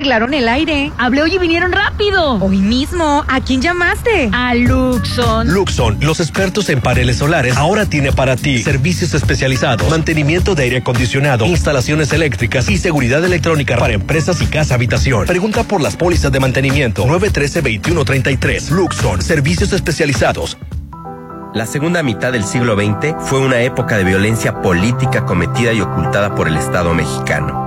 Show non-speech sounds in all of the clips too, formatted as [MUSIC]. arreglaron el aire. Hablé hoy y vinieron rápido. Hoy mismo, ¿a quién llamaste? A Luxon. Luxon, los expertos en paneles solares, ahora tiene para ti servicios especializados, mantenimiento de aire acondicionado, instalaciones eléctricas y seguridad electrónica para empresas y casa habitación. Pregunta por las pólizas de mantenimiento 913-2133. Luxon, servicios especializados. La segunda mitad del siglo XX fue una época de violencia política cometida y ocultada por el Estado mexicano.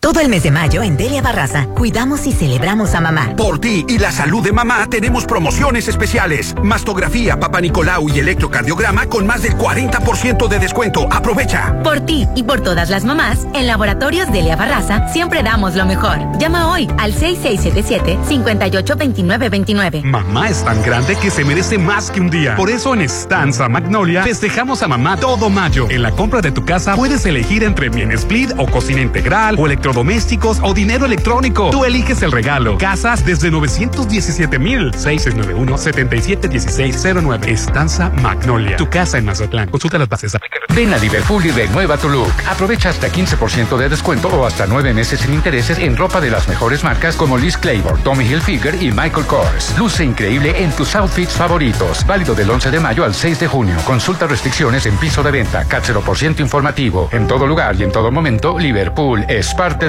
Todo el mes de mayo en Delia Barraza cuidamos y celebramos a mamá. Por ti y la salud de mamá tenemos promociones especiales. Mastografía, Papa Nicolau y electrocardiograma con más del 40% de descuento. Aprovecha. Por ti y por todas las mamás, en Laboratorios Delia Barraza siempre damos lo mejor. Llama hoy al 6677-582929. Mamá es tan grande que se merece más que un día. Por eso en Estanza Magnolia festejamos a mamá todo mayo. En la compra de tu casa puedes elegir entre bien split o cocina integral o electro domésticos o dinero electrónico. Tú eliges el regalo. Casas desde 917 mil. 6691-771609. Estanza Magnolia. Tu casa en Mazatlán. Consulta las bases. Ven a Liverpool y renueva tu look. Aprovecha hasta 15% de descuento o hasta 9 meses sin intereses en ropa de las mejores marcas como Liz Claiborne, Tommy Hilfiger y Michael Kors. Luce increíble en tus outfits favoritos. Válido del 11 de mayo al 6 de junio. Consulta restricciones en piso de venta. Cat 0% informativo. En todo lugar y en todo momento, Liverpool es parte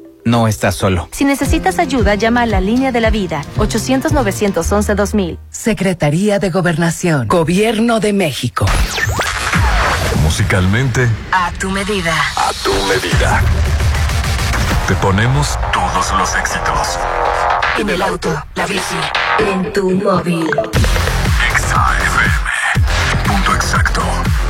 No estás solo. Si necesitas ayuda, llama a la línea de la vida, 800-911-2000. Secretaría de Gobernación, Gobierno de México. Musicalmente. A tu medida. A tu medida. Te ponemos todos los éxitos. En el auto, la bici, en tu móvil. XAFM. Punto exacto.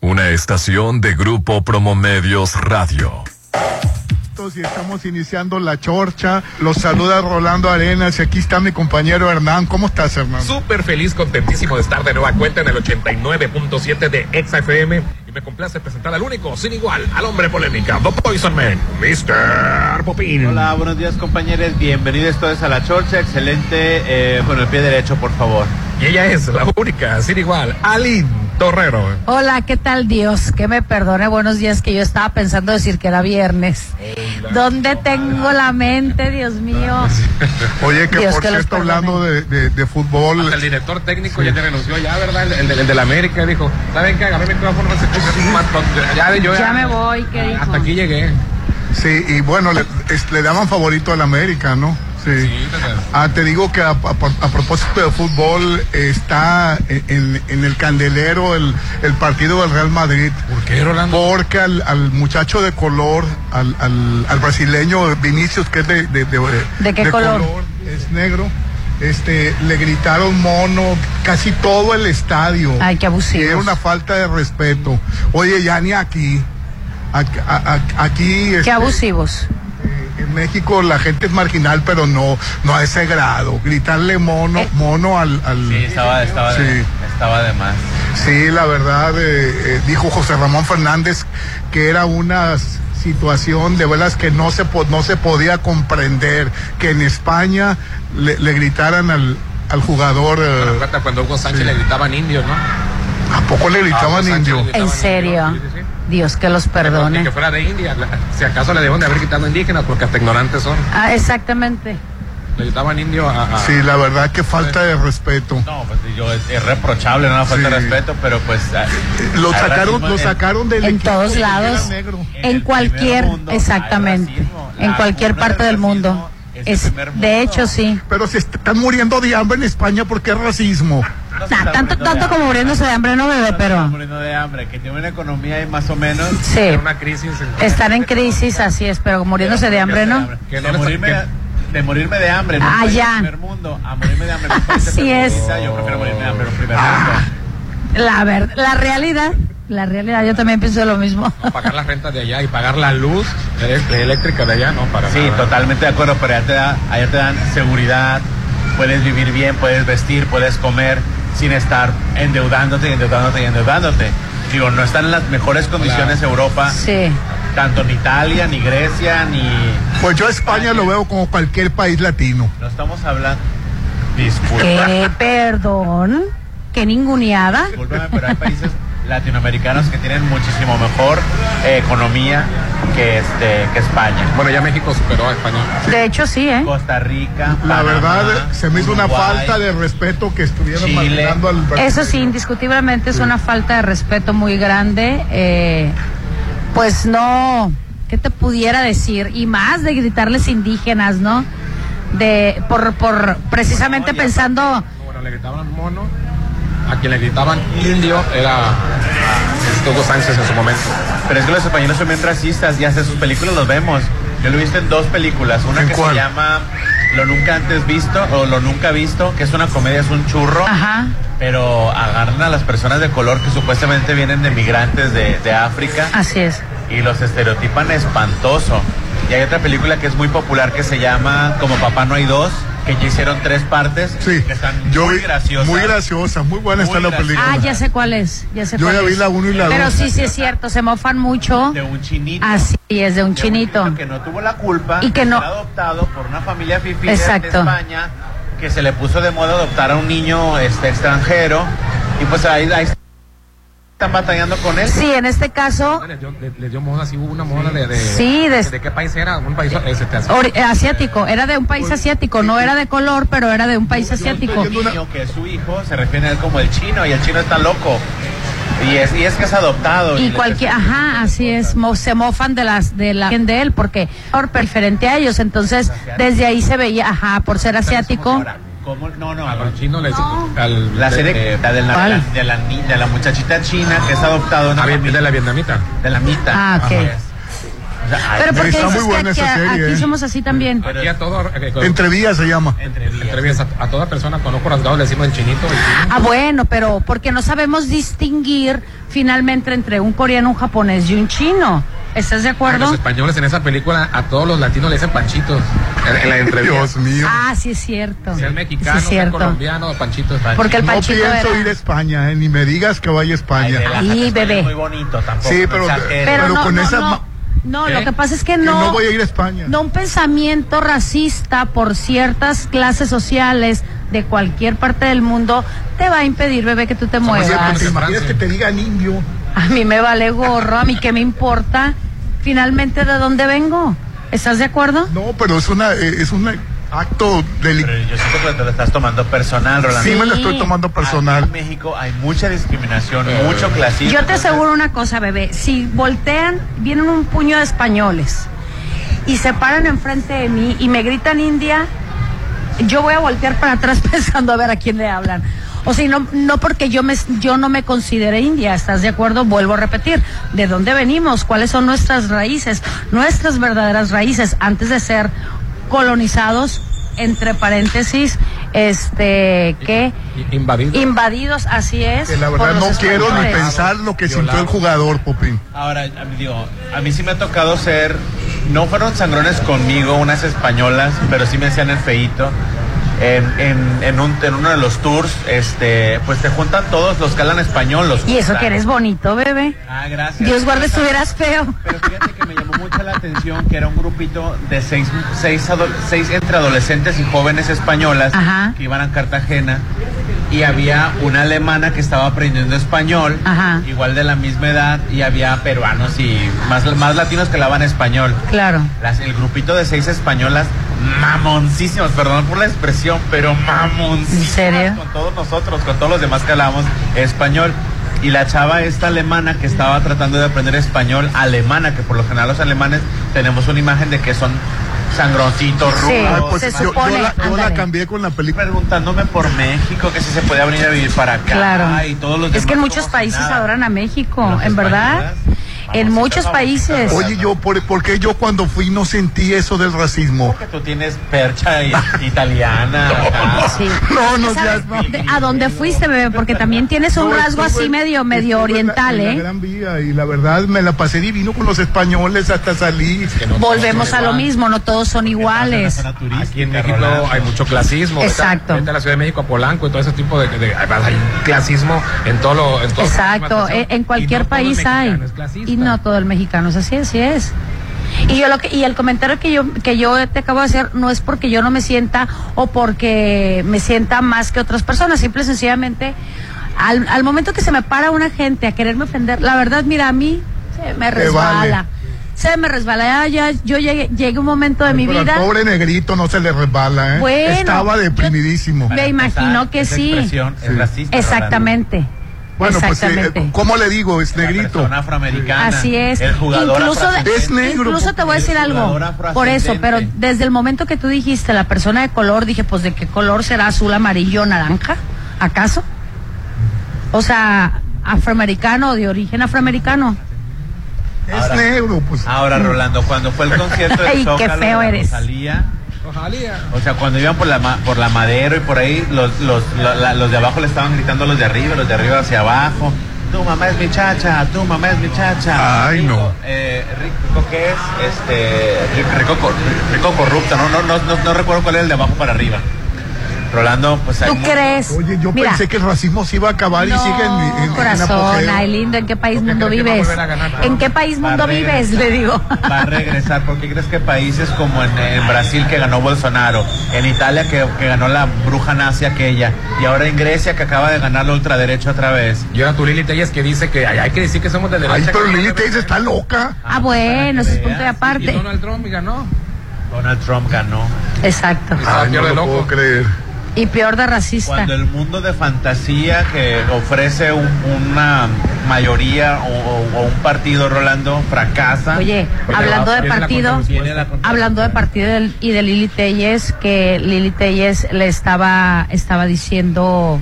Una estación de Grupo Promomedios Radio. Y estamos iniciando la chorcha. Los saluda Rolando Arenas y aquí está mi compañero Hernán. ¿Cómo estás, Hernán? Súper feliz, contentísimo de estar de nueva cuenta en el 89.7 de ExaFM. Y me complace presentar al único, sin igual, al hombre polémica, The Poison Man, Mr. Popín. Hola, buenos días, compañeros. Bienvenidos todos a la chorcha. Excelente. Eh, con el pie derecho, por favor. Y ella es la única, sin igual, Aline Torrero. Hola, ¿qué tal Dios? Que me perdone, buenos días, que yo estaba pensando decir que era viernes. Hola, ¿Dónde hola. tengo la mente, Dios mío? Oye, que Dios por que cierto, hablando de, de, de fútbol... Hasta el director técnico sí. ya te renunció, ya, ¿verdad? El, el, el, el de la América dijo, ¿saben qué? Agarré mi micrófono, se puso ya, yo, ya, ya me voy, ¿qué Ah, dijo? Hasta aquí llegué. Sí, y bueno, le, es, le daban favorito al América, ¿no? Sí. sí ah, te digo que a, a, a propósito de fútbol eh, está en, en, el candelero el, el, partido del Real Madrid. ¿Por qué, Rolando? Porque al, al muchacho de color, al, al, al, brasileño Vinicius, que es de, de, de, ¿De qué color? color? Es negro. Este, le gritaron mono casi todo el estadio. Ay, qué abusivo. Era una falta de respeto. Oye, ya ni aquí. Aquí. aquí este, qué abusivos en México la gente es marginal, pero no, no a ese grado. Gritarle mono, mono al. al... Sí, estaba, estaba, sí. De, estaba, De, más. Sí, la verdad, eh, eh, dijo José Ramón Fernández que era una situación de veras que no se, no se podía comprender que en España le, le gritaran al, al jugador. Eh, pero, cuando Hugo Sánchez sí. le gritaban indio, ¿no? ¿A poco le gritaban ah, indio? Le gritaban ¿En serio? Indio, ¿sí? Dios que los perdone. Ni que fuera de India, si acaso le deben de haber quitado indígenas porque hasta ignorantes son. Ah, exactamente. Le gritaban indio a. a- Sí, la verdad que falta de respeto. No, pues yo, es, es reprochable, no falta de respeto, pero pues. a- Lo al sacaron, racismo lo en- sacaron del En equipo todos que era lados, negro. en cualquier, exactamente, en cualquier parte del mundo. Es, de hecho, sí. Pero se est- están muriendo de hambre en España porque es racismo. Nah, tanto, tanto como muriéndose de hambre no bebé, pero muriendo de hambre, que tiene una economía ahí más o menos. Sí. en Una crisis. estar en crisis, así es, pero muriéndose de hambre no. Que de, morirme, de morirme de hambre. en un Ah, país ya. del primer mundo, a morirme de hambre. en un país del Así primer es. mundo. Yo prefiero morirme de hambre en un primer mundo. La verdad, la realidad, la realidad, yo también pienso lo [LAUGHS] mismo. Pagar las rentas de allá y pagar la luz elé- eléctrica de allá, no, para Sí, nada. totalmente de acuerdo, pero allá te, da- allá te dan seguridad, puedes vivir bien, puedes vestir, puedes comer sin estar endeudándote y endeudándote y endeudándote. Digo, no están en las mejores condiciones Europa, Sí. tanto en Italia, ni Grecia, ni... Pues yo a España lo veo como cualquier país latino. No estamos hablando... Disculpa. ¿Qué? Perdón, que ninguneada. Discúlpame, pero hay países latinoamericanos que tienen muchísimo mejor eh, economía que, este, que España. Bueno, ya México superó a España. De hecho, sí, ¿eh? Costa Rica. La Panamá, verdad, se me hizo una Uruguay. falta de respeto que estuvieron Chile. marginando al Eso sí, indiscutiblemente es una falta de respeto muy grande. eh, pues no, ¿qué te pudiera decir? Y más de gritarles indígenas, ¿no? De, por, por precisamente pensando, Bueno, le gritaban mono, a quien le gritaban indio era estos dos Sánchez en su momento. Pero es que los españoles son bien racistas y hasta sus películas los vemos. Yo lo he visto en dos películas. Una que se llama Lo Nunca Antes Visto o Lo Nunca Visto, que es una comedia, es un churro. Ah. Pero agarran a las personas de color que supuestamente vienen de migrantes de, de África así es. y los estereotipan espantoso. Y hay otra película que es muy popular que se llama Como Papá No Hay Dos, que ya hicieron tres partes. Sí, que están Yo muy vi- graciosas. Muy graciosa, muy buena está la película. Ah, ya sé cuál es. Ya sé Yo cuál ya vi es. la uno y la Pero dos. sí, sí es cierto, se mofan mucho. De un chinito. Así es, de un chinito. que no tuvo la culpa Y que no- fue adoptado por una familia fifí de- de Exacto. España que se le puso de moda adoptar a un niño este extranjero y pues ahí, ahí están batallando con él Sí, en este caso, Le dio, le- le dio moda, sí hubo una moda de, de, Sí, de- qué país era, un país eh, este, así. ori- eh, asiático. Era de un país Pues, asiático, no era de color, pero era de un país asiático. el niño que es su hijo se refiere a él como el chino y el chino está loco y es y es que es adoptado Y le- cualquier, ajá, así es, mo- se mofan de las de la de él porque por preferente a ellos, entonces desde ahí se veía, ajá, por ser asiático. ¿Cómo? No, no, a los chinos les. al- la serie eh, la de la, ¿Cuál? de la ni- de la muchachita china que es adoptada Ah, bien, de la vietnamita. de la mitad Ah, ok. Pero porque Está muy dices que buena aquí, esa serie, aquí ¿eh? somos así también. Aquí a todo, eh, con- Entrevías se llama. Entrevías, a, a toda persona con ojos rasgados le decimos el chinito. y- Ah, bueno, pero porque no sabemos distinguir finalmente entre un coreano, un japonés y un chino. ¿Estás de A Ah, pues acuerdo? los españoles en esa película a todos los latinos le dicen panchitos. En, en la entrevista. Dios mío. Ah, sí es cierto. Sea el mexicano, Sí es sea el cierto. colombiano, panchitos. Porque el Panchito no pienso era- ir a España, eh, ni me digas que vaya a España. Ahí, bebé. muy bonito tampoco Sí, no pero, exageres. Pero pero no, con no, esa no. ma- No, ¿Qué? ¿Eh? lo que pasa es que que no. no voy a ir a España. No un pensamiento racista por ciertas clases sociales de cualquier parte del mundo te va a impedir, bebé, que tú te Oye, pues, muevas. ¿te imaginas que te digan indio? A mí me vale gorro, a mí qué me importa finalmente de dónde vengo. ¿Estás de acuerdo? No, pero es una eh, es un acto Pero delicado. yo siento que te lo estás tomando personal, Rolando. Sí, me lo estoy tomando personal. Aquí en México hay mucha discriminación, mucho clasismo. Yo te aseguro una cosa, bebé. Si voltean, vienen un puño de españoles y se paran enfrente de mí y me gritan India, yo voy a voltear para atrás [LAUGHS] pensando a ver a quién le hablan. O sea, y no, no porque yo, me, yo no me considere india, ¿estás de acuerdo? Vuelvo a repetir, ¿de dónde venimos? ¿Cuáles son nuestras raíces? Nuestras verdaderas raíces antes de ser colonizados, entre paréntesis, este, que Invadido. invadidos, así es. Que la por verdad los no quiero ni españoles. pensar lo que sintió el jugador, Popín. Ahora, a mí, digo, a mí sí me ha tocado ser. No fueron sangrones conmigo, unas españolas, pero sí me hacían el feíto. En, en- en un- en uno de los tours, este, pues te juntan todos los que hablan español. Los Y eso juntan. que eres bonito, bebé. Ah, gracias. Dios guarde, estuvieras feo. mucha la atención que era un grupito de seis, seis, ado- seis entre adolescentes y jóvenes españolas Ajá. que iban a Cartagena y había una alemana que estaba aprendiendo español, Ajá. igual de la misma edad, y había peruanos y más, más latinos que hablaban español. Claro. Las- el grupito de seis españolas mamoncísimas, perdón por la expresión, pero mamoncísimas con todos nosotros, con todos los demás que hablamos español. Y la chava esta alemana que estaba tratando de aprender español, alemana, que por lo general los alemanes tenemos una imagen de que son sangroncitos, rudos. Ay, pues yo- yo, la, yo la cambié con la película. Preguntándome por México, que si se podía venir a vivir para acá. Claro. Y todos los es que en demás muchos somos países nada. adoran a México, en verdad. En muchos países. Oye, yo, ¿por, por qué yo cuando fui no sentí eso del racismo? Tú tienes percha i- [LAUGHS] italiana. ajá. Sí. No, no, ¿Sabes de- ¿A dónde fuiste, bebé? Porque también tienes un No, rasgo estuve- así medio, medio estuve en la- oriental, en la ¿eh? Gran Vía, y la verdad me la pasé divino con los españoles hasta salí. Volvemos a lo mismo, no todos son iguales. Aquí en México hay mucho clasismo. ¿verdad? Exacto. Vete a la Ciudad de México, a Polanco y todo ese tipo de... de- hay clasismo en todo lo... En todo Exacto, e- Eh, en, en cualquier país hay. Y no todo el mexicano es así, así es. Y yo lo que, y el comentario que yo que yo te acabo de hacer no es porque yo no me sienta o porque me sienta más que otras personas, simple y sencillamente al, al momento que se me para una gente a quererme ofender, la verdad mira a mí se me Te resbala. vale. Se me resbala, ya, ya, yo llegué, llegué un momento de mi Pero vida. al pobre negrito no se le resbala, ¿eh? Bueno, Estaba deprimidísimo. Me imagino que sí. Sí. Exactamente. Bueno, pues, eh, Exactamente. ¿cómo le digo? Es negrito. afroamericana. Así es. El jugador incluso, de- afrodescendiente. incluso te voy a El decir algo. jugador afrodescendiente. Por eso, pero desde el momento que tú dijiste la persona de color, dije, pues de qué color será azul, amarillo, naranja, ¿acaso? O sea, afroamericano, de origen afroamericano. Ahora- negro, pues. Ahora, Rolando, cuando fue el [LAUGHS] concierto de Ay, qué Zócalo, feo de eres. Rosalía, o sea, cuando iban por la, ma- por la madera y por ahí, los, los, la- la- los de abajo le estaban gritando a los de arriba, los de arriba hacia abajo. Tu mamá es mi chacha, tu mamá es mi chacha. Ay, no. Eh, rico que es, este, rico, rico, rico corrupto, no, no, no, no, no recuerdo cuál es el de abajo para arriba. Rolando, pues hay mucho- Oye, yo Mira. pensé que el racismo se iba a acabar Ah, y sigue en, en- en Corazón, apogeo. ay lindo, ¿en qué país mundo crees que va a vives? volver a ganar? ¿En qué país mundo Barrera. vives? Le digo. va a regresar. ¿Por qué crees que países como en, en Brasil que ganó Bolsonaro, en Italia que, que ganó la bruja nazi aquella, y ahora en Grecia que acaba de ganar la ultraderecha otra vez? Y ahora tu Lili Telles que dice que hay, hay que decir que somos de derecha. Ay, pero que no Lili debe- Telles está loca. Ah, bueno, ese es punto de Y aparte. Donald Trump ganó. Donald Trump ganó. Exacto. Ay, no lo puedo creer. Y peor de racista. Cuando el mundo de fantasía que ofrece un- una mayoría o, o- o un partido, Rolando, fracasa. Oye, Porque hablando va- de viene la partido, contrarrespuesta. Viene la hablando de partido del- y de Lili Telles, que Lili Telles le estaba, estaba diciendo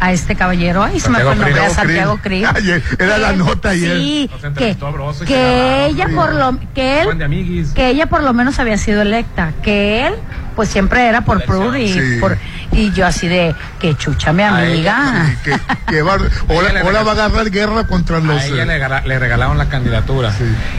a este caballero, ay, se me fue el nombre, a Santiago Cris. [LAUGHS] Ayer, era la nota ayer. Sí, que, y que Calabazo, ella sí. por lo que él, Juan de Amiguis. que ella por lo menos había sido electa, que él pues siempre era por Prur y Sí. por y yo así de que chucha mi amiga. Sí, que- que va- ahora, ahora va a agarrar guerra contra los. A ella le, gara- le regalaron la candidatura.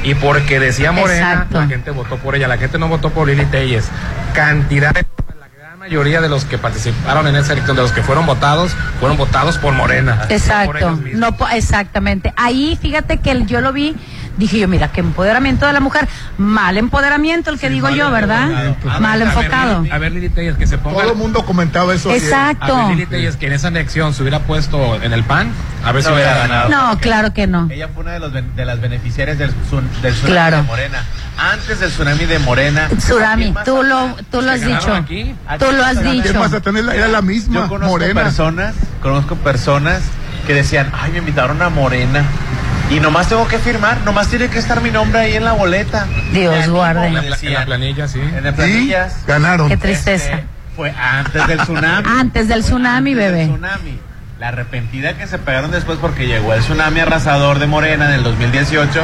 Y porque decía Morena, Exacto. la gente votó por ella. La gente no votó por Lili Telles. Cantidad de- La gran mayoría de los que participaron en esa elección, de los que fueron votados, fueron votados por Morena. Por ellos Exacto, mismos. no po- exactamente. Ahí fíjate que el- yo lo vi, dije yo, mira, qué empoderamiento de la mujer, mal empoderamiento el que digo yo, ¿verdad? A ver, Mal a ver, enfocado. Lili- A ver, Lili Telles, que se ponga. Todo el mundo comentaba eso. ayer. Exacto. A ver, Lili Telles, que en esa elección se hubiera puesto en el PAN, a ver si No hubiera hubiera ganado. No, claro que no. Ella fue una de, los ben- de las beneficiarias del, tsun- del tsunami Claro. de Morena. Antes del tsunami de Morena. Tsunami, tú lo, tú lo has dicho. Tú lo has dicho. Yo conozco personas, conozco personas que decían, ay, me invitaron a Morena. Y nomás tengo que firmar, nomás tiene que estar mi nombre ahí en la boleta. Dios guarde. guarde. En la- En la planilla, sí. En las planillas. Ganaron. Qué tristeza. Fue antes del tsunami. Antes del tsunami, bebé. La arrepentida que se pegaron después porque llegó el tsunami arrasador de Morena en el 2018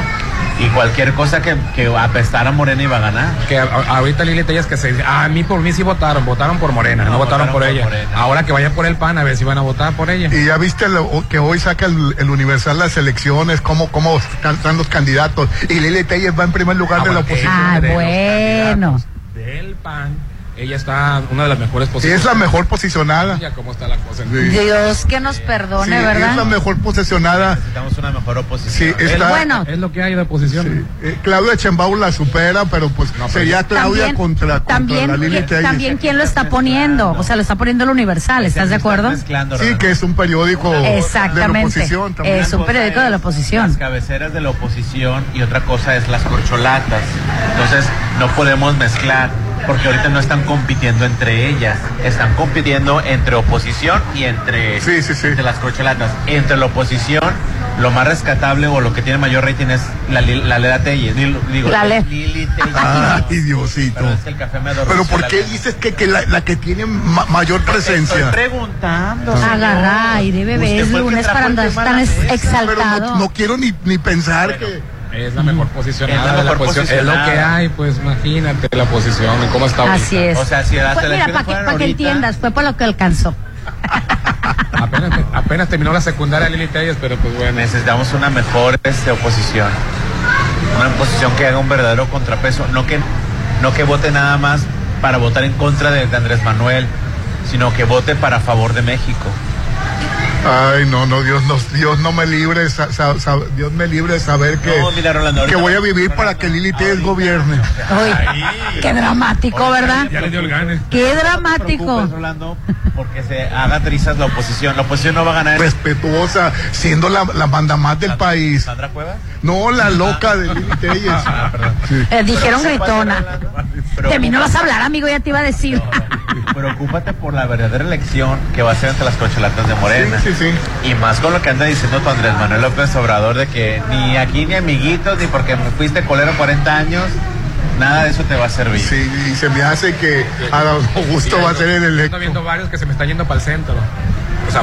y cualquier cosa que, que apestara Morena iba a ganar. Que a- a- ahorita Lili Telles que se dice, "Ah, a mí por mí sí votaron, votaron por Morena, no, votaron, por, ella. Ahora que vaya por el PAN, a ver si van a votar por ella. Y ya viste lo- que hoy saca el, el Universal las elecciones, cómo, cómo están los candidatos. Y Lili Telles va en primer lugar de la oposición. Ah, bueno. Del PAN, ella está una de las mejores posiciones. es la mejor posicionada. Mira cómo está la cosa. Dios que nos Sí, perdone, es la ¿verdad? mejor posicionada. Necesitamos una mejor Sí, oposición. está, Es lo que hay de oposición. eh, Claudia Chembao la supera, pero pues sería Claudia También- contra, contra la También, Lili Telles. también quién lo está poniendo, o sea, lo está poniendo el Universal, ¿estás de acuerdo? Sí, que es un periódico de la Exactamente. oposición también. Es un periódico de la oposición. Las cabeceras de la oposición y otra cosa es las corcholatas. Entonces, no podemos mezclar. porque ahorita no están compitiendo entre ellas, están compitiendo entre oposición y entre, entre las cocholatas. Entre la oposición, lo más rescatable o lo que tiene mayor rating es la, li- la Lela Telles. Dil- Digo, La Le- Lili Telles. Ay, Diosito. Pero es que el café me adormeció Pero ¿por la qué lengua. dices que, que la, la que tiene ma- mayor presencia? Estoy preguntando. Agarra señor. aire, Usted bebé. Es fue el que lunes trajo para el andar tema a tan la es- mesa. exaltado. No quiero ni, ni pensar que... Es la mejor posicionada. Es la de mejor posición. Es lo posicionada. que hay, pues imagínate la posición y cómo está Así ahorita. es. Pues mira, para que, pa' que entiendas, fue por lo que alcanzó. Apenas, apenas terminó la secundaria Lili Telles, pero pues bueno. Necesitamos una mejor este, oposición. Una oposición que haga un verdadero contrapeso. No que, no que vote nada más para votar en contra de, de Andrés Manuel, sino que vote para favor de México. Ay, no, no, Dios, no, Dios no me libre, sa- sa- sa- Dios me libre de saber que, No, mira, Rolando, que ahorita- voy a vivir para que Lili Telles gobierne. Qué dramático, ¿verdad? Ya le dio el gane. Qué dramático. Que se haga trizas la oposición. La oposición no va a ganar. Respetuosa, siendo la, la banda más del país. ¿Sandra Cuevas? No, la loca de Lili Telles. Sí. Eh, dijeron gritona. De mí no vas a hablar, amigo, ya te iba a decir. Preocúpate por la verdadera elección que va a ser entre las cocholatas de Morena. Sí, sí, Y más con lo que anda diciendo tu Andrés Manuel López Obrador de que ni aquí ni amiguitos, ni porque me fuiste colero 40 años, nada de eso te va a servir. Sí, y se me hace que Adán Augusto va a ser el Estoy electo. viendo varios que se me están yendo para el centro. O sea,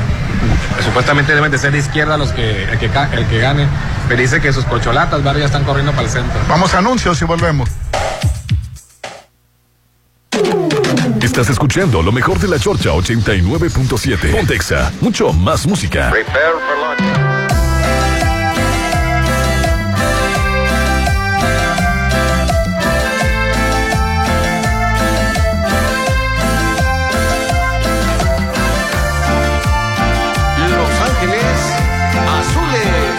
supuestamente deben de ser de izquierda los que el que, ca- el que gane. Pero dice que sus cocholatas, varios ya están corriendo para el centro. Vamos a anuncios y volvemos. Estás escuchando lo mejor de la Chorcha 89.7. Pontexa, mucho más música. Los Ángeles Azules.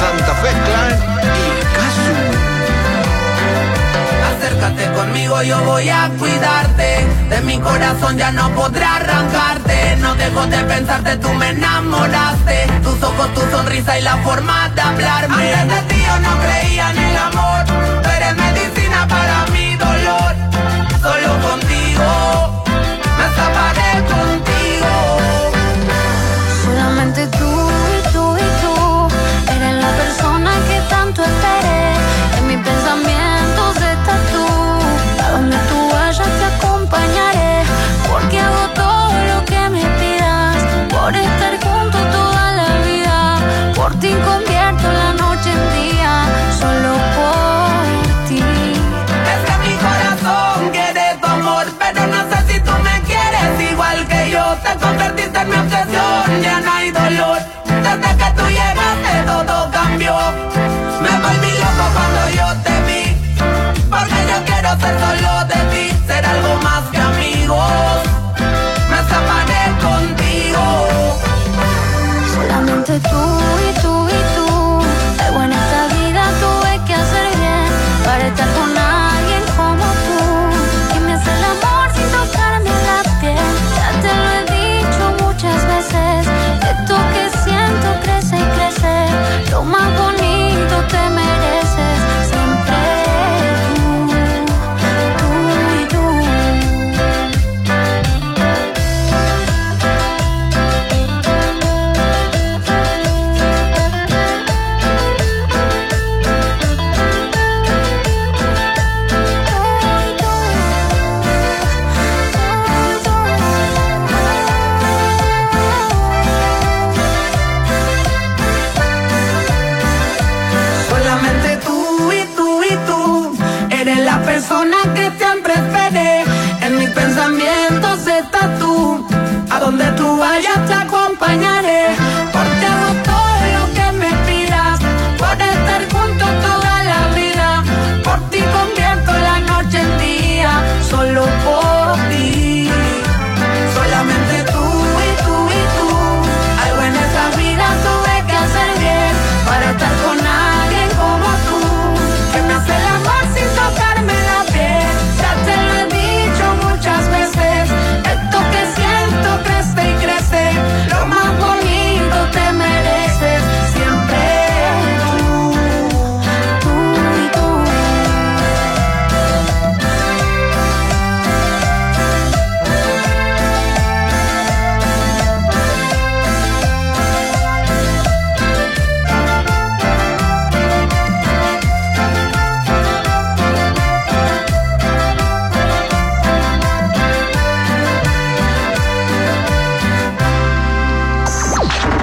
Santa Fe Clan y Casu. Acércate conmigo, yo voy a cuidarte. De mi corazón ya no podré arrancarte. No dejo de pensarte, tú me enamoraste. Tus ojos, tu sonrisa y la forma de hablarme. Antes de ti yo no creía en el amor. Tú eres medicina para mi dolor. Solo contigo me escaparé contigo. Solamente tú y tú y tú eres la persona que tanto esperé. En mis pensamientos estás tú. A donde tú vayas te acompañaré. Porque hago todo lo que me pidas. Por estar juntos toda la vida. Por ti convierto la noche en día. Solo por ti. Es que mi corazón quiere tu amor, pero no sé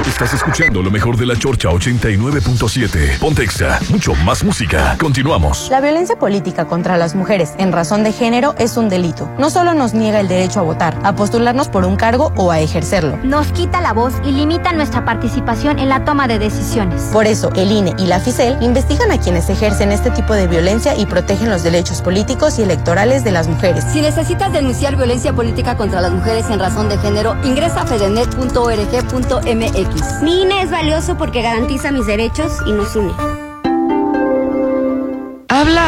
Estás escuchando lo mejor de la Chorcha 89.7. Pontexa, mucho más música. Continuamos. La violencia política contra las mujeres en razón de género es un delito. No solo nos niega el derecho a votar, a postularnos por un cargo o a ejercerlo. Nos quita la voz y limita nuestra participación en la toma de decisiones. Por eso, el INE y la FICEL E investigan a quienes ejercen este tipo de violencia y protegen los derechos políticos y electorales de las mujeres. Si necesitas denunciar violencia política contra las mujeres en razón de género, ingresa a fedenet.org.mx. Mi INE es valioso porque garantiza mis derechos y nos une. Habla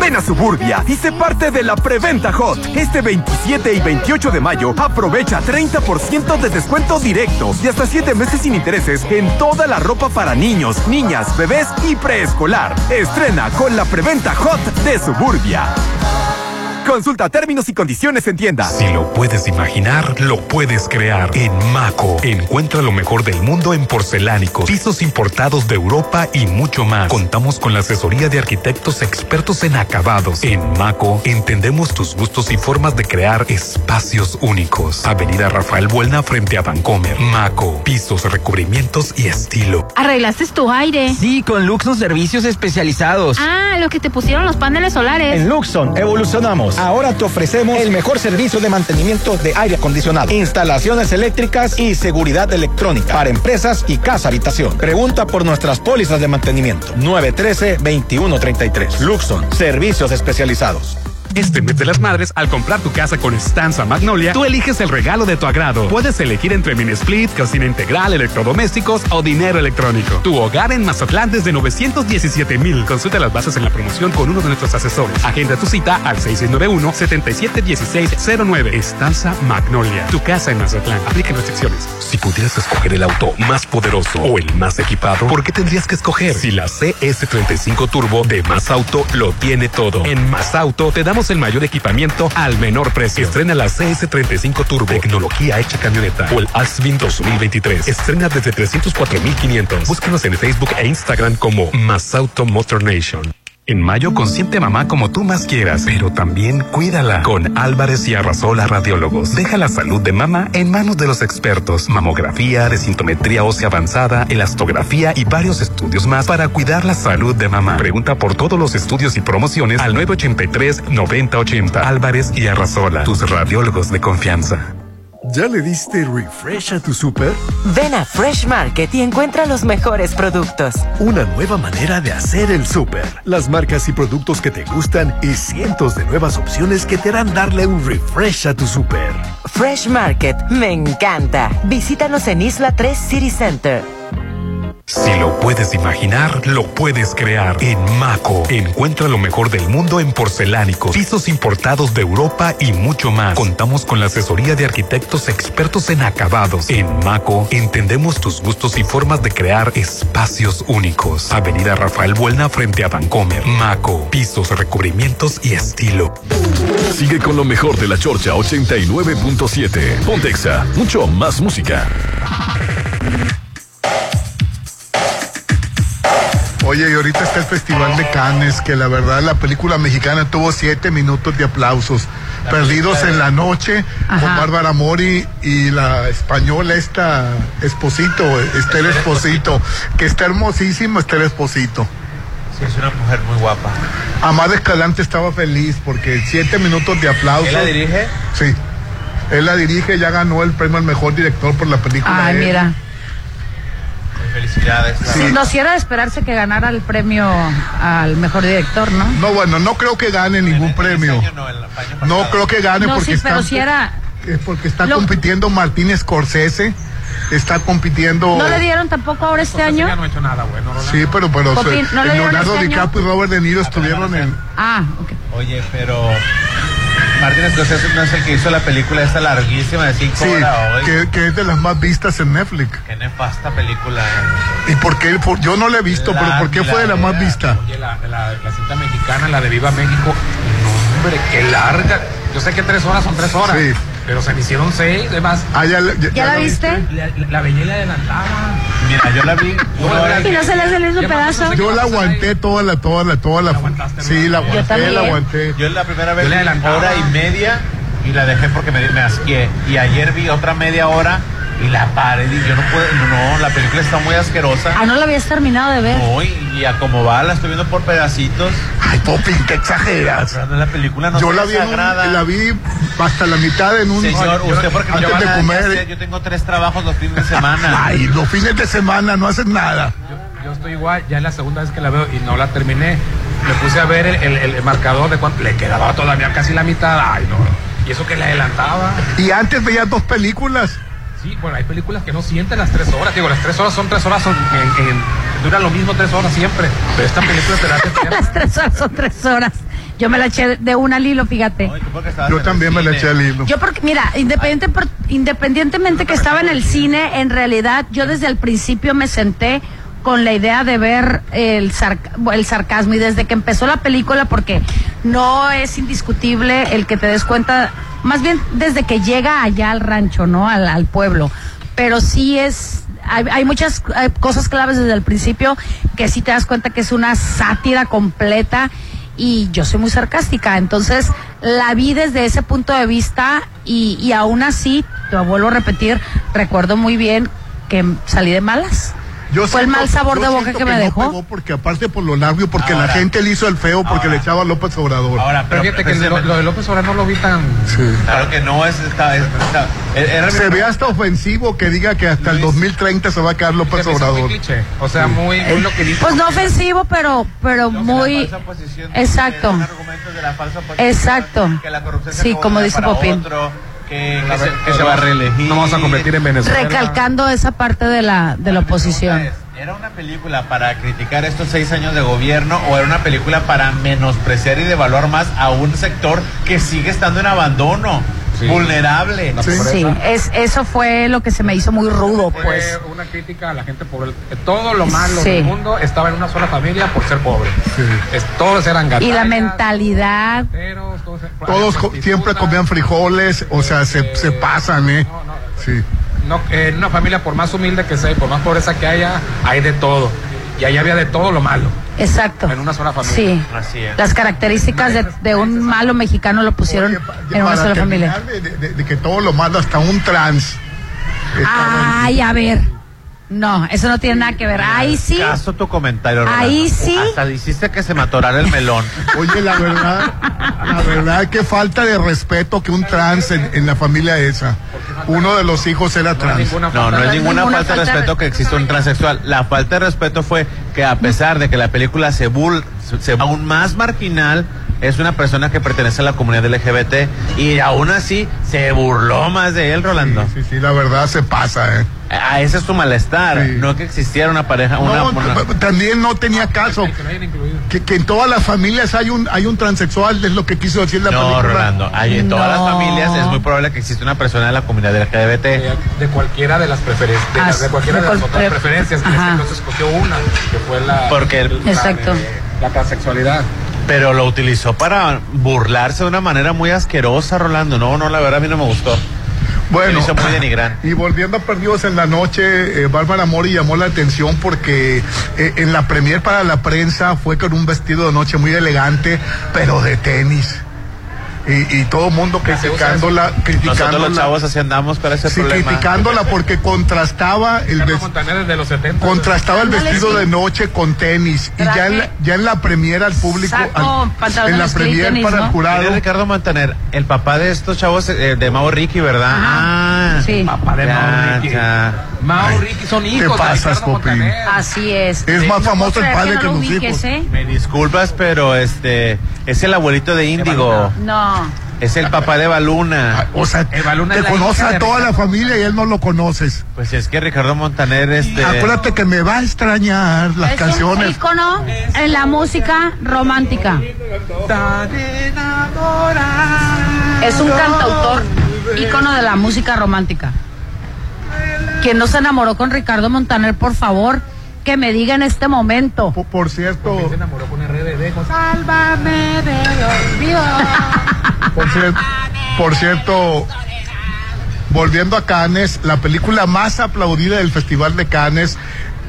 Ven a Suburbia y sé parte de la preventa Hot. Este 27 y 28 de mayo aprovecha 30% de descuento directo y hasta 7 meses sin intereses en toda la ropa para niños, niñas, bebés y preescolar. Estrena con la preventa Hot de Suburbia. Consulta términos y condiciones en tienda. Si lo puedes imaginar, lo puedes crear. En Maco, encuentra lo mejor del mundo en porcelánicos, pisos importados de Europa y mucho más. Contamos con la asesoría de arquitectos expertos en acabados. En Maco, entendemos tus gustos y formas de crear espacios únicos. Avenida Rafael Buelna frente a Vancomer. Maco, pisos, recubrimientos y estilo. ¿Arreglaste tu aire? Sí, con Luxon Servicios Especializados. Ah, lo que te pusieron los paneles solares. En Luxon, evolucionamos. Ahora te ofrecemos el mejor servicio de mantenimiento de aire acondicionado, instalaciones eléctricas y seguridad electrónica para empresas y casa habitación. Pregunta por nuestras pólizas de mantenimiento. 913-2133. Luxon, servicios especializados. Este mes de las madres, al comprar tu casa con Estanza Magnolia, tú eliges el regalo de tu agrado. Puedes elegir entre mini split, cocina integral, electrodomésticos o dinero electrónico. Tu hogar en Mazatlán desde 917 mil. Consulta las bases en la promoción con uno de nuestros asesores. Agenda tu cita al 691-771609. Estanza Magnolia. Tu casa en Mazatlán. Apliquen restricciones. Si pudieras escoger el auto más poderoso o el más equipado, ¿por qué tendrías que escoger? Si la CS35 Turbo de Más Auto lo tiene todo. En Más Auto te damos el mayor equipamiento al menor precio. Estrena la CS35 Turbo, tecnología hecha camioneta o el Asvin 2023. Estrena desde 304.500. Búscanos en Facebook e Instagram como Más Auto Motor Nation. En mayo consiente a mamá como tú más quieras, pero también cuídala con Álvarez y Arrasola Radiólogos. Deja la salud de mamá en manos de los expertos. Mamografía, desintometría ósea avanzada, elastografía y varios estudios más para cuidar la salud de mamá. Pregunta por todos los estudios y promociones al 983-9080. Álvarez y Arrasola, tus radiólogos de confianza. ¿Ya le diste refresh a tu super? Ven a Fresh Market y encuentra los mejores productos. Una nueva manera de hacer el super. Las marcas y productos que te gustan y cientos de nuevas opciones que te harán darle un refresh a tu super. Fresh Market, me encanta. Visítanos en Isla 3 City Center. Si lo puedes imaginar, lo puedes crear. En Maco, encuentra lo mejor del mundo en porcelánicos, pisos importados de Europa y mucho más. Contamos con la asesoría de arquitectos expertos en acabados. En Maco, entendemos tus gustos y formas de crear espacios únicos. Avenida Rafael Buelna frente a Vancomer. Maco, pisos, recubrimientos y estilo. Sigue con lo mejor de la Chorcha 89.7. Pontexa, mucho más música. Oye, y ahorita está el Festival de Cannes, que la verdad la película mexicana tuvo siete minutos de aplausos. La Perdidos en la noche Ajá. con Bárbara Mori y la española esta Esposito, Esther Esposito, que está hermosísimo Esther Esposito. Sí, es una mujer muy guapa. Amada Escalante estaba feliz porque siete minutos de aplausos. ¿Él la dirige? Sí. Él la dirige, ya ganó el premio al mejor director por la película. Ay, de él. mira. Felicidades. Sí. No, si era de esperarse que ganara el premio al mejor director, ¿no? No, bueno, no creo que gane ningún premio. no, el año No pasado. creo que gane No, porque sí, pero está, si era... es porque está Lo- compitiendo Martín Scorsese, está compitiendo. ¿No le dieron tampoco ahora este año? No he hecho nada, bueno. Sí, pero pero Popín, se- ¿no le dieron Leonardo este año? DiCaprio y Robert De Niro estuvieron en Ah, ok. Oye, pero Martin Scorsese no es el que hizo la película esta larguísima de 5 Sí, horas hoy. que, que es de las más vistas en Netflix. Qué nefasta película. ¿Y por qué? Por- yo no la he visto, La pero ¿por qué fue de la más milagrera. vista? Oye, la, la, la cinta mexicana, la de Viva México, no, hombre, qué larga. Yo sé que tres horas son tres horas, Sí. pero se me hicieron seis, además. Ah, ya, la- ya- ¿Ya la viste? La, la, la veía y la adelantaba. Mira, yo la vi. una hora Y no se le hace el mismo Ya pasó, pedazo. Yo la aguanté toda la, toda la, toda la. sí, la aguanté, también. la aguanté. Yo la primera vez Yo le vi adelantaba. hora y media y la dejé porque me, me asqué. Y ayer vi otra media hora y la paré y yo no puedo. No, la película está muy asquerosa. Ah, no la habías terminado de ver. No, y, y a como va, la estoy viendo por pedacitos. Ay, Popi, te exageras. Pero La película no yo se la vi, en un- desagrada. la vi hasta la mitad en un. Señor, Ay, usted porque no antes lleva de nada que hacer, comer. Yo tengo tres trabajos los fines de semana. [LAUGHS] Ay, los fines de semana no hacen nada. Yo estoy igual, ya es la segunda vez que la veo y no la terminé. Me puse a ver el, el- el marcador de cuánto le quedaba todavía casi la mitad. Ay, no. Y eso que le adelantaba. Y antes veía dos películas. Sí, bueno, hay películas que no sienten las tres horas. Digo, las tres horas son tres horas, son, en- en- duran lo mismo tres horas siempre. Pero esta película te la hace tener- [LAUGHS] Las tres horas son tres horas. Yo me la eché de una al hilo, fíjate. Yo también me la eché al hilo. Yo porque, mira, independiente por- independientemente que estaba en el cine, en realidad yo desde el principio me senté con la idea de ver el, sarca- el sarcasmo y desde que empezó la película, porque no es indiscutible el que te des cuenta, más bien desde que llega allá al rancho, ¿no? Al, al pueblo, pero sí es... Hay, hay muchas eh, cosas claves desde el principio que sí te das cuenta que es una sátira completa y yo soy muy sarcástica, entonces la vi desde ese punto de vista y, y aún así, te vuelvo a repetir, recuerdo muy bien que salí de malas. Yo Fue el siento- mal sabor yo de boca siento que me no dejó. pegó porque aparte por lo largo, y porque la Ahora. gente le hizo el feo, porque le echaba a López Obrador. Ahora, Pero fíjate que lo, lo de López Obrador no lo vi tan. Claro que no es. Está, es- está- er- era mi- se ve hasta ofensivo que diga que hasta el 2030 se va a quedar López se me hizo muy Obrador. cliché. O sea, muy, muy lo que dice. Pues no ofensivo, pero, pero muy... falsa oposición de- Exacto. de los argumentos de la falsa oposición, Exacto. que la corrupción se Sí, acomoda como dice para Popín. otro, que, que La se, re- que se va a reelegir. No vamos a convertir en Venezuela. Recalcando esa parte de la, de la oposición. ¿Era una película para criticar estos seis años de gobierno o era una película para menospreciar y devaluar más a un sector que sigue estando en abandono, Sí. vulnerable? La pobreza. Sí, es, eso fue lo que se me hizo muy rudo, Fue pues. una crítica a la gente pobre. Todo lo malo Sí. del mundo estaba en una sola familia por ser pobre. Es- todos eran Y la gandallas, mentalidad... solteros, todos, Todos co- siempre comían frijoles, o sea, se, se pasan, ¿eh? No, no, Sí. no, en una familia, por más humilde que sea y por más pobreza que haya, hay de todo. Y ahí había de todo lo malo. Exacto. En una sola familia. Sí. Así es. Las características de, de un malo mexicano lo pusieron Oye, pa- en una para sola terminar familia. De, de- de- de que todo lo manda hasta un trans. Estaba- Ay, a ver. No, eso no tiene nada que ver. Ahí sí. Caso tu comentario, Rolando. Ahí sí. Hasta dijiste que se me atorara el melón. Oye, la verdad, la verdad que falta de respeto que un trans en, en la familia esa. Uno de los hijos era No hay trans. ninguna No, falta no es de- ninguna, ninguna falta de falta de respeto que exista un transexual. La falta de respeto fue que a pesar de que la película se bul, se- se- aún más marginal, es una persona que pertenece a la comunidad LGBT y aún así se burló más de él, Rolando. Sí, sí, la verdad se pasa, ¿eh? A ese es tu malestar, Sí. no que existiera una pareja, una, No, una- t- también no tenía caso. Ah, Que lo hayan incluido. Que, que en todas las familias hay un hay un transexual, es lo que quiso decir la No, película. Rolando, hay en todas No. las familias es muy probable que exista una persona de la comunidad LGBT. de, de cualquiera de las preferencias, de, Ah, las- de cualquiera de de las cual- otras pre- preferencias, que Ajá. este caso escogió una, que fue la, Porque el- la- Exacto. eh, la transexualidad. Pero lo utilizó para burlarse de una manera muy asquerosa, Rolando. No, no, la verdad a mí no me gustó. Bueno, Se hizo muy denigrante. y volviendo a Perdidos en la Noche, eh, Bárbara Mori llamó la atención porque eh, en la premier para la prensa fue con un vestido de noche muy elegante, pero de tenis. Y, y todo el mundo se usa criticándola, Nosotros los criticándola, chavos así andamos para ese sí, problema. criticándola porque contrastaba el Carlos vestido. Montaner desde los 70. Contrastaba el Ándale, vestido sí. de noche con tenis y ya en la, ya en la premier al público, Saco, al- pantalones en la clean, premier tenis, para el ¿no? Mira, jurado, Ricardo Montaner, el papá de estos chavos eh, de Mau Ricky, ¿verdad? Ajá, Ah, sí. Papá de Ya, Mau Ricky. ya. Mau Ricky son hijos de pasas, Ricardo Popín? Montaner. Así es. Es más famoso el puedo padre creer que no lo los ubiques, hijos. ¿eh? Me disculpas, pero este es el abuelito de Índigo. No. Es el papá de Baluna. Ah, O sea, Eh, Evaluna te es la conoce hija de a toda la familia y él no lo conoces. Pues es que Ricardo Montaner, este. Acuérdate que me va a extrañar las es un canciones. ícono en la música romántica. Es un cantautor ícono de la música romántica. Quien no se enamoró con Ricardo Montaner, por favor, que me diga en este momento. Por, cierto. Se enamoró con RBD. con- Sálvame del olvido. Por, cier- por cierto, volviendo a Cannes, la película más aplaudida del Festival de Cannes,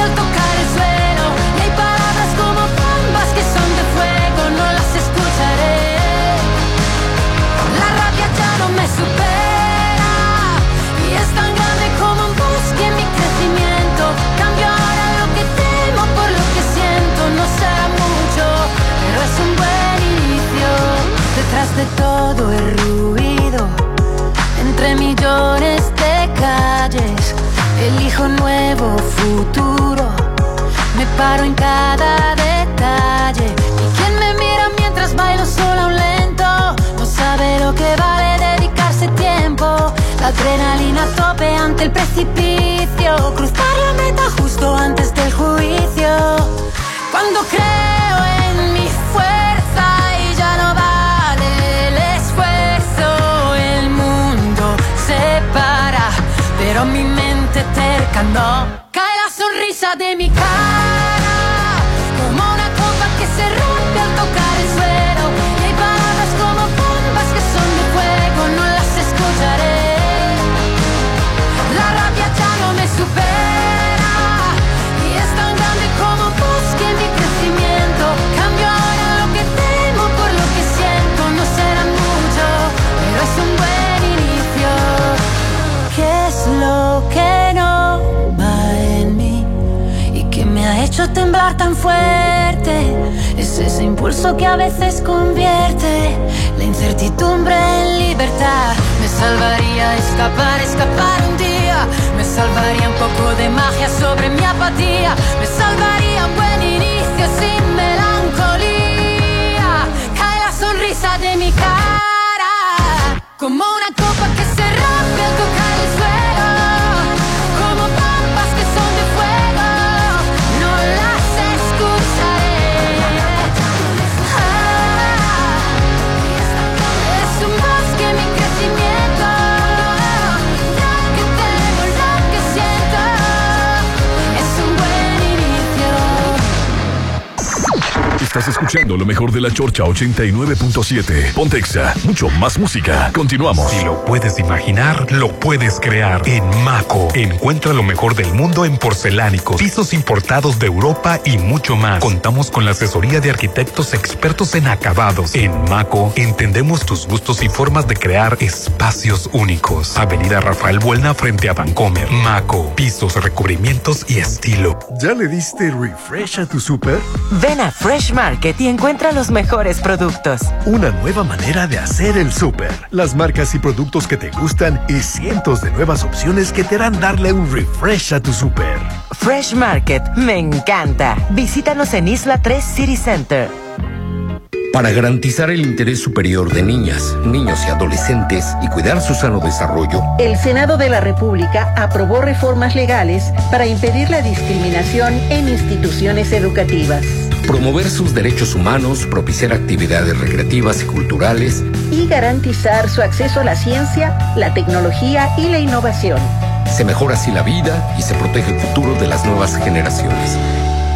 al tocar el suelo. Y hay palabras como bombas que son de fuego, no las escucharé. La rabia ya no me supera. Y es tan grande como un bosque en mi crecimiento. Cambio ahora lo que temo por lo que siento. No será mucho, pero es un buen inicio. Detrás de todo el ruido, entre millones de calles, elijo un nuevo futuro. Me paro en cada detalle. Y quien me mira mientras bailo sola un lento, no sabe lo que vale dedicarse tiempo. La adrenalina a tope ante el precipicio. Cruzar la meta justo antes del juicio. Cuando creo en mi fuerza y ya no vale el esfuerzo, el mundo se para. Pero mi mente terca no cae la sonrisa de mi cara. Como una copa que se rompe al tocar el suelo. Y hay palabras como bombas que son de fuego, no las escucharé. La rabia ya no me supera. Y es tan grande como un bosque en mi crecimiento. Cambio ahora lo que temo por lo que siento. No será mucho, pero es un buen inicio. ¿Qué es lo que no va en mí? ¿Y empujar tan fuerte. Es ese impulso que a veces convierte la incertidumbre en libertad. Me salvaría escapar, escapar un día. Me salvaría un poco de magia sobre mi apatía. Me salvaría un buen inicio sin melancolía. Cae la sonrisa de mi cara. Como una copa que se rompe al tocar el suelo. Como pampas que son de fuego. No las excusaré. Ah, es un bosque mi crecimiento. La que tengo, la que siento. Es un buen inicio. Estás escuchando lo mejor de la Chorcha 89.7. Pontexa, mucho más música. Continuamos. Si lo puedes imaginar, lo puedes crear. En Maco, encuentra lo mejor del mundo en porcelánicos, pisos importados de Europa y mucho más. Contamos con la asesoría de arquitectos expertos en acabados. En Maco, entendemos tus gustos y formas de crear espacios únicos. Avenida Rafael Buelna frente a Vancomer. Maco, pisos, recubrimientos y estilo. ¿Ya le diste refresh a tu super? Ven a Fresh Market y encuentra los mejores productos. Una nueva manera de hacer el súper. Las marcas y productos que te gustan y cientos de nuevas opciones que te harán darle un refresh a tu súper. Fresh Market, me encanta. Visítanos en Isla 3 City Center. Para garantizar el interés superior de niñas, niños y adolescentes y cuidar su sano desarrollo, El Senado de la República aprobó reformas legales para impedir la discriminación en instituciones educativas promover sus derechos humanos, propiciar actividades recreativas y culturales, y garantizar su acceso a la ciencia, la tecnología y la innovación. se mejora así la vida y se protege el futuro de las nuevas generaciones.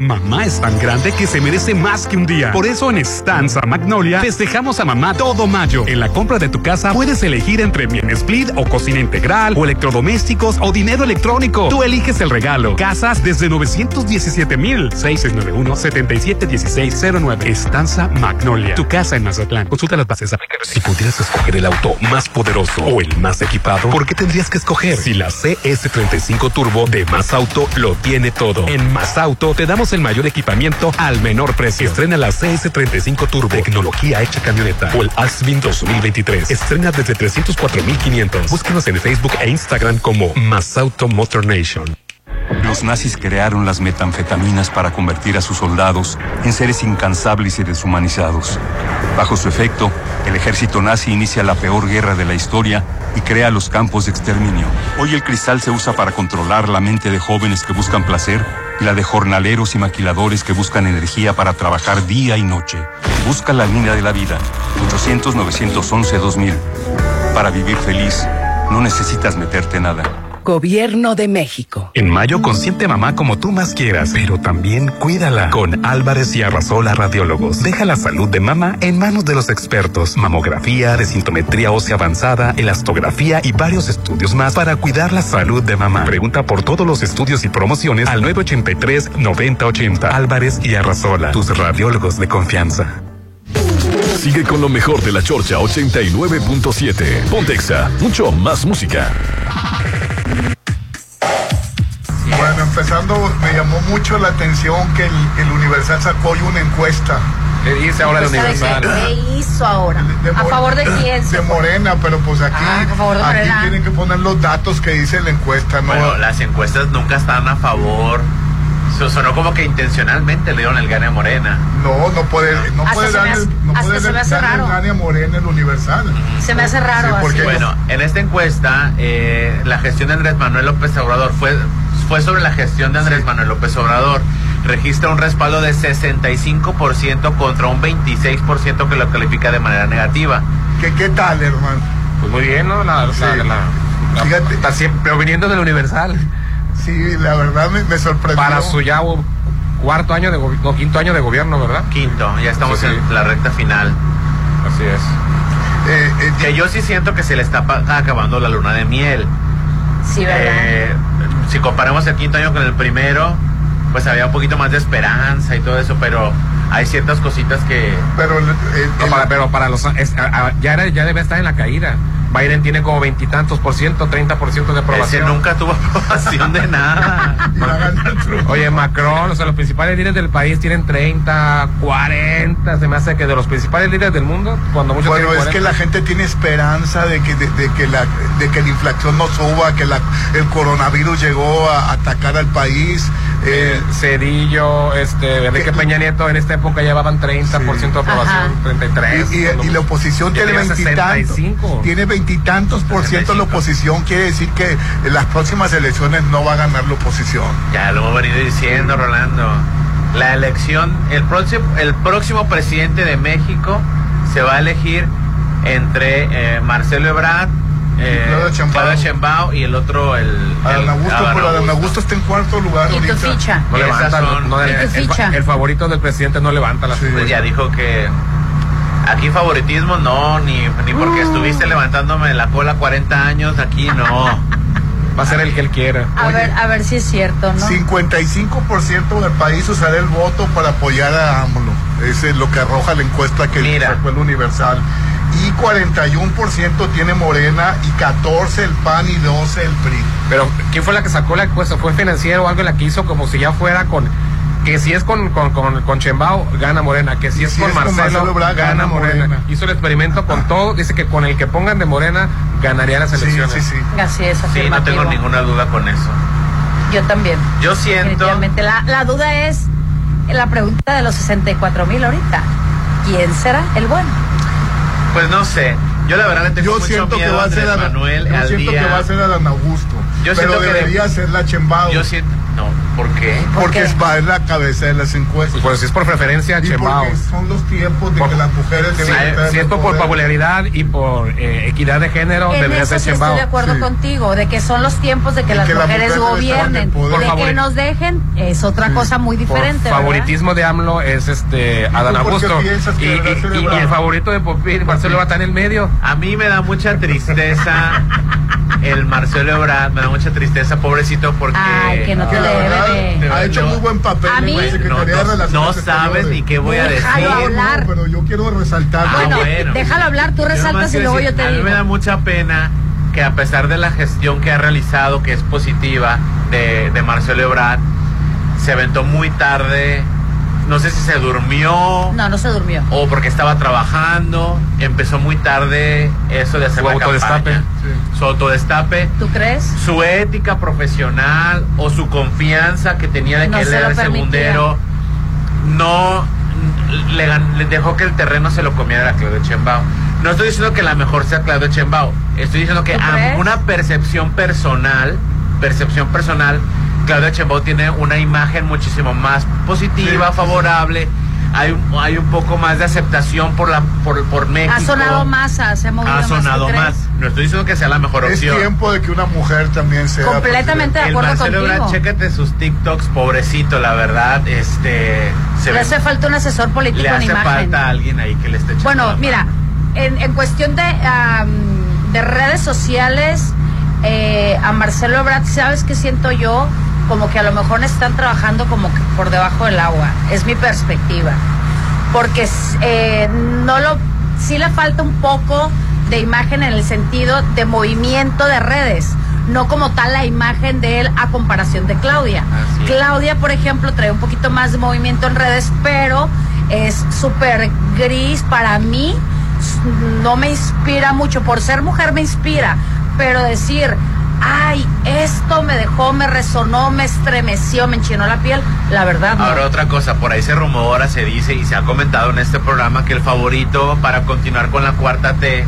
Mamá es tan grande que se merece más que un día. Por eso en Estanza Magnolia festejamos a mamá todo mayo. En la compra de tu casa puedes elegir entre bien split o cocina integral o electrodomésticos o dinero electrónico. Tú eliges el regalo. Casas desde 917 mil. 691 771609 Estanza Magnolia. Tu casa en Mazatlán. Consulta las bases. aplica Si pudieras escoger el auto más poderoso o el más equipado, ¿por qué tendrías que escoger? Si la CS35 Turbo de Más Auto lo tiene todo. En Más Auto te damos el mayor equipamiento al menor precio. Estrena la CS35 Turbo, tecnología hecha camioneta o el Alsvin 2023. Estrena desde 304.500. Búscanos en Facebook e Instagram como Más Auto Motor Nation. Los nazis crearon las metanfetaminas para convertir a sus soldados en seres incansables y deshumanizados. Bajo su efecto, el ejército nazi inicia la peor guerra de la historia y crea los campos de exterminio. Hoy el cristal se usa para controlar la mente de jóvenes que buscan placer y la de jornaleros y maquiladores que buscan energía para trabajar día y noche. Busca la línea de la vida. 800-911-2000. Para vivir feliz, no necesitas meterte en nada. Gobierno de México. En mayo consiente a mamá como tú más quieras, pero también cuídala con Álvarez y Arrasola Radiólogos. Deja la salud de mamá en manos de los expertos. Mamografía, desintometría ósea avanzada, elastografía y varios estudios más para cuidar la salud de mamá. Pregunta por todos los estudios y promociones al 983 9080. Álvarez y Arrasola, tus radiólogos de confianza. Sigue con lo mejor de la Chorcha 89.7. Pontexa, mucho más música. Bueno, empezando, me llamó mucho la atención que el, el Universal sacó hoy una encuesta. ¿Qué dice ahora el Pues, ¿Sabe qué? ¿Qué hizo ahora? ¿A favor de quién? Ah, De Morena, Ah, pero pues aquí, de aquí Morena. tienen que poner los datos que dice la encuesta, ¿no? Bueno, las encuestas nunca están a favor. Eso sonó como que intencionalmente le dieron el gane a Morena. No, no puede, no Hasta puede se me darle, hace- no hasta puede se me darle, hace raro. darle a Morena el Universal. Se me hace raro. así. Bueno, en esta encuesta, eh, la gestión de Andrés Manuel López Obrador fue, fue sobre la gestión de Andrés Manuel López Obrador. Registra un respaldo de 65% contra un 26% que lo califica de manera negativa. ¿Qué, qué tal, hermano? Pues muy bien, ¿no? Fíjate. pero viniendo del Universal. Sí, la verdad me, sorprendió. Para su ya o- cuarto año de gobi- no, quinto año de gobierno, ¿verdad? Quinto, ya estamos en la recta final. Así es. que yo sí siento que se le está pa- acabando la luna de miel. Sí, ¿verdad? Eh, si comparamos el quinto año con el primero, pues había un poquito más de esperanza y todo eso, pero hay ciertas cositas que... Pero, eh, para, pero para los... es- a- a- ya, era- ya debe estar en la caída. Biden tiene como veintitantos por ciento, treinta por ciento de aprobación. Ese nunca tuvo [LAUGHS] aprobación de nada. Oye, Macron, o sea, los principales líderes del país tienen 30, 40, se me hace que de los principales líderes del mundo, cuando muchos Bueno, tienen es que 40. la gente tiene esperanza de que, de, de que, la, de que la inflación no suba, que la, el coronavirus llegó a atacar al país. Eh, Cedillo, este, Enrique Peña Nieto en esta época llevaban 30% de aprobación, 33. Y, y- y la oposición Ya tiene tenía 65. veintitantos. Tiene veintitantos por ciento la oposición. Quiere decir que en las próximas elecciones no va a ganar la oposición. Ya lo hemos venido diciendo, Rolando. La elección, el próximo, el próximo presidente de México se va a elegir entre eh, Marcelo Ebrard, eh, Claudia Sheinbaum. Claudia Sheinbaum y el otro, el... el- Adán Augusto, pues, Adán pero Adán Augusto. Augusto está en cuarto lugar ahorita. No levanta, Esas son- no- no- ¿Y tu el, fa- ficha? el favorito del presidente no levanta las Pues ya dijo que aquí favoritismo no, ni, ni porque estuviste levantándome la cola 40 años, aquí no. Va a ser el que él quiera. A ver, a ver si es cierto, ¿no? 55% del país usará el voto para apoyar a AMLO. Ese es lo que arroja la encuesta que sacó el Universal. Y 41% tiene Morena y 14 el PAN y 12 el PRI. Pero, ¿quién fue la que sacó la encuesta? ¿Fue financiero o algo la que hizo como si ya fuera con... Que si es con, con, con, con Chembao, gana Morena. Que si es, si con, es con Marcelo, Marcelo Ebrard, gana, gana Morena. Morena. Hizo el experimento con todo. Dice que con el que pongan de Morena, ganaría las Sí, elecciones. sí, sí. Así es, Sí, no afirmativo. tengo ninguna duda con eso. Yo también. Yo siento... Definitivamente. La, la duda es la pregunta de los 64 mil ahorita. ¿Quién será el bueno? Pues no sé. Yo la verdad le tengo Yo mucho siento miedo que va a Andrés ser Adán- Manuel yo al siento día. que va a ser Adán Augusto. Yo pero siento que debería de- ser la Chembao. Yo siento... No, ¿por qué? porque es va en la cabeza de las encuestas. Pues si es por preferencia, Y Chembao. porque son los tiempos de que las mujeres Si, deben estar en si es el por, por poder. popularidad y por eh, equidad de género, en debería eso ser sí Chembao. estoy de acuerdo contigo, de que son los tiempos de que Y las que la mujeres mujer debe estar en el gobiernen, poder. Por de favor. que nos dejen, es otra cosa muy diferente. ¿verdad? favoritismo de AMLO es este Adán por qué Augusto. piensas Y, que y- Marcelo y- y Ebrard? el favorito de Popín, Marcelo va a estar en el medio. A mí me da mucha tristeza el Marcelo Ebrard, me da mucha tristeza, pobrecito, porque... Ay, que no te la debe verdad, de- de Ha hecho verdad, muy buen papel A en mí- la No, Secretaría de no, Relaciones no sabes Exteriores. ni qué voy a decir. Déjalo hablar. pero yo quiero resaltar. bueno, bueno. déjalo hablar, Yo tú nomás resaltas y quiero luego yo decir, te a mí digo. me da mucha pena que a pesar de la gestión que ha realizado, que es positiva, de, de Marcelo Ebrard, se aventó muy tarde. No sé si se durmió No, no se durmió. o porque estaba trabajando. Empezó muy tarde eso de hacer Su la autodestape. campaña. Su autodestape. ¿Tú crees? Su ética profesional o su confianza que tenía de No que él se era lo el permitía. segundero no le, gan- le dejó que el terreno se lo comiera a Claudio Chembao. No estoy diciendo que la mejor sea Claudio Chembao. Estoy diciendo que ¿Tú a crees? una percepción personal, percepción personal, Claudio Chembao tiene una imagen muchísimo más positiva, favorable. Hay, un- hay un poco más de aceptación por la por, por México. Ha sonado más, ha- se ha movido Ha más. ¿tú sonado crees? más. No estoy diciendo que sea la mejor Es opción. tiempo de que una mujer también sea. Completamente de El acuerdo Marcelo contigo. Ebrard, chécate sus TikToks, pobrecito, la verdad, este se Le ve hace falta un asesor político le en hace imagen. falta alguien ahí que le esté echando la Bueno, mano. mira, en, en cuestión de, am, de redes sociales, eh, a Marcelo Ebrard, ¿sabes qué siento yo? Como que a lo mejor están trabajando como que por debajo del agua. Es mi perspectiva. Porque s- eh, no lo. Sí le falta un poco de imagen en el sentido de movimiento de redes. No como tal la imagen de él a comparación de Claudia. Así es. Claudia, por ejemplo, trae un poquito más de movimiento en redes, pero es súper gris para mí. s- No me inspira mucho. Por ser mujer me inspira, pero decir, ay, esto me dejó, me resonó, me estremeció, me enchinó la piel, la verdad no. Ahora otra cosa, por ahí se rumora, se dice y se ha comentado en este programa que el favorito para continuar con la cuarta T,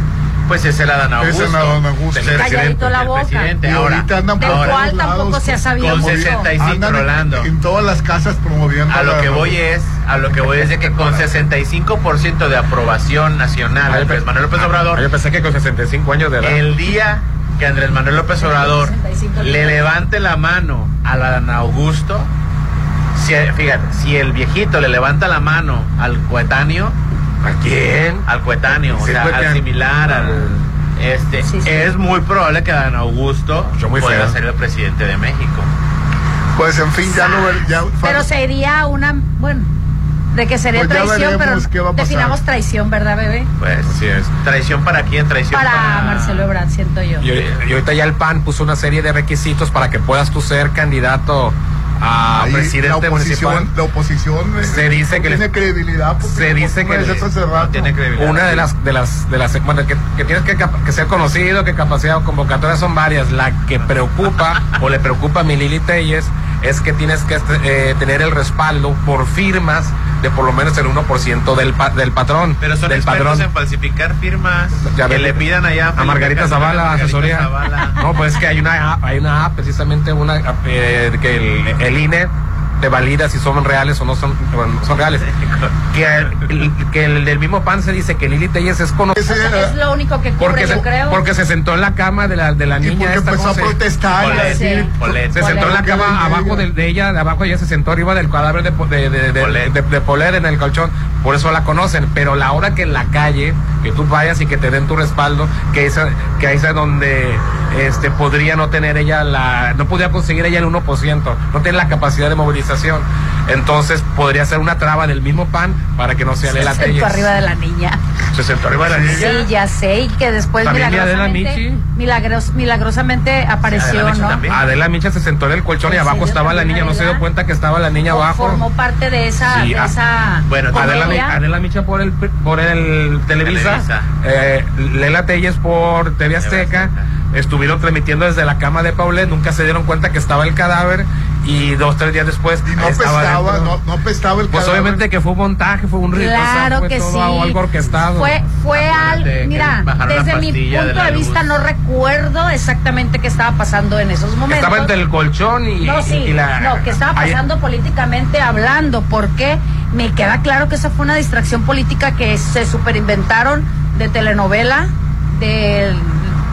pues es el Adán Es Augusto. el Adán Augusto. Del Calladito presidente, la del boca. presidente. Y Ahora, ahorita andan Del ahora, cual tampoco se ha sabido Con mucho. 65, Andan en- Rolando. En todas las casas promoviendo. A lo la- que voy es, a lo que voy es de que con 65% de aprobación nacional, Andrés Manuel López Obrador. Yo pensé que con 65 años de edad. El día que Andrés Manuel López Obrador 65 le levante la mano a Adán Augusto, si, fíjate, si el viejito le levanta la mano al coetáneo, ¿A quién? Al coetáneo, o Sí, sea, coetáneo. al similar, al... Este, Es muy probable que Dan Augusto muy pueda feo. ser el presidente de México. Pues en fin, ya no ver- ya- Pero sería una, bueno, de que sería Pues ya traición, veremos qué va pero a pasar. definamos traición, ¿verdad, bebé? Pues, ¿Traición para quién? Traición Para para... Marcelo Ebrard, siento yo. Y, ahori- y ahorita ya el PAN puso una serie de requisitos para que puedas tú ser candidato a ahí la presidente municipal. oposición, la oposición eh, Se dice no que les- tiene credibilidad porque se dice que es le- hace rato. Una de las de las de las bueno, que, que tienes que, cap- que ser conocido, que capacidad o convocatoria son varias. La que preocupa o le preocupa a mi Lili Telles es que tienes que este, eh, tener el respaldo por firmas de por lo menos el 1% del pa- del patrón, Pero son del expertos padrón. en falsificar firmas Ya que ves. le pidan allá pues, a Margarita Zavala Margarita asesoría. Zavala. No, pues es que hay una app, hay una app, precisamente una app, eh, que el, el INE te valida si son reales o no son, bueno, no son reales. Que el, que el del mismo PAN se dice que Lili Telles es O sea, es conocida lo único que cubre, porque se, yo creo. porque se sentó en la cama de la, de la niña porque esta, empezó ¿cómo a se- protestar, a Colette, decir- Colette. se sentó en la Colette. cama abajo de, de ella, de abajo ella se sentó arriba del cadáver de, po- de, de, de- de- de Poler en el colchón, por eso la conocen, pero la hora que en la calle, que tú vayas y que te den tu respaldo, que esa, que ahí es donde este podría no tener ella la, no podría conseguir ella el 1%, no tiene la capacidad de movilización, entonces podría ser una traba del mismo pan para que no sea se Lela sentó Telles. arriba de la niña. Se sentó arriba de la niña. Sí, ya sé, y que después También la Adela milagrosamente, milagros- milagrosamente apareció, ¿no? Adela Micha se sentó en el colchón y Pues sí, abajo yo estaba la también, niña, no se Adela. dio cuenta que estaba la niña O abajo. Formó parte de esa, Sí, de ah, esa Bueno, Adela, Mi- comedia. Adela Micha por el por el Televisa, Televisa. eh, Lela Telles por TV Azteca, estuvieron transmitiendo desde la cama de Paulette, nunca se dieron cuenta que estaba el cadáver y dos tres días después No estaba pestaba, dentro. no, no pestaba el Pues cadáver. obviamente que fue un montaje, fue un ritual, Claro fue que todo sí. algo orquestado. Fue, fue que al. Mira, bajaron la desde mi pastilla de punto la de luz. vista no recuerdo exactamente qué estaba pasando en esos momentos. Estaba entre el colchón y, no, y- sí, y la no, que estaba ahí- pasando políticamente hablando, porque me queda claro que esa fue una distracción política que se superinventaron de telenovela, de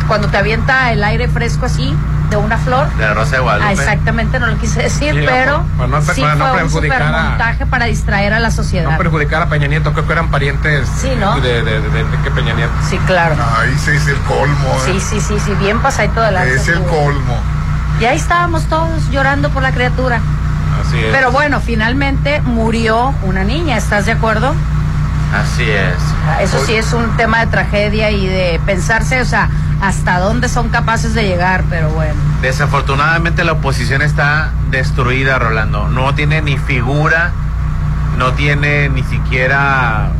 cuando te avienta el aire fresco así, de una flor. De la Rosa de Guadalupe. Ah, exactamente, no lo quise decir, Sí, pero para no- sí para no fue un perjudicar a- supermontaje para distraer a la sociedad. no perjudicar a Peña Nieto, creo que eran parientes Sí, ¿no? de, de- de- de que Peña Nieto. Sí, claro. Ahí sí es el colmo. ¿eh? Sí, sí, sí, sí, bien pasadito de lanza Es el estuvo. colmo. Y ahí estábamos todos llorando por la criatura. Así es. Pero bueno, finalmente murió una niña, ¿estás de acuerdo? Así es. Ah, Eso sí es un tema de tragedia y de pensarse, o sea, hasta dónde son capaces de llegar, pero bueno. Desafortunadamente la oposición está destruida, Rolando. No tiene ni figura, no tiene ni siquiera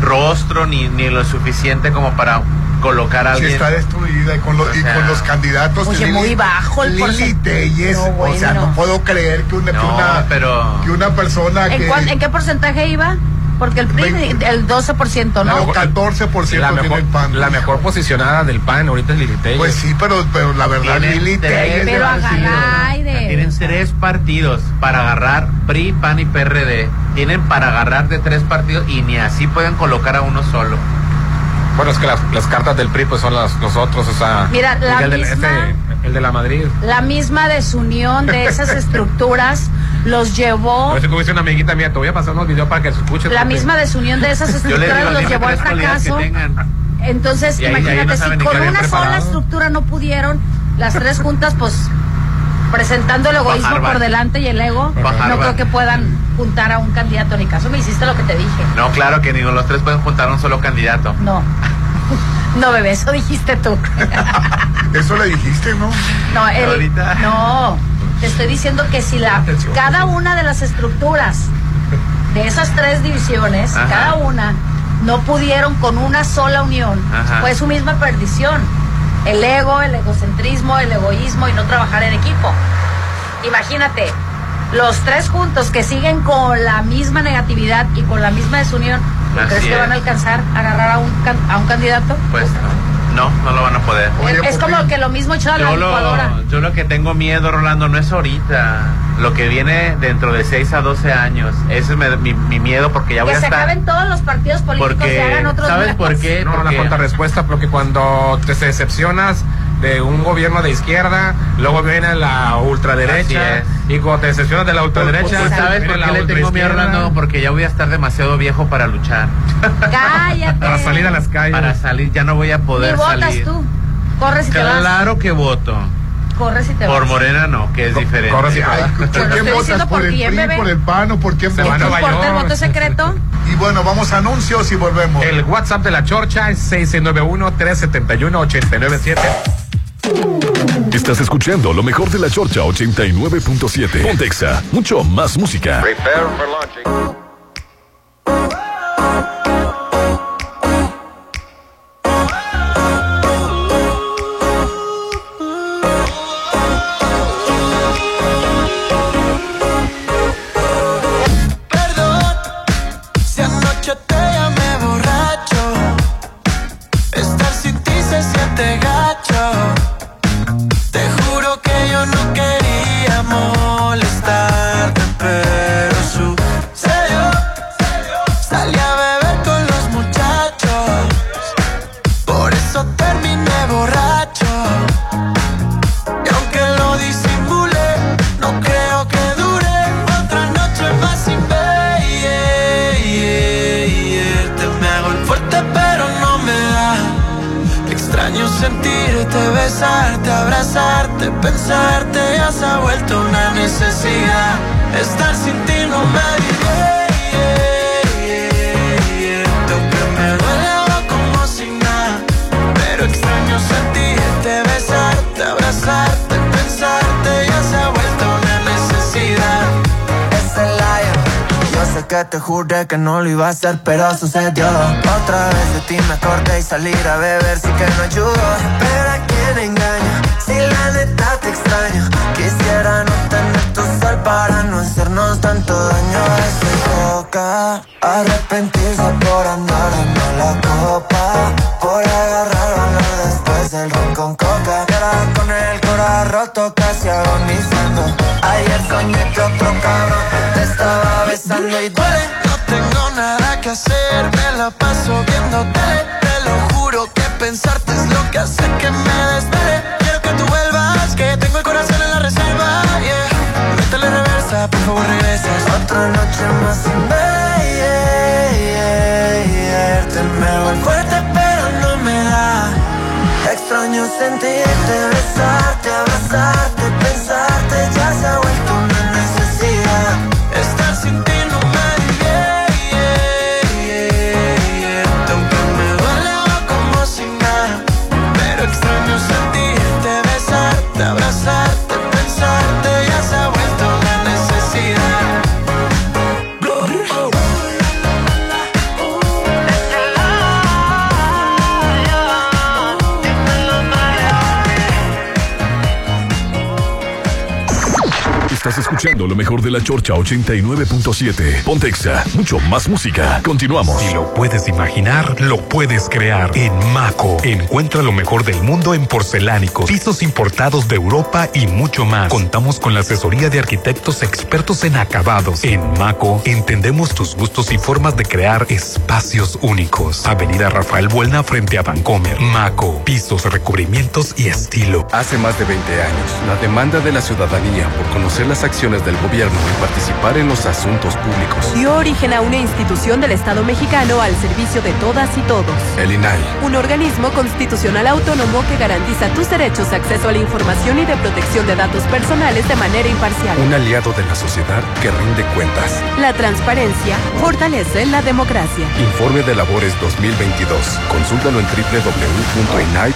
rostro, ni, ni lo suficiente como para colocar a Sí alguien. está destruida y con, los- y sea, con los candidatos. oye, de muy bajo el Lili porcent- Telles, No, o sea, bueno. no puedo creer que una, que No, una, pero- que una persona ¿En, que... cuán- en qué porcentaje iba? Porque el PRI, el 12%, ¿no? 14% la mejor, tiene el PAN. La mejor posicionada del PAN ahorita es Lili Telles. Pues sí, pero, pero la verdad, Tienen Lili tres- Telles... Pero agarra aire. Tienen tres partidos para agarrar PRI, PAN y PRD. Tienen para agarrar de tres partidos y ni así pueden colocar a uno solo. Bueno, es que las, las cartas del PRI pues son las, los otros, o sea... Mira, la el, de, misma- este, el de la Madrid. La misma desunión de esas estructuras los llevó Por eso que hubiese una amiguita mía, te voy a pasar unos videos para que se escuche. La misma desunión de esas Yo le digo, estructuras los dime llevó al tres cualidades que fracaso. Entonces, Y ahí- imagínate, ahí no si saben ni con qué habían una sola preparado. estructura no pudieron, las tres juntas, pues presentando el egoísmo Bajar, por vale. delante y el ego, Bajar, no creo vale. que puedan juntar a un candidato ni caso. Me hiciste lo que te dije. No, claro que ninguno de los tres pueden juntar a un solo candidato. No. [LAUGHS] No, bebé, eso dijiste tú. Eso le dijiste, ¿no? No, el- Ahorita. no, te estoy diciendo que si la cada una de las estructuras de esas tres divisiones, Ajá. cada una, no pudieron con una sola unión, Ajá. fue su misma perdición. El ego, el egocentrismo, el egoísmo y no trabajar en equipo. Imagínate, los tres juntos que siguen con la misma negatividad y con la misma desunión, ¿tú Así ¿crees que es. van a alcanzar a agarrar a un, can- a un candidato? Pues no, no lo van a poder. es es como que lo mismo echado a la Yo licuadora. lo, yo lo que tengo miedo, Rolando, no es ahorita. Lo que viene dentro de 6 a 12 años. Ese es mi, mi- mi miedo porque ya voy que a se estar. acaben todos los partidos políticos y hagan otros nuevos. [LAUGHS] No, la contrarrespuesta, porque cuando te se decepcionas, de un gobierno de izquierda, luego viene la Así ultraderecha, es. y cuando te decepcionas de la ultraderecha, Pues, ¿Sabes viene por qué la le tengo miedo a ultraizquierda. Orlando? Porque ya voy a estar demasiado viejo para luchar. Cállate. Para salir a las calles. Para salir, ya no voy a Ni poder votas salir. tú. Corres y te vas. Claro que voto. Corres y te vas. Por Morena no, que es diferente. corres y- ay, Yo no estoy diciendo por quién, bebé. por el PAN o por quién ¿Qué te importa el voto secreto? Y bueno, vamos a anuncios y volvemos. El WhatsApp de la Chorcha es 691-371-897. Estás escuchando lo mejor de la Chorcha 89.7. Pontexa, mucho más música. Perdón, si anoche te llamé borracho. Estar sin ti se siente gacho. Te juro que yo no quería molestarte, pero sucedió. Salí a beber con los muchachos. Por eso terminé borracho. Y aunque lo disimulé, no creo que dure otra noche más sin verte. Me hago el fuerte, pero no me da. Extraño sentirte, besarte, abrazarte, pensarte. Ya se ha vuelto una necesidad. Estar sin ti no me divierto. Que me duele va como si nada. Pero extraño sentirte, besarte, abrazarte, pensarte, ya se ha vuelto una necesidad. Es el liar. Yo sé que te juré que no lo iba a hacer, pero sucedió. Otra vez de ti me acordé y salir a beber sí que no ayudó. Pero a quién engaña, si la neta te extraño. Quisiera no tener tu sal para no hacernos tanto daño. Se toca arrepentirse por andar dando la copa. Por agarrar valor después del ron con coca. Queda con el corazón roto, casi agonizando. Ayer soñé que otro cabrón te estaba besando y duele. No tengo nada que hacer, me la paso viendo tele. Te lo juro que pensarte es lo que hace que me desvele. Quiero que tú vuelvas, que tengo el corazón en la reserva. Yeah. Métele reversa, por favor regresa. Otra noche más sin verte. Me hago el fuerte, pero no me da. Extraño sentirte, besarte, abrazarte, pensarte, ya se ha vuelto una necesidad. Estar sin ti no me divierto, aunque me duele va como si nada. Pero extraño sentirte, besarte, abrazarte, pensarte, ya se ha vuelto una necesidad. Estás escuchando lo mejor de la Chorcha 89.7. Pontexa, mucho más música. Continuamos. Si lo puedes imaginar, lo puedes crear. En Maco, encuentra lo mejor del mundo en porcelánicos, pisos importados de Europa y mucho más. Contamos con la asesoría de arquitectos expertos en acabados. En Maco, entendemos tus gustos y formas de crear espacios únicos. Avenida Rafael Buelna frente a Vancomer. Maco, pisos, recubrimientos y estilo. Hace más de 20 años, la demanda de la ciudadanía por conocer las acciones del gobierno y participar en los asuntos públicos. Dio origen a una institución del Estado mexicano al servicio de todas y todos. El INAI, Un organismo constitucional autónomo que garantiza tus derechos de acceso a la información y de protección de datos personales de manera imparcial. un aliado de la sociedad que rinde cuentas. La transparencia fortalece la democracia. Informe de labores 2022. Consúltalo en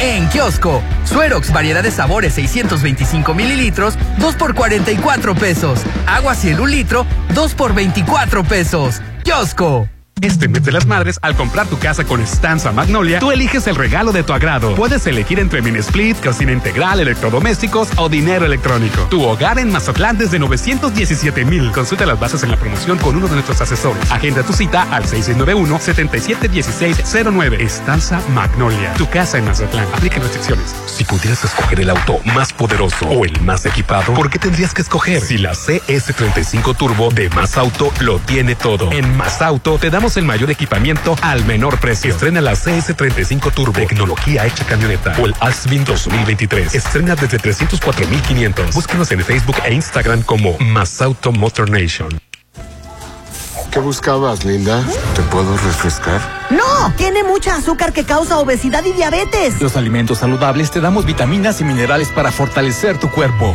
En kiosco, Suerox variedad de sabores 625 mililitros, 2 por 44 pesos. Agua cielo un litro, 2 por 24 pesos. Kiosco. Este mes de las madres, al comprar tu casa con Estanza Magnolia, tú eliges el regalo de tu agrado. Puedes elegir entre mini split, cocina integral, electrodomésticos o dinero electrónico. Tu hogar en Mazatlán desde 917 mil. Consulta las bases en la promoción con uno de nuestros asesores. Agenda tu cita al 6691-771609. Estanza Magnolia. Tu casa en Mazatlán. Aplica restricciones. Si pudieras escoger el auto más poderoso o el más equipado, ¿por qué tendrías que escoger? Si la CS35 Turbo de Más Auto lo tiene todo. En Más Auto te damos el mayor equipamiento al menor precio. Estrena la CS35 Turbo, tecnología hecha camioneta o el Asvin 2023. Estrena desde 304.500. Búsquenos en Facebook e Instagram como Más Auto Motor Nation. ¿Qué buscabas, Linda? ¿Te puedo refrescar? ¡No! Tiene mucha azúcar que causa obesidad y diabetes. Los alimentos saludables te damos vitaminas y minerales para fortalecer tu cuerpo.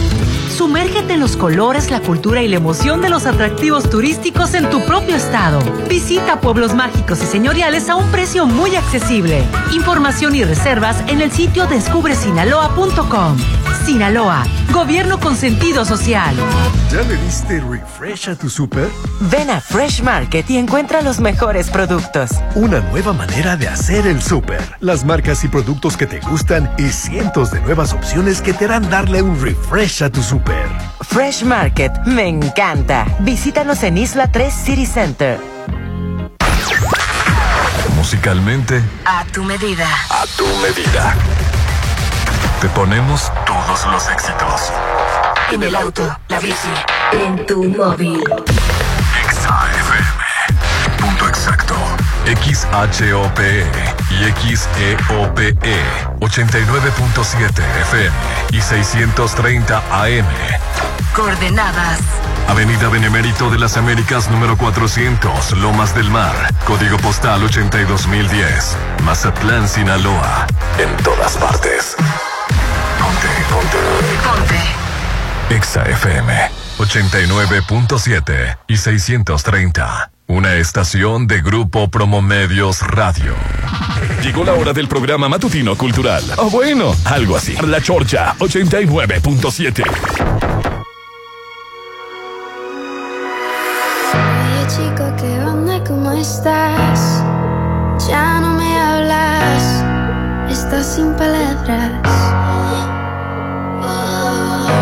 Sumérgete en los colores, la cultura y la emoción de los atractivos turísticos en tu propio estado. Visita pueblos mágicos y señoriales a un precio muy accesible. Información y reservas en el sitio descubresinaloa.com. Sinaloa, gobierno con sentido social. ¿Ya le diste refresh a tu super? Ven a Fresh Market y encuentra los mejores productos. Una nueva manera de hacer el super. Las marcas y productos que te gustan y cientos de nuevas opciones que te harán darle un refresh a tu super. Fresh Market, me encanta. Visítanos en Isla 3 City Center. Musicalmente, A tu medida. a tu medida. Te ponemos todos los éxitos. En el auto, la bici, en tu móvil. XAFM. Punto exacto. XHOPE E y E XEOPE 89.7 FM y 630 AM. Coordenadas. Avenida Benemérito de las Américas número 400, Lomas del Mar, código postal 82010, Mazatlán, Sinaloa, en todas partes. Ponte, ponte. Exa FM 89.7 y 630, una estación de Grupo Promomedios Radio. Llegó la hora del programa matutino cultural. Ah, O bueno, algo así. La Chorcha 89.7. Oye chico, ¿qué onda? ¿Cómo estás? Ya no me hablas, estás sin palabras.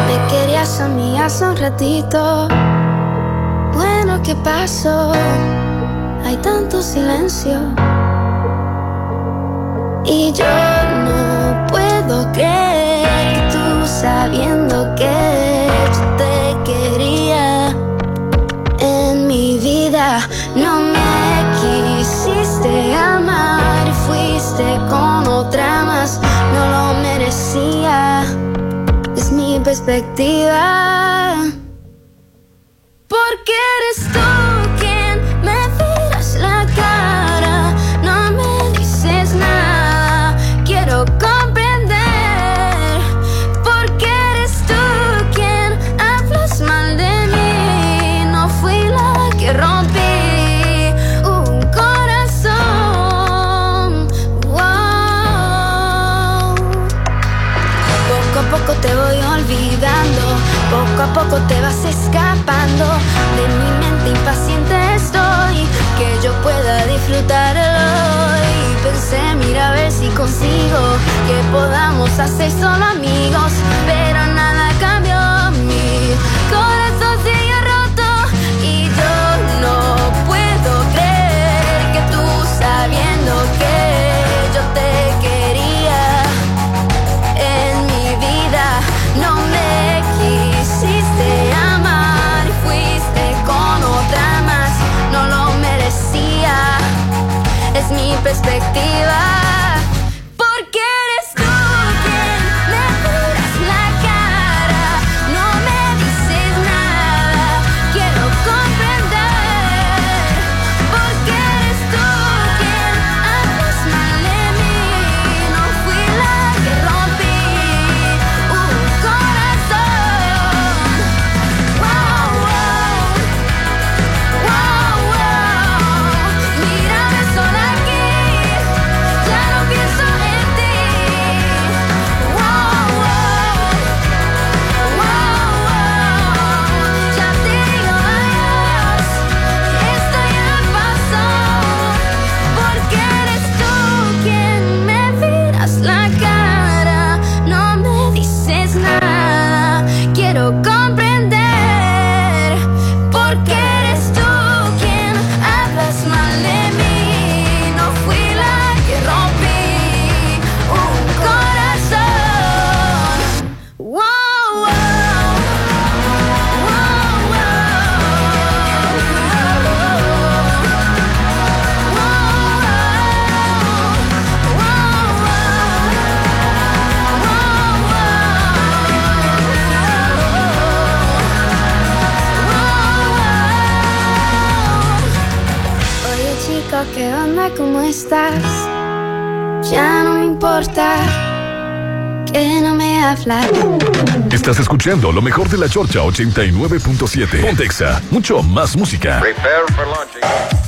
Me querías a mí hace un ratito. Bueno, ¿qué pasó? Hay tanto silencio. Y yo no puedo creer que tú sabiendo que yo te quería en mi vida no me quisiste amar y fuiste con otra más, no lo merecía, es mi perspectiva. Porque eres tú quien me miras la cara, no me dices nada, quiero comprender. Porque eres tú quien hablas mal de mí. No fui la que rompí un corazón. Wow. Poco a poco te voy olvidando. Poco a poco te vas escapando. De mi mente impaciente estoy. Que yo pueda disfrutar el hoy. Pensé, mira a ver si consigo que podamos hacer solo amigos. Pero nada cambió mi corazón sigue roto. Y yo no puedo creer que tú sabiendo que yo te quería en mi vida no me quisiste amar y fuiste con otra más, no lo merecía, es mi perspectiva. Porque eres tú quien me curas la importa cómo estás, ya no me importa que no me hablas. Estás escuchando lo mejor de la Chorcha 89.7. Pontexa, mucho más música. Prepare for launching.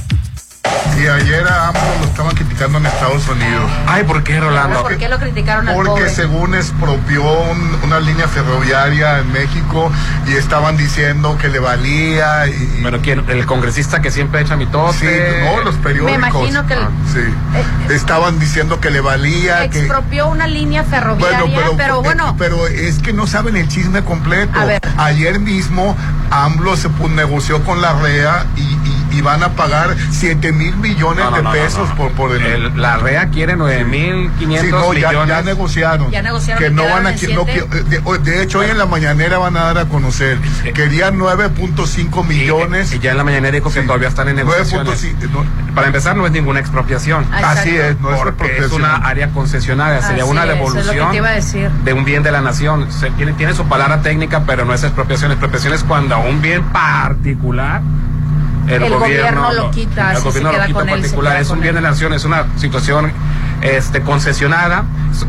Y ayer a AMLO lo estaban criticando en Estados Unidos. Ay, ¿por qué, Rolando? ¿Por qué lo criticaron al Porque pobre? según expropió un- una línea ferroviaria en México y estaban diciendo que le valía y... Pero quién, el congresista que siempre echa mi tos. Sí, no, los periódicos. Me imagino que el- eh, Ah, sí. Estaban diciendo que le valía, que... Expropió una línea ferroviaria, pero, bueno, pero es que no saben el chisme completo. A ver. Ayer mismo AMLO se pu- negoció con la REA y, y- y van a pagar 7 mil millones No, no, de no, no, pesos no. Por, por el... El- la REA quiere 9.500 Sí, no, ya, millones. ya negociaron. Ya negociaron Que y no quedaron van a. en que- no siete. que- de, de hecho, hoy en la mañanera van a dar a conocer. Querían 9.5 millones. Y ya en la mañana dijo que todavía están en negociaciones. 9.5. no, Para empezar, no es ninguna expropiación. Ah, Así exacto. es, no es porque es, expropiación. una área concesionaria, sería así una es, Eso es lo que devolución te iba a decir. de un bien de la nación. Se- tiene, tiene su palabra técnica, pero no es expropiación. Expropiación es cuando un bien particular. El, El gobierno lo quita, el así se gobierno queda lo quita con en él, se particular. queda Es un con bien de la nación, es una situación este, concesionada.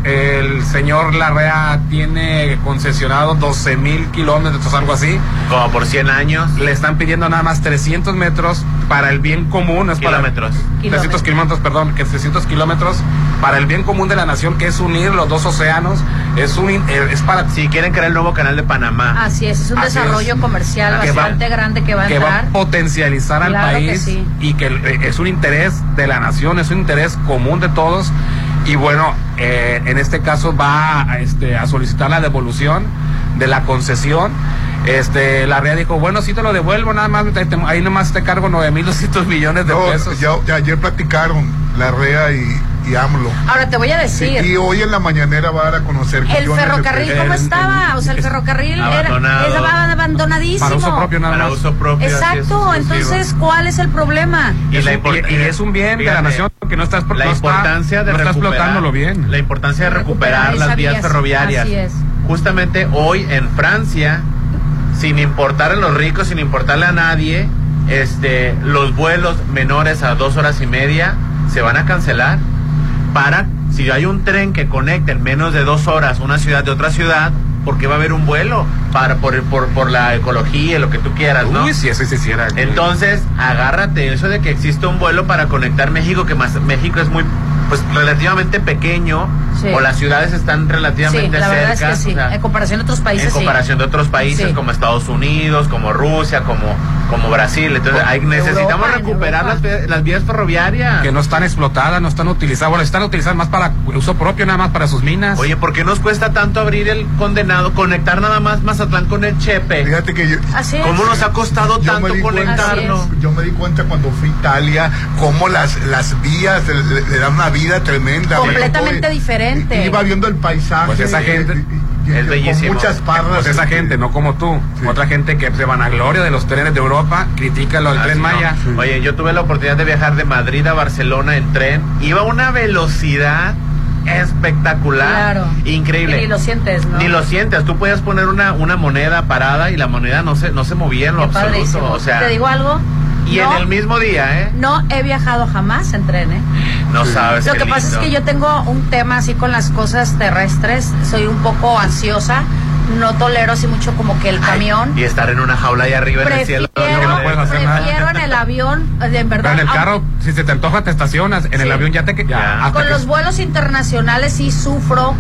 El señor Larrea tiene concesionado 12 mil kilómetros, algo así. Como por 100 años. Le están pidiendo nada más 300 metros para el bien común. Es para- Kilómetros. 300 kilómetros, perdón, que 300 kilómetros para el bien común de la nación, que es unir los dos océanos. Es un. in- eh, Es para. Si quieren crear el nuevo canal de Panamá. Así es, es un Así desarrollo es. comercial Que va- bastante grande que va a que va entrar. a potencializar al Claro que país sí. y que eh, es un interés de la nación, es un interés común de todos. Y bueno, eh, en este caso va a, este, a solicitar la devolución de la concesión. Este, la REA dijo, bueno, si te lo devuelvo, nada más, te- te- ahí nomás te cargo 9.200 [LAUGHS] millones de no, pesos. ya, ya ayer platicaron la REA y, y AMLO. Ahora te voy a Sí, decir. y hoy en la mañanera va a dar a conocer Ah, El millones de ferrocarril, pesos. ¿cómo estaba? O sea, el ferrocarril era abandonado. estaba abandonadísimo. Para uso propio nada Para más. uso propio. así es, exclusivo. Exacto, entonces, ¿cuál es el problema? Y, la Y, import- y es un bien de la fíjate, nación que no estás La no está- importancia de no está recuperar- explotándolo bien. La importancia de recuperar, Recuperar esa las vías vía, sí, ferroviarias. así es. Justamente hoy en Francia, sin importar a los ricos, sin importarle a nadie, este, los vuelos menores a dos horas y media se van a cancelar para si hay un tren que conecte en menos de dos horas una ciudad de otra ciudad, porque va a haber un vuelo para por, por, por la ecología, lo que tú quieras, ¿no? Uy, si eso se hiciera. Entonces, agárrate eso de que existe un vuelo para conectar México, que más México es muy, pues relativamente pequeño, Sí. o las ciudades están Sí, relativamente la verdad cerca, es que sí. o sea, En comparación a otros países, en sí. comparación de otros países Sí. como Estados Unidos, como Rusia, como, como Brasil. Entonces, hay- necesitamos Europa, en recuperar Europa. las, vi- las vías ferroviarias. que no están explotadas, no están utilizadas, bueno, están utilizadas más para uso propio, nada más para sus minas. Oye, ¿por qué nos cuesta tanto abrir el condenado, conectar nada más Mazatlán con el Chepe? Fíjate que yo, Así es. ¿Cómo nos ha costado yo tanto me di conectarnos? Cuenta, yo me di cuenta cuando fui a Italia cómo las, las vías le, le- le dan una vida tremenda. Completamente diferente. Yo Iba viendo el paisaje. Pues esa gente- y- y- Es con bellísimo. muchas parras. Pues esa gente, no como tú. Otra gente que se vanagloria de los trenes de Europa, critica lo del Así tren no. Maya. Oye, yo tuve la oportunidad de viajar de Madrid a Barcelona en tren. Iba a una velocidad espectacular. Claro. Increíble. Y ni lo sientes, ¿no? Ni lo sientes. Tú podías poner una, una moneda parada y la moneda no se, no se movía en lo Qué absoluto. padrísimo. O sea, Te digo algo. y no, en el mismo día, ¿eh? no he viajado jamás en tren, ¿eh? No sabes. Lo qué que pasa es lindo. que yo tengo un tema así con las cosas terrestres. Soy un poco ansiosa. No tolero así mucho como que el Ay, camión. Y estar en una jaula ahí arriba en el cielo. Prefiero, no puedes hacer nada. prefiero en el avión, eh, en Pero verdad. en el aunque- carro, si se te antoja, te estacionas. En el Sí. avión ya te. que- Ya. hasta Con que- los vuelos internacionales sí sufro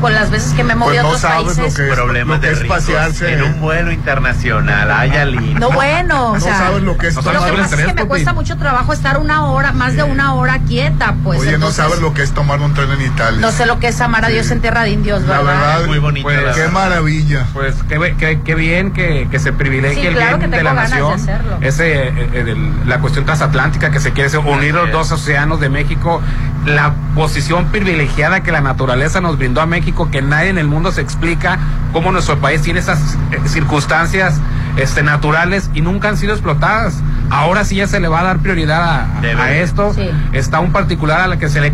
con las veces que me moví Pues a no otros sabes lo países. que es, Problemas lo que de es ricos pasearse. en un vuelo internacional. Ay, Aline. No bueno, [LAUGHS] o No sea, sabes lo que es No Lo sabes que sobre el pasa es que tren, me papi. cuesta mucho trabajo estar una hora, más de una hora quieta, pues. Oye, no entonces, sabes lo que es tomar un tren en Italia. No sé lo que es amar a Dios en tierra de indios, La ¿verdad? verdad, Muy bonito. Pues, la qué verdad. maravilla. Pues qué, be- qué- qué bien que, que se privilegie Sí, el claro bien que de la tengo ganas de nación. hacerlo. Ese, eh, eh, del- la cuestión transatlántica que se quiere hacer, unir los es. dos océanos de México. La posición privilegiada que la naturaleza nos brindó a México, que nadie en el mundo se explica cómo nuestro país tiene esas eh, circunstancias este, naturales y nunca han sido explotadas. Ahora sí ya se le va a dar prioridad a, a esto. Está un particular a la que se le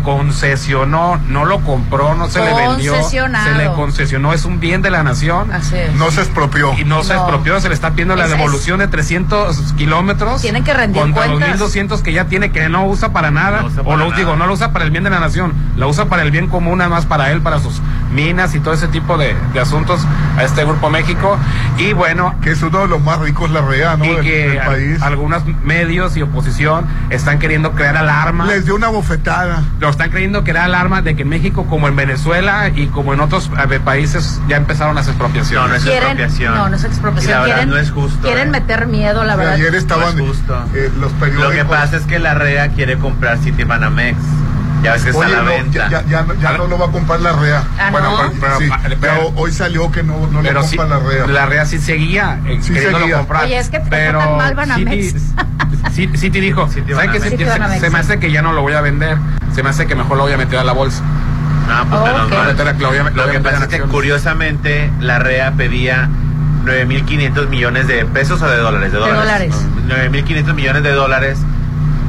concesionó, no lo compró, no se le vendió. Se le Concesionado. concesionó, es un bien de la nación. Así es. No se expropió. Y no, se No. expropió, se le está pidiendo la Es- es- devolución de 300 kilómetros. Tienen que rendir contra cuentas. los 1.200 que ya tiene que no usa para nada. o para lo nada. digo, no lo usa para el bien de la nación, la usa para el bien común, además para él, para sus minas y todo ese tipo de, de asuntos a este Grupo México. Y bueno. Que es uno de los más ricos, la realidad, ¿no? Y Del- que del al- algunos medios y oposición están queriendo crear alarma. Les dio una bofetada. Lo están creyendo crear alarma de que en México, como en Venezuela y como en otros eh, países, ya empezaron las expropiaciones. No, no es Quieren- no, no es expropiación. Y la verdad quieren, no es justo, Quieren ¿eh? meter miedo, la verdad. No es justo. eh, los Lo que pasa es que la REA quiere comprar Citibanamex. Ya ves que Oye, está a la no, venta. ya, ya- ya no lo va a comprar la REA. Ah, Bueno, ¿no? pero, sí, Pero- pero hoy salió que no, no le Pero compra sí, la REA. la REA sí seguía eh, Sí queriéndolo seguía. comprar. Oye, es que te pero tratan mal Banamex. Citi- Sí, sí te dijo, ¿sabes qué? Banamex. Se, Sí te se- Banamex, se me sí. hace que ya no lo voy a vender, se me hace que mejor lo voy a meter a la bolsa. Ah, Oh, pues Ok. menos mal. Ahorita la Claudia- la Lo que Claudia pasa es que Acciones. curiosamente la REA pedía 9.500 millones de pesos o de dólares. De De dólares. dólares. 9.500 millones de dólares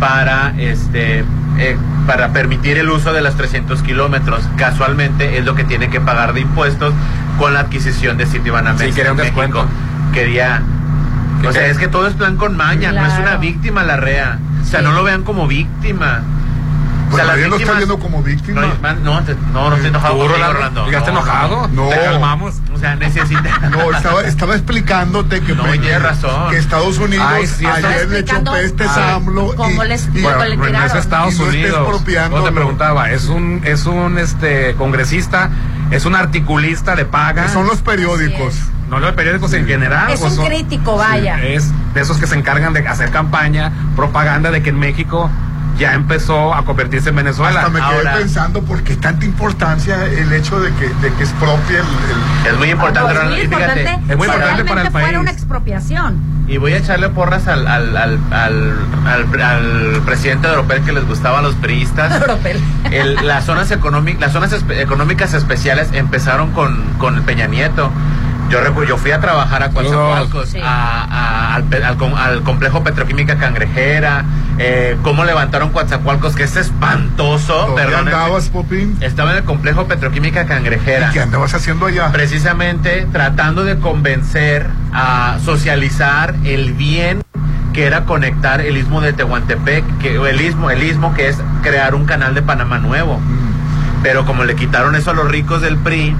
para este eh, para permitir el uso de las 300 kilómetros. Casualmente es lo que tiene que pagar de impuestos con la adquisición de Citibanamex. Sí, quería un en México. Quería o sea, es que todo es plan con maña, no es una Claro. víctima la REA. O sea, Sí. no lo vean como víctima. O sea, Pues las nadie lo está víctimas- viendo como víctima. no, man, no, te- no, no estoy enojado ¿Tú, contigo, Rolando? Rolando. ¿Llegaste No, enojado? No. No. Te calmamos. O sea, necesita. No, estaba, estaba explicándote que, pues, tienes razón. que Estados Unidos Ay, sí, estaba ayer le echó explicando peste ay, a AMLO cómo y, les- y- cómo Bueno, le no es tiraron. Estados Y no esté Unidos. expropiándolo. No te preguntaba, es un, es un este congresista, es un articulista de paga. son los periódicos. No los periódicos en general. es pues, un son- crítico, vaya. Sí, es de esos que se encargan de hacer campaña, propaganda de que en México ya empezó a convertirse en Venezuela. Hasta Ah, me quedé Ahora, pensando por qué tanta importancia el hecho de que, de que es propia el, el- Es muy importante, No, es muy Rolando, y fíjate, importante. si realmente fuera una expropiación. Y voy a echarle porras al, al, al, al, al- al presidente europeo que les gustaba a los [LAUGHS] priistas. Europeo. Ah, El- las zonas, económi- las zonas espe- económicas especiales empezaron con, con el Peña Nieto. Yo recu- yo fui a trabajar a Coatzacoalcos, a- a- al, pe- al com- al complejo petroquímica cangrejera, eh, cómo levantaron Coatzacoalcos, que es espantoso, ¿Dónde perdón. andabas, Popín? Estaba en el complejo petroquímica cangrejera. ¿Y qué andabas haciendo allá? Precisamente tratando de convencer a socializar el bien que era conectar el istmo de Tehuantepec, que, o el istmo, el istmo que es crear un canal de Panamá nuevo. Pero como le quitaron eso a los ricos del PRI,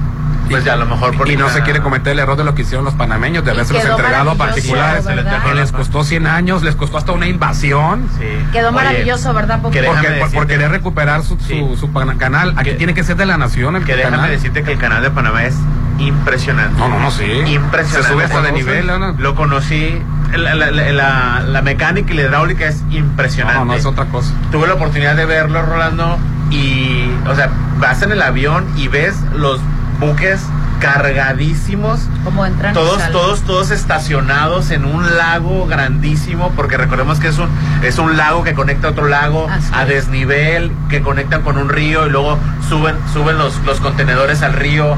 pues ya a lo mejor por y no se quiere cometer el error de lo que hicieron los panameños, de Y haberse los quedó entregado a maravilloso, particulares. ¿verdad? Que les costó 100 años, les costó hasta una invasión. Quedó maravilloso, ¿verdad, Popo? Porque, por, por querer recuperar su, su, su pan- canal, aquí tiene que ser de la nación el Que déjame canal. decirte que el canal de Panamá es impresionante. No, no, no, sí. Impresionante. Se sube hasta de Lo conocí- nivel, ¿no? Lo conocí. La, la- la- la- la mecánica y la hidráulica es impresionante. No, no, es otra cosa. Tuve la oportunidad de verlo, Rolando. Y, o sea, vas en el avión y ves los buques cargadísimos. Como entran y Todos, salen. todos, todos estacionados en un lago grandísimo, porque recordemos que es un, es un lago que conecta a otro lago a desnivel, que conectan con un río y luego suben, suben los, los contenedores al río.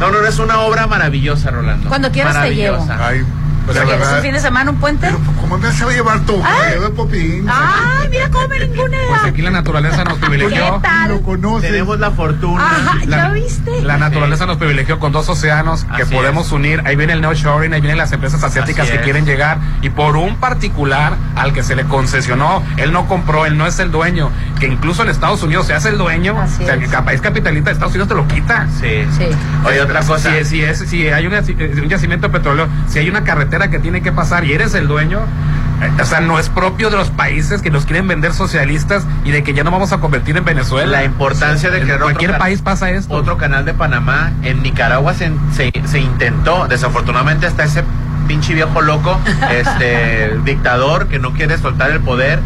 No, no, no, es una obra maravillosa, Rolando. Cuando quieras te llevo. Maravillosa. pues Oye, la ¿Es un verdad- este fin de semana un puente? ¿Cómo me vas a llevar tu Ay. de Popín? ¡Ay, mira cómo me Pues ningunea! aquí la naturaleza nos privilegió. ¿Qué tal? Tenemos la fortuna. Ajá, ¿ya viste? La naturaleza nos privilegió con dos océanos que Así podemos unir. Ahí viene el neoshoring, ahí vienen las empresas asiáticas Así que es. quieren llegar. Y por un particular al que se le concesionó, él no compró, él no es el dueño. Que incluso en Estados Unidos se hace el dueño. o sea, que el país capitalista de Estados Unidos te lo quita. Sí. Sí. Oye, otra cosa. Si, si es, si hay una- si- un yacimiento petróleo, si hay una carretera que tiene que pasar y eres el dueño. eh, O sea, no es propio de los países que nos quieren vender socialistas y de que ya no vamos a convertir en Venezuela. La importancia de En crear otro cualquier can- país pasa esto. Otro canal de Panamá. En Nicaragua se, se- se intentó. Desafortunadamente hasta ese pinche [LAUGHS] viejo loco, este dictador que no quiere soltar el poder.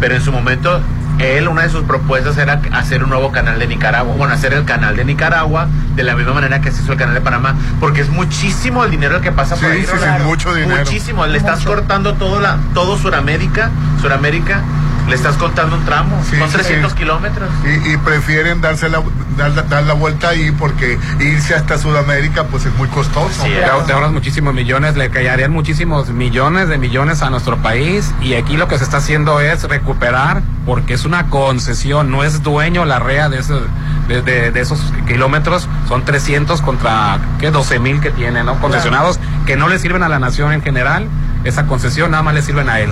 Pero en su momento, él, una de sus propuestas era hacer un nuevo canal de Nicaragua. Bueno, hacer el canal de Nicaragua de la misma manera que se hizo el canal de Panamá. Porque es muchísimo el dinero que pasa por Sí, ahí. sí, Rolando. sí, mucho dinero. Muchísimo. Le estás cortando todo, la, todo Suramérica. Suramérica Le estás contando un tramo, Sí, son sí, 300 sí. kilómetros. Y, y prefieren darse la, dar, la- dar la vuelta ahí porque irse hasta Sudamérica pues es muy costoso. Te, te ahorras muchísimos millones, le caerían muchísimos millones de millones a nuestro país y aquí lo que se está haciendo es recuperar porque es una concesión, no es dueño la REA de esos, de, de- de esos kilómetros, son 300 contra que 12 mil que tiene, ¿no? Concesionados que no le sirven a la nación en general, esa concesión nada más le sirven a él.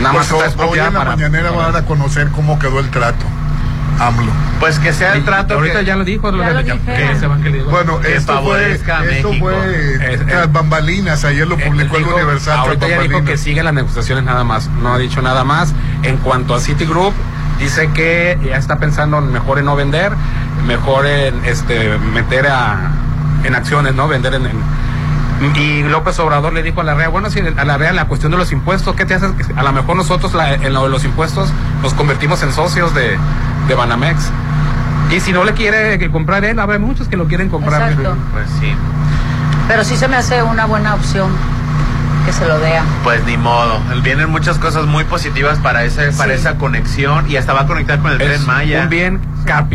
Nada más Pues está hoy- hoy expropiada en la para... mañanera van a dar a conocer cómo quedó el trato. AMLO. Pues que sea el trato Ahorita que- ya lo dijo, Ya lo que- dijeron. que se van, que le digo. Bueno, Que esto fue, favorezca a esto México. Eh. fue Es- tras bambalinas, ayer lo publicó el Universal. tras Ahorita ya dijo bambalinas. que siguen las negociaciones nada más, no ha dicho nada más. En cuanto a Citigroup, dice que ya está pensando mejor en no vender, mejor en este meter a, en acciones, ¿no? Vender en... en- y López Obrador le dijo a la REA, bueno, si a la REA la cuestión de los impuestos, ¿qué te haces? A lo mejor nosotros la- en lo de los impuestos nos convertimos en socios de, de Banamex. Y si no le quiere que comprar él, habrá muchos que lo quieren comprar. Exacto. Pues sí, Pero sí se me hace una buena opción que se lo dea. pues ni modo. Vienen muchas cosas muy positivas para, ese, para esa conexión y hasta va a conectar con el es tren Maya. un bien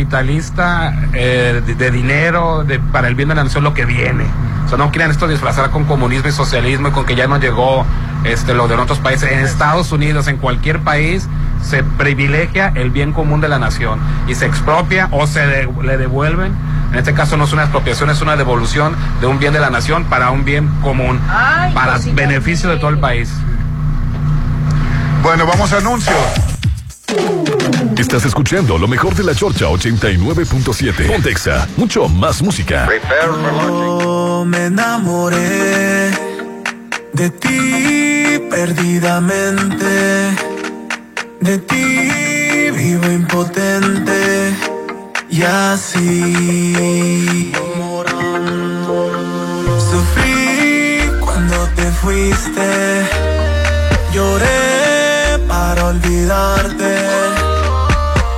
capitalista eh, de, de dinero de- para el bien de la nación lo que viene. O sea, no quieran esto disfrazar con comunismo y socialismo y con que ya no llegó este, lo de otros países. En Estados Unidos, en cualquier país, se privilegia el bien común de la nación y se expropia o se de- le devuelven. En este caso no es una expropiación, es una devolución de un bien de la nación para un bien común, Ay, para cosita beneficio de todo el país. Bueno, vamos a anuncios. Estás escuchando lo mejor de la Chorcha 89.7. Pontexa, mucho más música. Yo me enamoré de ti perdidamente, de ti vivo impotente y así. Sufrí cuando te fuiste, lloré para olvidarte,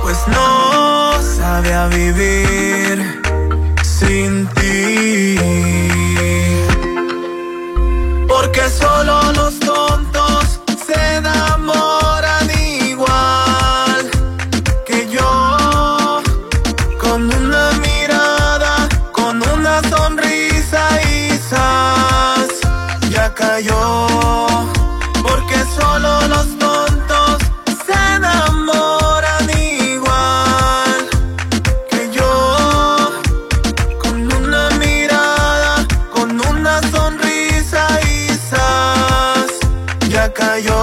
pues no sabía vivir sin ti. Porque solo los tontos se enamoran igual que yo. Con una mirada, con una sonrisa y zas, ya cayó. Porque solo los tontos se enamoran igual que yo. Con una mirada, con una sonrisa y zas, ya cayó.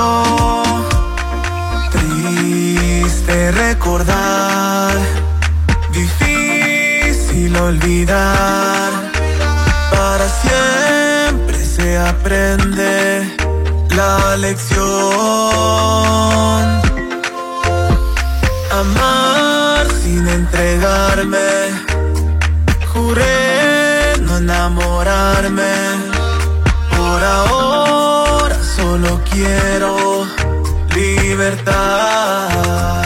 Triste recordar, difícil olvidar. Para siempre se aprende la lección. Amar sin entregarme. Juré no enamorarme. Por ahora solo quiero libertad.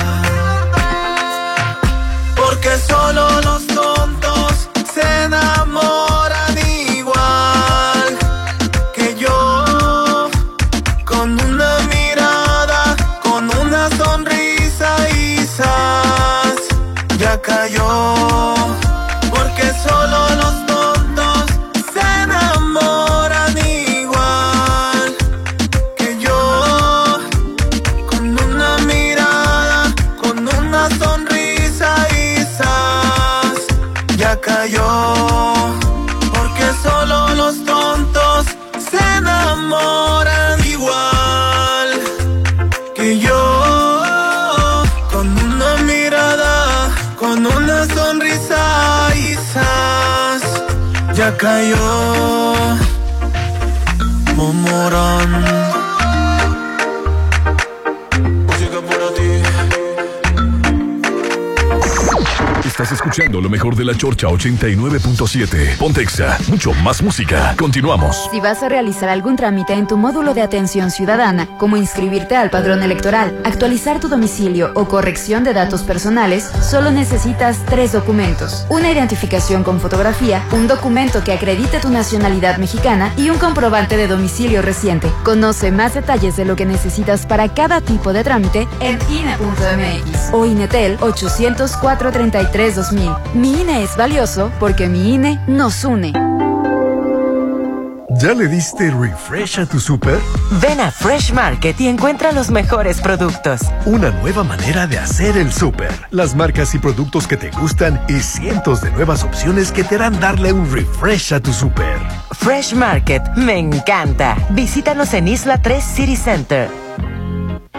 Porque solo los tontos se enamoran igual que yo. Con una mirada, con una sonrisa y zas, ya cayó. Porque solo los tontos se enamoran igual que yo. Con una mirada, con una sonrisa y zas, ya cayó. Porque solo los tontos se enamoran igual que yo. Con una mirada, con una sonrisa y zas, ya cayó. Momorón. Música para ti. Estás escuchando lo mejor de la Chorcha 89.7. Pontexa, mucho más música. Continuamos. Si vas a realizar algún trámite en tu módulo de atención ciudadana, como inscribirte al padrón electoral, actualizar tu domicilio o corrección de datos personales, solo necesitas tres documentos. Una identificación con fotografía, un documento que acredite tu nacionalidad mexicana y un comprobante de domicilio reciente. Conoce más detalles de lo que necesitas para cada tipo de trámite en E INE.mx o INETEL 804-33-2000. Mi INE es valioso porque mi INE nos une. ¿Ya le diste refresh a tu super? Ven a Fresh Market y encuentra los mejores productos. Una nueva manera de hacer el súper. Las marcas y productos que te gustan y cientos de nuevas opciones que te harán darle un refresh a tu súper. Fresh Market, me encanta. Visítanos en Isla 3 City Center.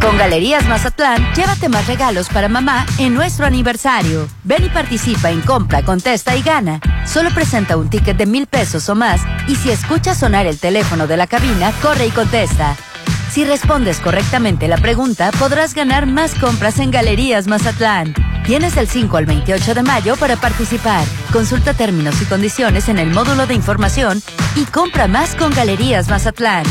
Con Galerías Mazatlán, llévate más regalos para mamá en nuestro aniversario. Ven y participa en compra, contesta y gana. Solo presenta un ticket de mil pesos o más y si escuchas sonar el teléfono de la cabina, corre y contesta. Si respondes correctamente la pregunta, podrás ganar más compras en Galerías Mazatlán. Tienes del 5 al 28 de mayo para participar. Consulta términos y condiciones en el módulo de información y compra más con Galerías Mazatlán.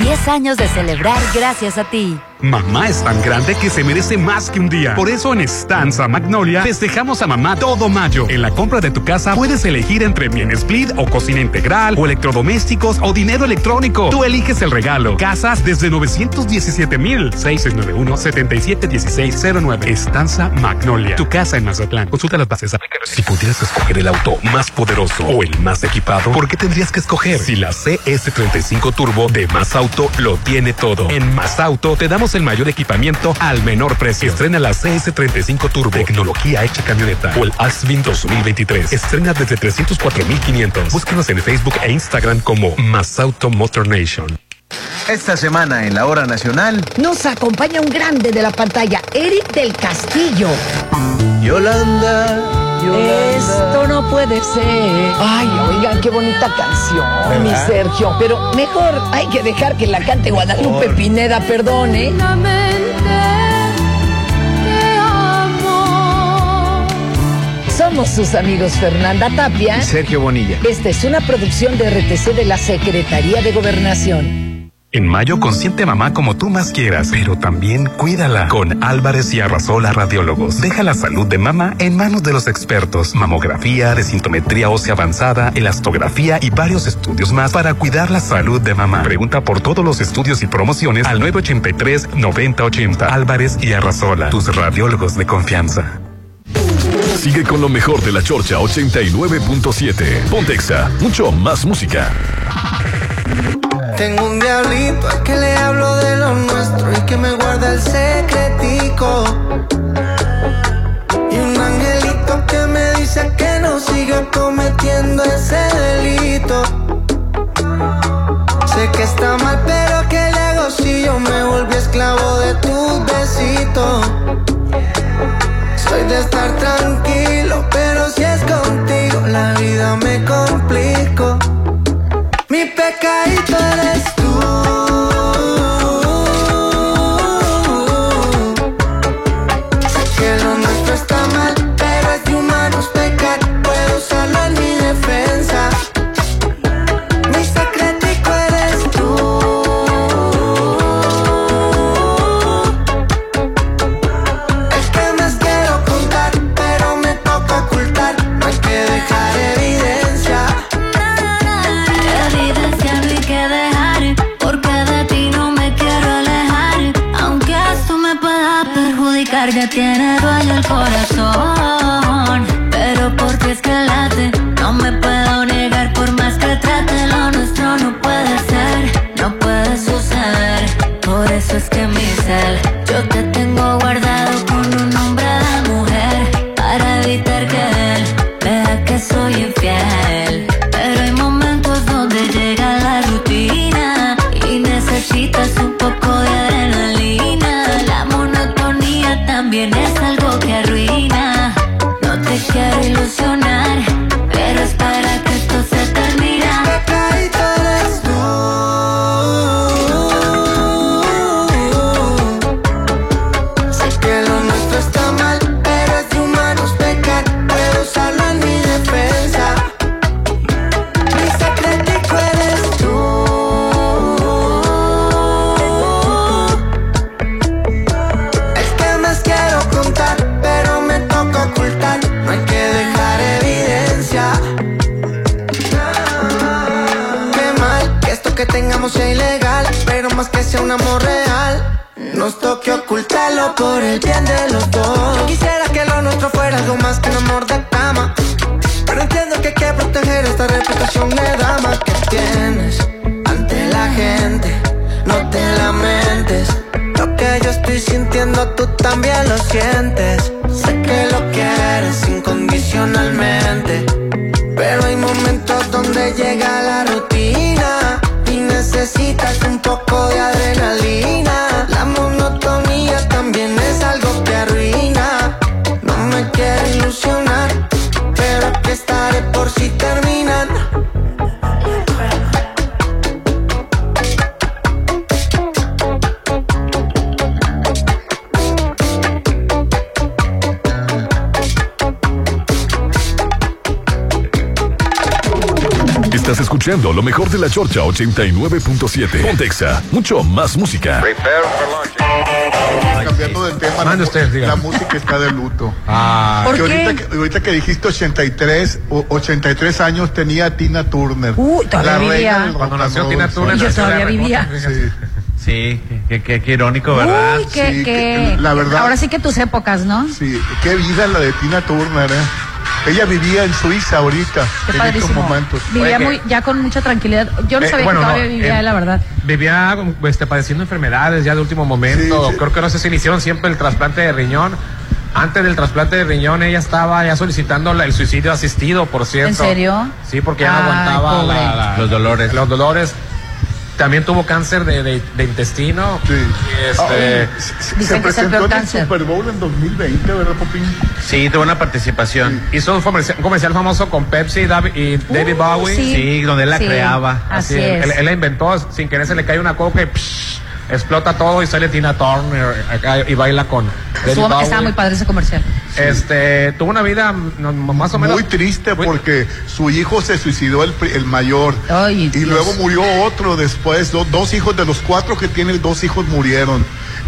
10 años de celebrar gracias a ti. Mamá es tan grande que se merece más que un día. Por eso en Estanza Magnolia festejamos a mamá todo mayo. En la compra de tu casa puedes elegir entre bien split o cocina integral o electrodomésticos o dinero electrónico. Tú eliges el regalo. Casas desde 917 mil. 6691-771609. Estanza Magnolia. Tu casa en Mazatlán. Consulta las bases. Aplica los- Si pudieras escoger el auto más poderoso o el más equipado, ¿por qué tendrías que escoger? Si la CS35 Turbo de Más Auto lo tiene todo. En Más Auto te damos el mayor equipamiento al menor precio. Estrena la CS35 Turbo, tecnología hecha camioneta o el Asvin 2023. Estrena desde 304,500. Búscanos en Facebook e Instagram como Más Auto Motor Nation. Esta semana en la hora nacional, Nos acompaña un grande de la pantalla, Eric del Castillo. Yolanda. Esto no puede ser. Ay, oigan, qué bonita canción, mi Sergio. Pero mejor hay que dejar que la cante Guadalupe Por- Pineda, perdón, ¿eh? Somos sus amigos Fernanda Tapia. y Sergio Bonilla. Esta es una producción de RTC de la Secretaría de Gobernación. En mayo consiente mamá como tú más quieras, pero también cuídala con Álvarez y Arrasola Radiólogos. Deja la salud de mamá en manos de los expertos. Mamografía, desintometría ósea avanzada, elastografía y varios estudios más para cuidar la salud de mamá. Pregunta por todos los estudios y promociones al 983-9080. Álvarez y Arrasola, tus radiólogos de confianza. Sigue con lo mejor de la Chorcha 89.7. Pontexa, mucho más música. Tengo un diablito al que le hablo de lo nuestro y que me guarda el secretico. Y un angelito que me dice que no siga cometiendo ese delito. Sé que está mal, pero ¿qué le hago si yo me volví esclavo de tus besitos? Soy de estar tranquilo, pero si es contigo, la vida me complico. Mi pecadito eres tú. Sé que lo nuestro está mal, pero es de humanos pecar. Puedo usarlo en mi defensa. Mi secretico eres tú. El que más quiero contar, pero me toca ocultar. No hay que dejar carga tiene dueño el corazón. Pero por ti es que late, no me puedo negar por más que trate. Lo nuestro no puede ser, no puede suceder. Por eso es que mi cel, yo te tengo guardado con un nombre de mujer. Para evitar que él vea que soy infiel. Pero hay momentos donde llega la rutina y necesitas un poco de adrenalina. La monotonía también es algo que arruina. No te quiero ilusionar, pero es para que esto se termine. Pecadito eres tú. Sé que lo nuestro está mal, pero es de humanos pecar. Puedo usarlo en mi defensa. Mi secretico eres tú. Es que más quiero contar, pero me toca ocultar. No hay que dejar evidencia. Qué mal que esto que tengamos sea ilegal, pero más que sea un amor real. Nos toque ocultarlo por el bien de los dos. Yo quisiera que lo nuestro fuera algo más que un amor de cama. Pero entiendo que hay que proteger esta reputación de dama que tienes ante la gente. No te lamentes. Lo que yo estoy sintiendo tú también lo sientes. Sé que lo quieres incondicionalmente. Pero hay momentos donde llega la rutina y necesitas un poco de adrenalina. La monotonía también es algo que arruina. No me quiero ilusionar, pero aquí estaré por si terminan. Estás escuchando lo mejor de la Chorcha 89.7. Pontexa, mucho más música. Cambiando de tema, la, la música está de luto. Ah. Que ¿Por qué? Ahorita, que, ahorita que dijiste 83, o- 83 años tenía Tina Turner. todavía la vivía. reina del rock Cuando and nació roll. Tina Turner, Yo nació todavía la vivía. remota, fíjate. Sí, qué, qué- qué irónico, ¿verdad? Uy, que, Sí, que- que- la verdad- Ahora sí que tus épocas, ¿no? Sí, qué vida la de Tina Turner, ¿eh? Ella vivía en Suiza ahorita, Qué en estos padrísimo. momentos. Vivía muy, ya con mucha tranquilidad. Yo no Eh, sabía bueno, que no, todavía vivía, eh, la verdad. Vivía este, padeciendo enfermedades ya de último momento. Creo que no sé si le hicieron siempre el trasplante de riñón. Antes del trasplante de riñón, ella estaba ya solicitando la- el suicidio asistido, por cierto. ¿En serio? Sí, porque ya no Ay, aguantaba pobre. la- la- los dolores. Los dolores. También tuvo cáncer de, de- de intestino. Y, Este, Se presentó en el Super Bowl en 2020, ¿verdad, Popín? Sí, tuvo una participación. Mm. Hizo un comercial, un comercial famoso con Pepsi Davi- y David Bowie. Uh, sí. Sí, donde él la Sí, creaba. así es. Él, él la inventó, sin querer se le cae una coca y psh, explota todo y sale Tina Turner acá y baila con David Estuvo- Bowie. estaba muy padre ese comercial. Este, tuvo una vida no, más o menos... Muy triste porque su hijo se suicidó el, pri- el mayor. y Dios. luego murió otro después. do- dos hijos de los cuatro que tiene, dos hijos murieron.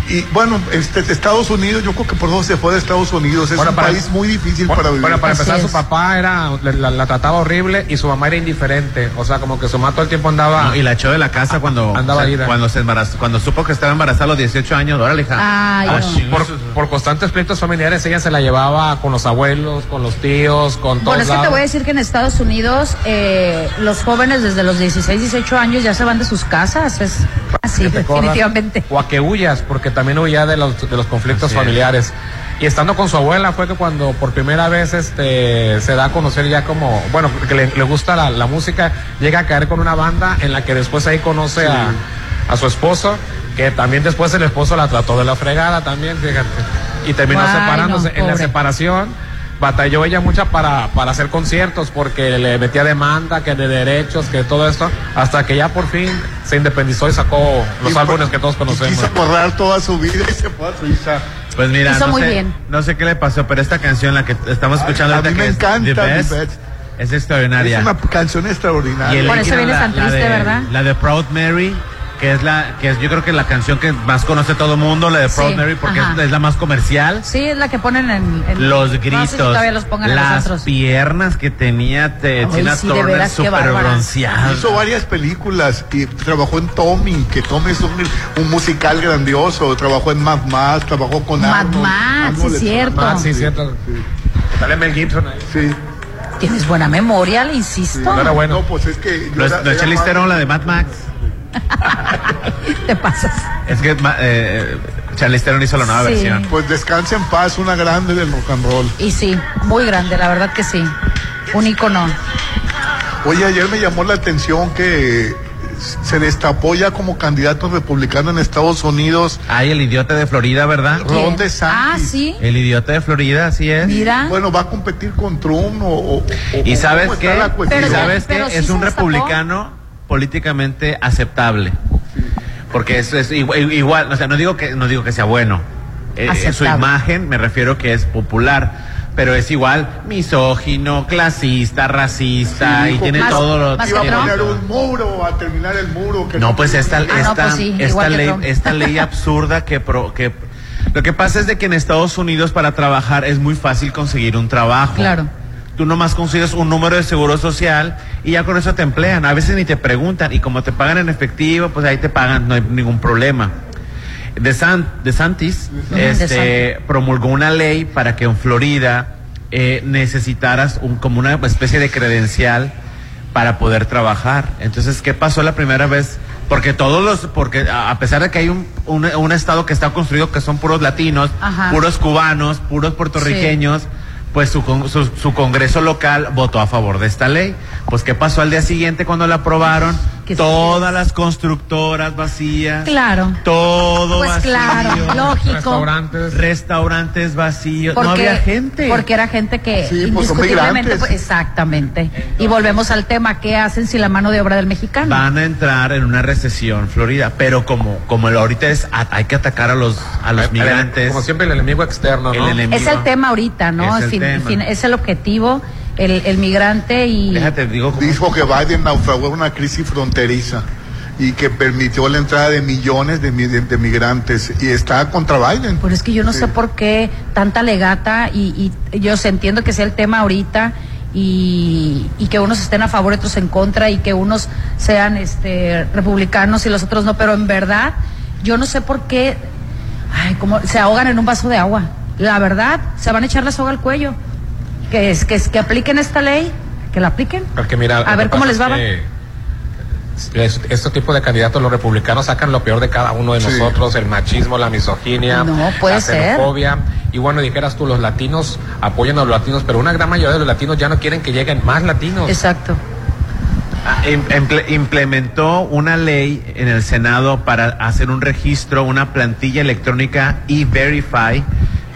Y bueno, este, Estados Unidos, yo creo que por eso se fue de Estados Unidos. Es Bueno, un para- país muy difícil Bueno, para vivir. bueno, para empezar, su papá era la, la- la trataba horrible y su mamá era indiferente. O sea, como que su mamá todo el tiempo andaba... No, Ah, y la echó de la casa cuando, Andaba o sea, ida. cuando se embarazó, cuando supo que estaba embarazada a los 18 años. Órale, hija. Ay, Ah, no. chinga. por, por constantes pleitos familiares, ella se la llevaba con los abuelos, con los tíos, con todos Bueno, es que te lados. voy a decir que en Estados Unidos eh, los jóvenes desde los 16, 18 años ya se van de sus casas. Es así, que te corran, definitivamente. O a que huyas, porque también huía de los, de los conflictos familiares. Y estando con su abuela fue que cuando por primera vez este se da a conocer ya como, bueno, que le, le gusta la, la música, llega a caer con una banda en la que después ahí conoce a, a su esposo, que también después el esposo la trató de la fregada también, fíjate. Y terminó Ay, no, separándose. en la pobre. separación batalló ella mucha para, para hacer conciertos porque le metía demanda, que de derechos, que todo esto, hasta que ya por fin se independizó y sacó los álbumes que todos conocemos. Quiso borrar toda su vida y se fue a Suiza. Pues mira, Hizo no, muy sé, bien. no sé qué le pasó, pero esta canción, la que estamos escuchando a ahorita, mí me que es encanta The The Best, Best. es Es extraordinaria. una canción extraordinaria. Y el original, la- la de- La de Proud Mary, que es la que es yo creo que la canción que más conoce todo el mundo, la de Sí, Proud Mary, porque es, ajá. es la más comercial. Sí, es la que ponen en. en- Los No sé gritos, si todavía los pongan en los las antros. piernas que tenía te, Ay, Tina sí, de Turner veras, qué súper bárbara. bronceada. Hizo varias películas y trabajó en Tommy, que Tommy es un, un musical grandioso. Trabajó en Mad Max, trabajó con Mad Arnold. Max, sí, Arnold cierto. Ah, Schwarzenegger. Sí, cierto. Sale Mel Gibson ahí. Sí. Tienes buena memoria, le insisto. No, pues es que. yo No es, era- no es era Charlize más- Theron, la de Mad Max. [LAUGHS] Te pasas. Es que ma- eh, Charlize Theron hizo la nueva Sí. versión. Pues descansa en paz, una grande del rock and roll. Y sí, muy grande, la verdad que sí. Un icono. Oye, ayer me llamó la atención que se destapó ya como candidato republicano en Estados Unidos. Ay, el idiota de Florida, ¿verdad? Ron DeSantis. Ah, sí. El idiota de Florida, así es. Mira. Bueno, va a competir con Trump o. o- o- ¿Y o sabes cómo está qué? la cuestión? ¿Y sabes qué? pero sí es se un destapó. republicano políticamente aceptable. Porque es, es igual, igual, o sea, no digo que no digo que sea bueno. Eh, eh, su Aceptable. imagen me refiero que es popular, pero es igual misógino, clasista, racista Sí, y dijo tiene que todo lo Iba a tiene poner todo. un muro, a terminar el muro. que No, pues esta, Ah, esta, no, pues sí, esta igual que ley, eh, Trump. esta [LAUGHS] ley absurda que, pro- que... Lo que pasa es de que en Estados Unidos para trabajar es muy fácil conseguir un trabajo. Claro. Tú nomás consigues un número de seguro social y ya con eso te emplean. A veces ni te preguntan y como te pagan en efectivo, pues ahí te pagan, no hay ningún problema. De, San, de Santis Ujú. De este, promulgó una ley para que en Florida eh, necesitaras un- como una especie de credencial para poder trabajar. Entonces, ¿qué pasó la primera vez? Porque todos los, porque a a pesar de que hay un, un, un estado que está construido que son puros latinos, Ajá. puros cubanos, puros puertorriqueños, pues su, con- su, su congreso local votó a favor de esta ley. Pues, ¿qué pasó al día siguiente cuando la aprobaron? Todas las constructoras vacías. Claro. Todo Pues vacío. claro, lógico. Restaurantes. Restaurantes vacíos. Porque, no había gente. Porque era gente que Sí, pues, son indiscutiblemente. migrantes. pues, exactamente. y volvemos al tema: ¿qué hacen sin la mano de obra del mexicano? Van a entrar en una recesión, Florida, pero como como el ahorita es a- hay que atacar a los a los migrantes. Como siempre el enemigo externo, ¿no? El enemigo. Es el tema ahorita, ¿no? Es el Fin- tema. fin- es el objetivo, el, el migrante y. Dijo que Biden naufragó en una crisis fronteriza y que permitió la entrada de millones de, mi- de- de migrantes y está contra Biden. Pero es que yo no sé por qué tanta legata y, y yo sé, entiendo que sea el tema ahorita y, y que unos estén a favor y otros en contra y que unos sean este republicanos y los otros no, pero en verdad yo no sé por qué ay, como se ahogan en un vaso de agua. La verdad, se van a echar la soga al cuello. Que es que es que apliquen esta ley, que la apliquen. Porque mira, A lo ver que cómo pasa les va, es que es- Este tipo de candidatos, los republicanos sacan lo peor de cada uno de nosotros, el machismo, la misoginia, No, puede la ser. xenofobia. Y bueno, dijeras tú, los latinos apoyan a los latinos, pero una gran mayoría de los latinos ya no quieren que lleguen más latinos. Exacto. Ah, im- emple- implementó una ley en el Senado para hacer un registro, una plantilla electrónica y verify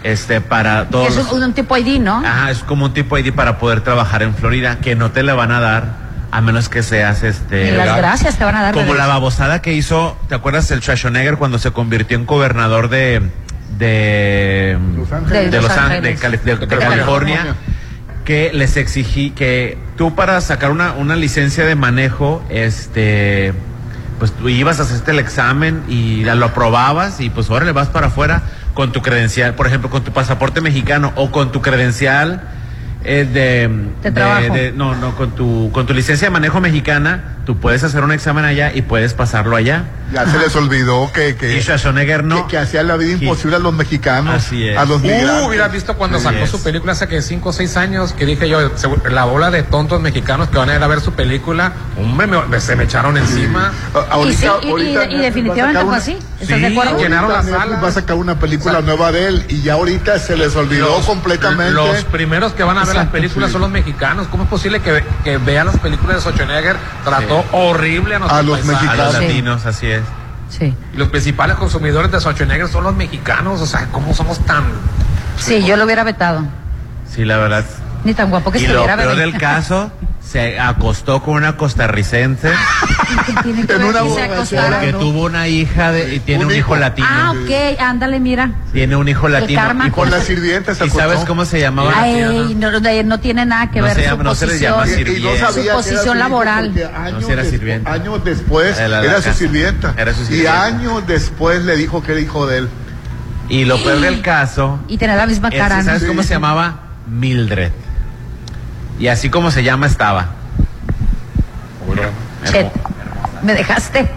este para Que todos Ah, es los- un, un tipo ID, ¿no? Ajá, es como un tipo ID para poder trabajar en Florida, que no te la van a dar a menos que seas este y las gracias te van a dar. como bebés. la babosada que hizo, ¿te acuerdas el Schwarzenegger cuando se convirtió en gobernador de de Ángeles. de De Los Los An- Ángeles. de Cali- de- de California. California que les exigí que tú para sacar una, una licencia de manejo este pues tú ibas a hacerte el examen y la- lo aprobabas y pues ahora le vas para afuera con tu credencial, por ejemplo, con tu pasaporte mexicano o con tu credencial eh, de, de- trabajo. de- no, no, con tu, con tu licencia de manejo mexicana, tú puedes hacer un examen allá y puedes pasarlo allá. Ya se les olvidó que, que, Y Schwarzenegger no. que, que hacía la vida imposible a los mexicanos, Así es. a los migrantes. Uh, hubieras visto cuando Sí, sacó es. su película hace que 5 o 6 años, que dije yo, "Segu- la bola de tontos mexicanos que van a ir a ver su película, hombre, me- me- se me echaron encima. Y sí, y- y- y definitivamente fue así. ¿Estás de acuerdo? llenaron las Netflix salas. Va a sacar una película nueva de él y ya ahorita se les olvidó Los- completamente. Los primeros que van a ver las Exacto, películas sí. son los mexicanos. ¿Cómo es posible que, que vean las películas de Schwarzenegger? Trató horrible a, nuestros paisanos. Pues, A los latinos, así es. Sí. Y los principales consumidores de Schwarzenegger son los mexicanos. O sea, ¿cómo somos tan...? Sí, yo lo hubiera vetado. Sí, la verdad. ni tan guapo que Y lo estuviera, peor bebé. del caso, se acostó con una costarricense Ah, Tiene que En ver una que se acostara. porque tuvo una hija de- y tiene un, hijo latino. Ah, ok, ándale, mira. Tiene un hijo latino. karma. Y Con la sirvienta ¿Y sabes cómo se llamaba? la tía, no? Ay, no, de- no tiene nada que No ver se su llama- no se les posición, llama su sirvienta. Y no sabía que era posición sirvienta laboral. años, si era despu- sirvienta. años después Era la era su casa. sirvienta. Era su Y sirvienta. años después le dijo que era hijo de él. Y lo peor del caso, Y tener la misma es- cara. ¿no? Eh, ¿sabes cómo se llamaba? Mildred. Y así como se llama estaba. Chet, me dejaste.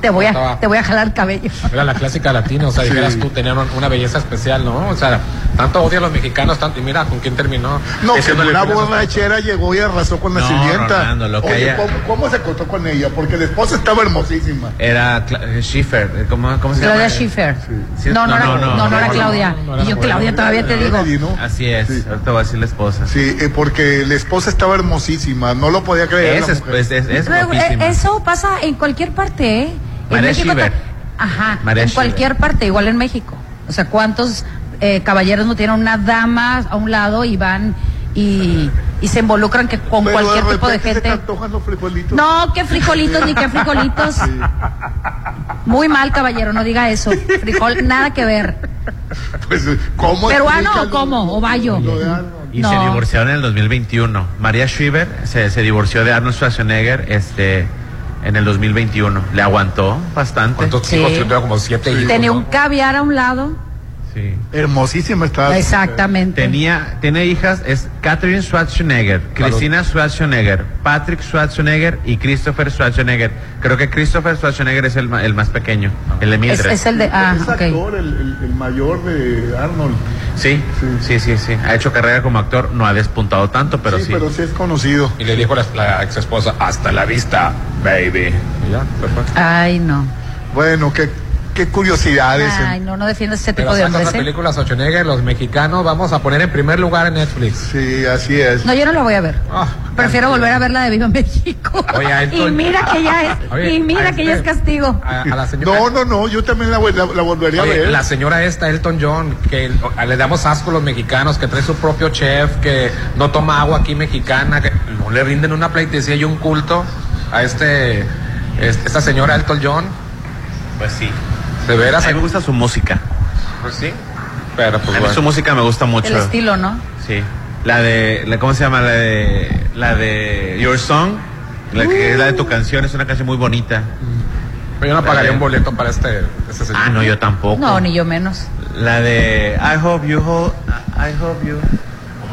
Te voy a, te voy a jalar el [LAUGHS] cabello. Era la clásica latina, o sea, dijeras tú, tenían un- una belleza especial, ¿no? O sea, tanto odia a los mexicanos, tanto, y mira con quién terminó. No, que Diciéndole una puras- borrachera llegó y arrasó con la No, sirvienta. Rolando, lo que Oye, haya- ¿cómo, cómo se acostó con ella? Porque la esposa estaba hermosísima. Era Cla- eh, Schiffer. ¿Cómo, cómo se llama? Claudia Schiffer. Sí, No, no, era- no, no era Claudia. era Y yo, Claudia. Claudia, todavía te digo. Así es, ahorita voy a decir la esposa. Sí, eh, porque la esposa estaba hermosísima, no lo podía creer. Es, la es, mujer. es, es, es Luego, eh, guapísima. eso pasa en cualquier parte, ¿eh? En María México Schiffer. ta- Ajá, María en Schiffer. cualquier parte, igual en México. O sea, ¿cuántos eh, caballeros no tienen una dama a un lado y van y, y se involucran que con Pero cualquier de tipo de repente se te gente? antojan los frijolitos. No, qué frijolitos, ni qué frijolitos. Muy mal, caballero, no diga eso. Frijol, nada que ver. Pues, ¿cómo ¿Peruano explicas o cómo? ¿O bayo? Y se No. divorciaron en el 2021. María Schiffer se, se divorció de Arnold Schwarzenegger este, en el 2021. Le aguantó bastante. ¿Cuántos Sí. hijos? Yo tengo como siete Tenía un caviar a un lado. Hermosísima estaba. Exactamente. Tenía, tiene hijas, es Catherine Schwarzenegger, Cristina Schwarzenegger, Patrick Schwarzenegger y Christopher Schwarzenegger. Creo que Christopher Schwarzenegger es el, ma- el más pequeño, el de Es, Mildred. es el de. Ah, Es ok. actor, el, el- el mayor de Arnold. Sí, sí, sí, sí. Ha hecho carrera como actor, no ha despuntado tanto, pero sí. Pero sí es conocido. Y le dijo la, la ex esposa, hasta la vista, baby. Y ya, pues. se fue. Ay, no. Bueno, qué, qué curiosidades. Ay, no, no defiendas ese tipo Pero de sacas hombres. las ¿eh? películas Schwarzenegger, los mexicanos, vamos a poner en primer lugar en Netflix. Sí, así es. No, yo no la voy a ver. Ah. Prefiero volver a ver la de Viva México. Oye, a y Einstein- mira que ya es, Oye, y mira que ya es Einstein- castigo. A, a la señora. No, no, no, yo también la, la- la volvería a Oye, ver. la señora esta, Elton John, que el- a- le damos asco a los mexicanos, que trae su propio chef, que no toma agua aquí mexicana, que no le rinden una pleitesía y un culto a este, este- esta señora Elton John. Pues sí. De veras. A mí me gusta su música. Pues sí. Pero A pues mí bueno. su música me gusta mucho. El estilo, ¿no? Sí. La de, la, ¿cómo se llama? La de, la de Your Song, la que es la de tu canción, es una canción muy bonita. Uh. Pero yo no pagaría un boleto para este, este señor. Ah, no, yo tampoco. No, ni yo menos. La de I hope you hold, I hope you.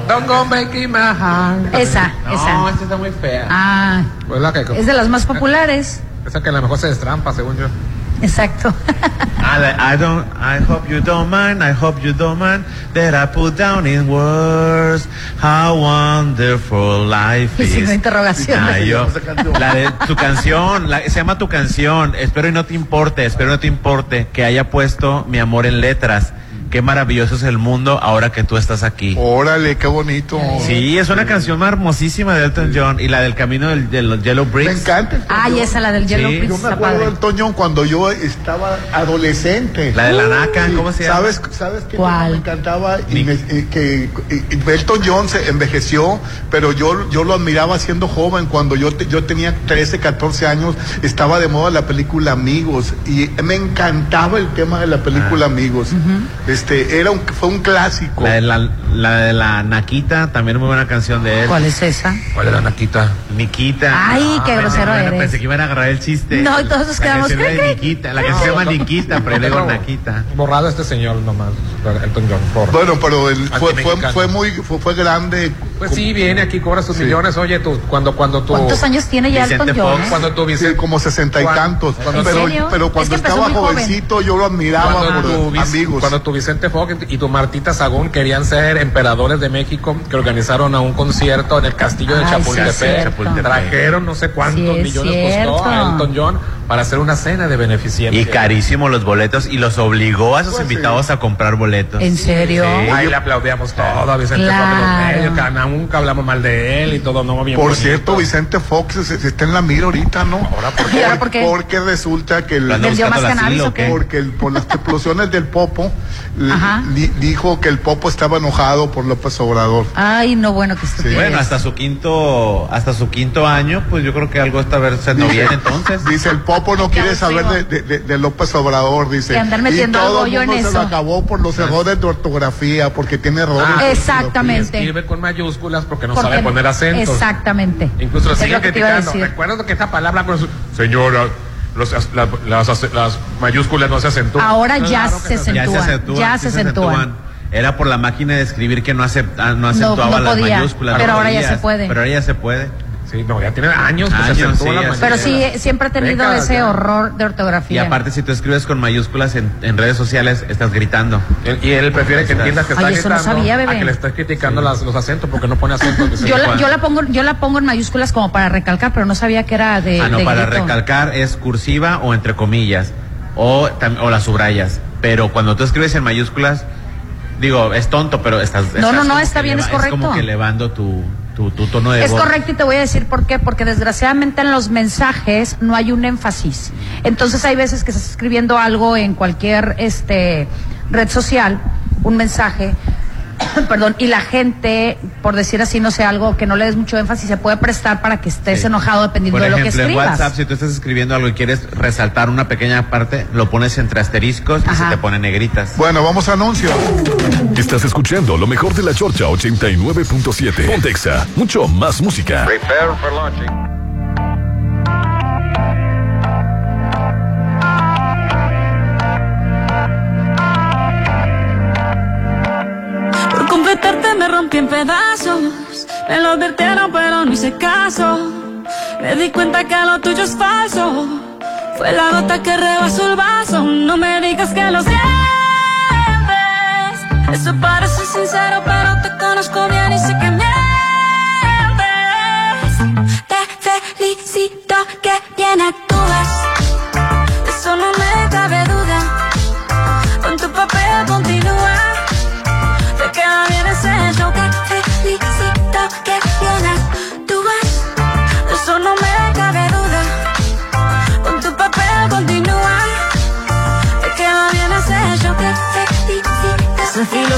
Don't go breaking my heart. Esa, No, esa. esta está muy fea. Ah, Pues la que, es de las más populares. esa que a lo mejor se destrampa, según yo. Exacto. I, like- Ah, I don't, I hope you don't mind, I hope you don't mind that I put down in words how wonderful life Y signo de is. interrogación. Ah, yo- la de tu canción, la- se llama tu canción. Espero y no te importe, espero y no te importe que haya puesto mi amor en letras. Qué maravilloso es el mundo ahora que tú estás aquí. Órale, qué bonito. Sí, es una canción hermosísima de Elton John y la del camino del, de los Yellow Me Bricks. encanta. el Ay, Toñón. esa, la del Yellow Sí. Bricks, Yo me está acuerdo padre. del Toñón cuando yo estaba adolescente. La de la naca, Sí, ¿cómo se llama? ¿Sabes, sabes qué ¿Cuál? me encantaba? Y me- eh, que y- y Elton John se envejeció, pero yo, yo lo admiraba siendo joven. Cuando yo, te- yo tenía 13, 14 años, estaba de moda la película Amigos. Y me encantaba el tema de la Ah. película Amigos. Este, era un, fue un clásico. La de la, la de la Naquita, también muy buena canción de él. ¿Cuál es esa? ¿Cuál era Naquita? Niquita. Ay, qué pensé grosero que iban a- eres. Pensé que iban a agarrar el chiste. No, y todos nos La quedamos, canción era "Cri, de [LAUGHS] cri, Niquita, la cri". canción se llama Niquita, pero luego Naquita. Borrado este señor nomás, Elton John. por- Bueno, pero el- fue, fue, Antimexicano. fue muy fue, fue grande. Pues sí, viene aquí, cobra sus millones. Oye, tú, cuando, cuando tú. ¿Cuántos años tiene ya Vicente Elton John? Fox, eh? cuando tú Sí, Vicente, como sesenta y Cuando- tantos. ¿En Pero, serio? pero cuando Es que empezó estaba muy joven. jovencito yo lo admiraba cuando, por tu, Vic- amigos. cuando tu Vicente Fox y tu Martita Sagún querían ser emperadores de México, que organizaron a un concierto en el castillo de Ay, sí, Chapultepec. es cierto. Trajeron no sé cuántos Sí, es millones costó cierto. a Elton John para hacer una cena de beneficencia. Y carísimo los boletos y los obligó a esos Pues invitados a comprar boletos. ¿En serio? Sí. Ahí le aplaudíamos todo a Vicente Claro. Fox de los medios, que nunca hablamos mal de él y todo, no, bien Por bonito. cierto, Vicente Fox se, se está en la mira ahorita, ¿no? Ahora, ¿Y ahora por qué? Porque resulta que el, ¿Lo anda ¿Vendió buscando más el cannabis asilo o qué? porque el- por las explosiones del Popo l- Ajá. di- dijo que el Popo estaba enojado por López Obrador. Ay, no, bueno, que estupidez. Bueno, hasta su quinto, hasta su quinto año, pues yo creo que algo está ver se no Dice- viene entonces. Dice el Popo no quiere saber de, de- de- de López Obrador, dice. Que andar Y metiendo todo algo el yo en mundo se eso. lo acabó por los errores de ortografía, porque tiene errores. Ah, de Exactamente. Escribe con mayúsculas porque no Porque sabe poner acentos. Exactamente. Incluso lo Es siguen lo que te iba a criticando. decir. Recuerdo que esta palabra con su- señora, los- las, las- las- las mayúsculas no se acentúan. Ahora ya Claro que se no. Ya se acentúan, acentúan, ya sí se se acentúan. Era por la máquina de escribir que no, acepta, no acentuaba no las podía, mayúsculas. pero no ahora ya podías, se puede. Pero ahora ya se puede. Sí, no, ya tiene años que se acentúa la mayúscula. Pero sí, eh, siempre he tenido Décadas ese ya. horror de Y ortografía. aparte, si tú escribes con mayúsculas en, en redes sociales, estás gritando. Y él prefiere que entiendas que Ay, eso no sabía, bebé. A que le estás criticando las- los acentos porque no pone acentos. Vicente [LAUGHS] Yo la, Fox. yo, la pongo, yo la pongo en mayúsculas como para recalcar, pero no sabía que era de. ah, no, de para grito. recalcar es cursiva o entre comillas, o, tam- o las subrayas. Pero cuando tú escribes en mayúsculas, digo, es tonto, pero estás. No, estás no, no, como está que bien, es como correcto. que elevando tu, tu, tu tono de Es voz. correcto y te voy a decir por qué, porque desgraciadamente en los mensajes no hay un énfasis. Entonces hay veces que estás escribiendo algo en cualquier este red social, un mensaje, [COUGHS] perdón, y la gente, por decir así, no sé, algo que no le des mucho énfasis, se puede prestar para que estés Sí. enojado dependiendo Por de lo ejemplo, que en escribas. WhatsApp, si tú estás escribiendo algo y quieres resaltar una pequeña parte, lo pones entre asteriscos y se te pone negritas. Bueno, vamos a anuncios. Estás escuchando lo mejor de la Chorcha 89.7. Pontexa, mucho más música. Prepare for launching. Por completarte me rompí en pedazos. Me lo advirtieron, pero no hice caso. Me di cuenta que lo tuyo es falso. Fue la gota que rebasó el vaso. No me digas que lo sientes. Eso parece sincero, pero te conozco bien y sé que mientes. Te felicito que bien actúas. De Eso no me cabe duda. Con tu papel continúa. Te queda bien ese show que felicito que vienes Tú vas, de eso no me cabe duda Con tu papel continúa Te queda bien ese show que felicito Esa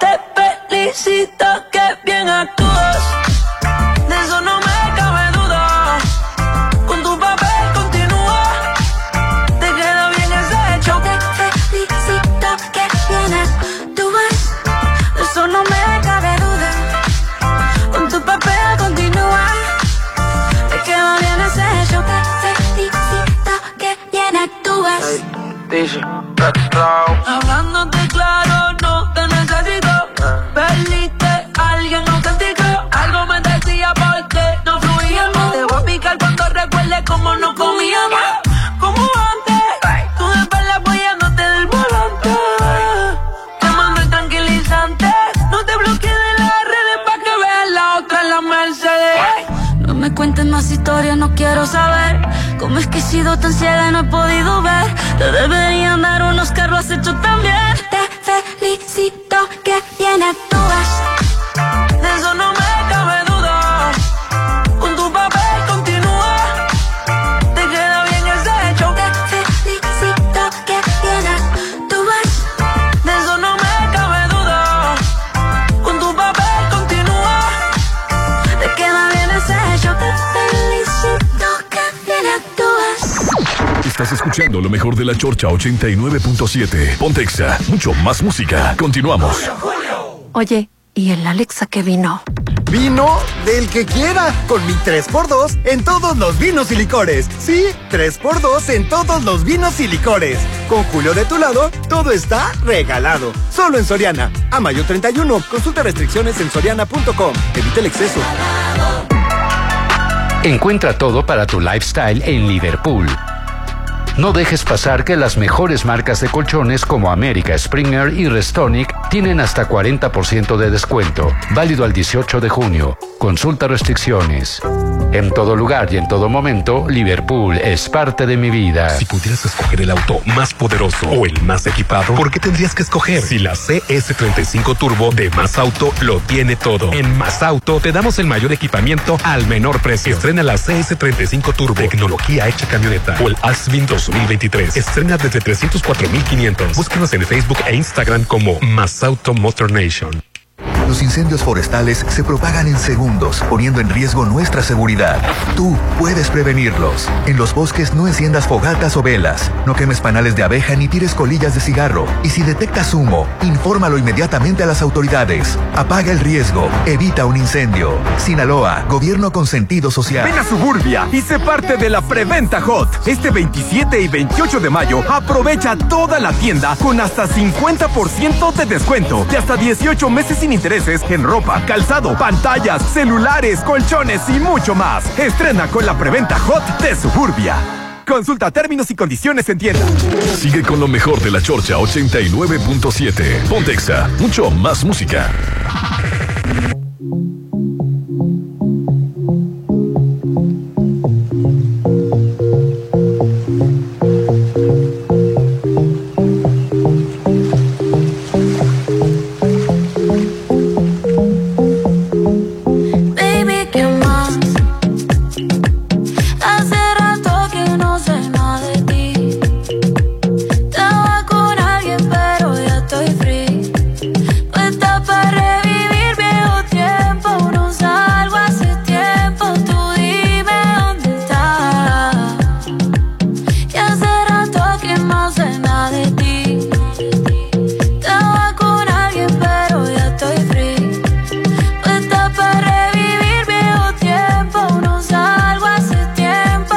Te felicito que bien actúas. De eso no me cabe duda. Con tu papel continúa. Te queda bien ese hecho que felicito que vienes Tú vas, de eso no me cabe duda Con tu papel continúa Te queda bien ese hecho que felicito que bien actúas Ah, Hablándote claro, no te necesito Perdiste a alguien, no castigó Algo me decía porque no fluíamos Te voy a picar cuando recuerde cómo no comíamos como antes. Tú de espalda apoyándote del volante. Te mando el tranquilizante. No te bloquees de las redes pa' que veas la otra en la Mercedes. No me cuentes más historias, no quiero saber. Cómo es que he sido tan ciega y no he podido ver. Te deberían dar unos carros has hecho también. Te felicito que bien actúas. De eso no me cabe duda. Con tu papel continúa. Te queda bien ese hecho que felicito que tienes Tú vas, de eso no me cabe duda Con tu papel continúa Te queda bien ese hecho que felicito que tienes Tú vas Estás escuchando lo mejor de la Chorcha 89.7. Pontexa, mucho más música. Continuamos. Oye, ¿y el Alexa que vino? Vino del que quiera, con mi 3x2 en todos los vinos y licores. Sí, 3x2 en todos los vinos y licores. Con Julio de tu lado, todo está regalado. Solo en Soriana. A mayo 31, consulta restricciones en soriana.com. Evita el exceso. Encuentra todo para tu lifestyle en Liverpool. No dejes pasar que las mejores marcas de colchones como América, Springer y Restonic tienen hasta 40% de descuento, válido al 18 de junio. Consulta restricciones. En todo lugar y en todo momento, Liverpool es parte de mi vida. Si pudieras escoger el auto más poderoso o el más equipado, ¿por qué tendrías que escoger? Si la CS35 Turbo de Más Auto lo tiene todo. En Más Auto te damos el mayor equipamiento al menor precio. Estrena la CS35 Turbo, tecnología hecha camioneta o el Asvin 2023. Estrena desde 304.500. Búscanos en Facebook e Instagram como Más Auto Motor Nation. Los incendios forestales se propagan en segundos, poniendo en riesgo nuestra seguridad. Tú puedes prevenirlos. En los bosques no enciendas fogatas o velas, no quemes panales de abeja ni tires colillas de cigarro. Y si detectas humo, infórmalo inmediatamente a las autoridades. Apaga el riesgo, evita un incendio. Sinaloa, gobierno con sentido social. Ven a Suburbia y sé parte de la preventa Hot. Este 27 y 28 de mayo aprovecha toda la tienda con hasta 50% de descuento y hasta 18 meses sin intereses en ropa, calzado, pantallas, celulares, colchones y mucho más. Estrena con la preventa Hot de Suburbia. Consulta términos y condiciones en tienda. Sigue con lo mejor de la Chorcha 89.7. Pontexa, mucho más música. Baby, ¿qué más? Hace rato que no sé nada de ti. Estaba con alguien, pero ya estoy free. Tú estás para revivir viejo tiempo. No salgo hace tiempo. Tú dime dónde estás. Y hace rato que no sé nada de ti. Estaba con alguien, pero ya estoy free. Tú estás para revivir viejo tiempo, no salgo hace tiempo.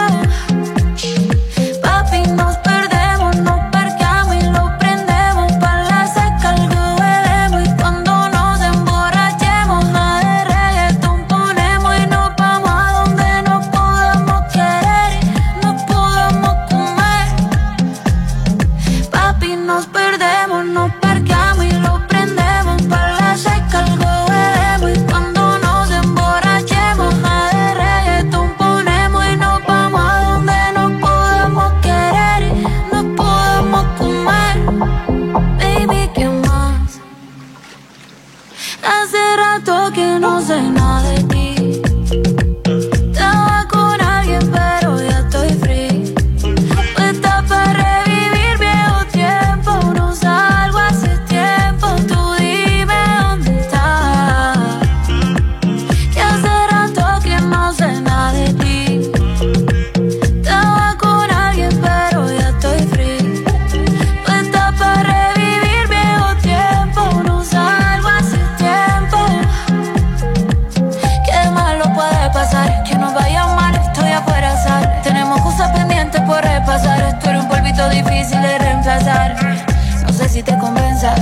Papi, nos perdemos, nos parqueamos y lo prendemos. Para la seca algo bebemos y cuando nos emborrachemos, nada de reggaetón ponemos y nos vamos a donde no podamos querer y no podamos comer. Papi, nos perdemos, nos parqueamos y lo prendemos. Para la seca algo bebemos y cuando nos emborrachemos, nada de reggaetón ponemos y nos vamos a donde no podemos querer y no podemos comer. Baby, ¿qué más? Hace rato que no sé nada de ti. Estaba con alguien, pero ya estoy free. Está para revivir viejo tiempo, no salgo hace tiempo, tú dime dónde estás. Que hace rato que no sé nada de ti. Estaba con alguien, pero ya estoy free. Está para revivir viejo tiempo, no salgo hace tiempo. Qué malo puede pasar, que nos vaya mal, estoy a por azar. Tenemos cosas pendientes por repasar, tú eres un polvito difícil de reemplazar. No sé si te convenza,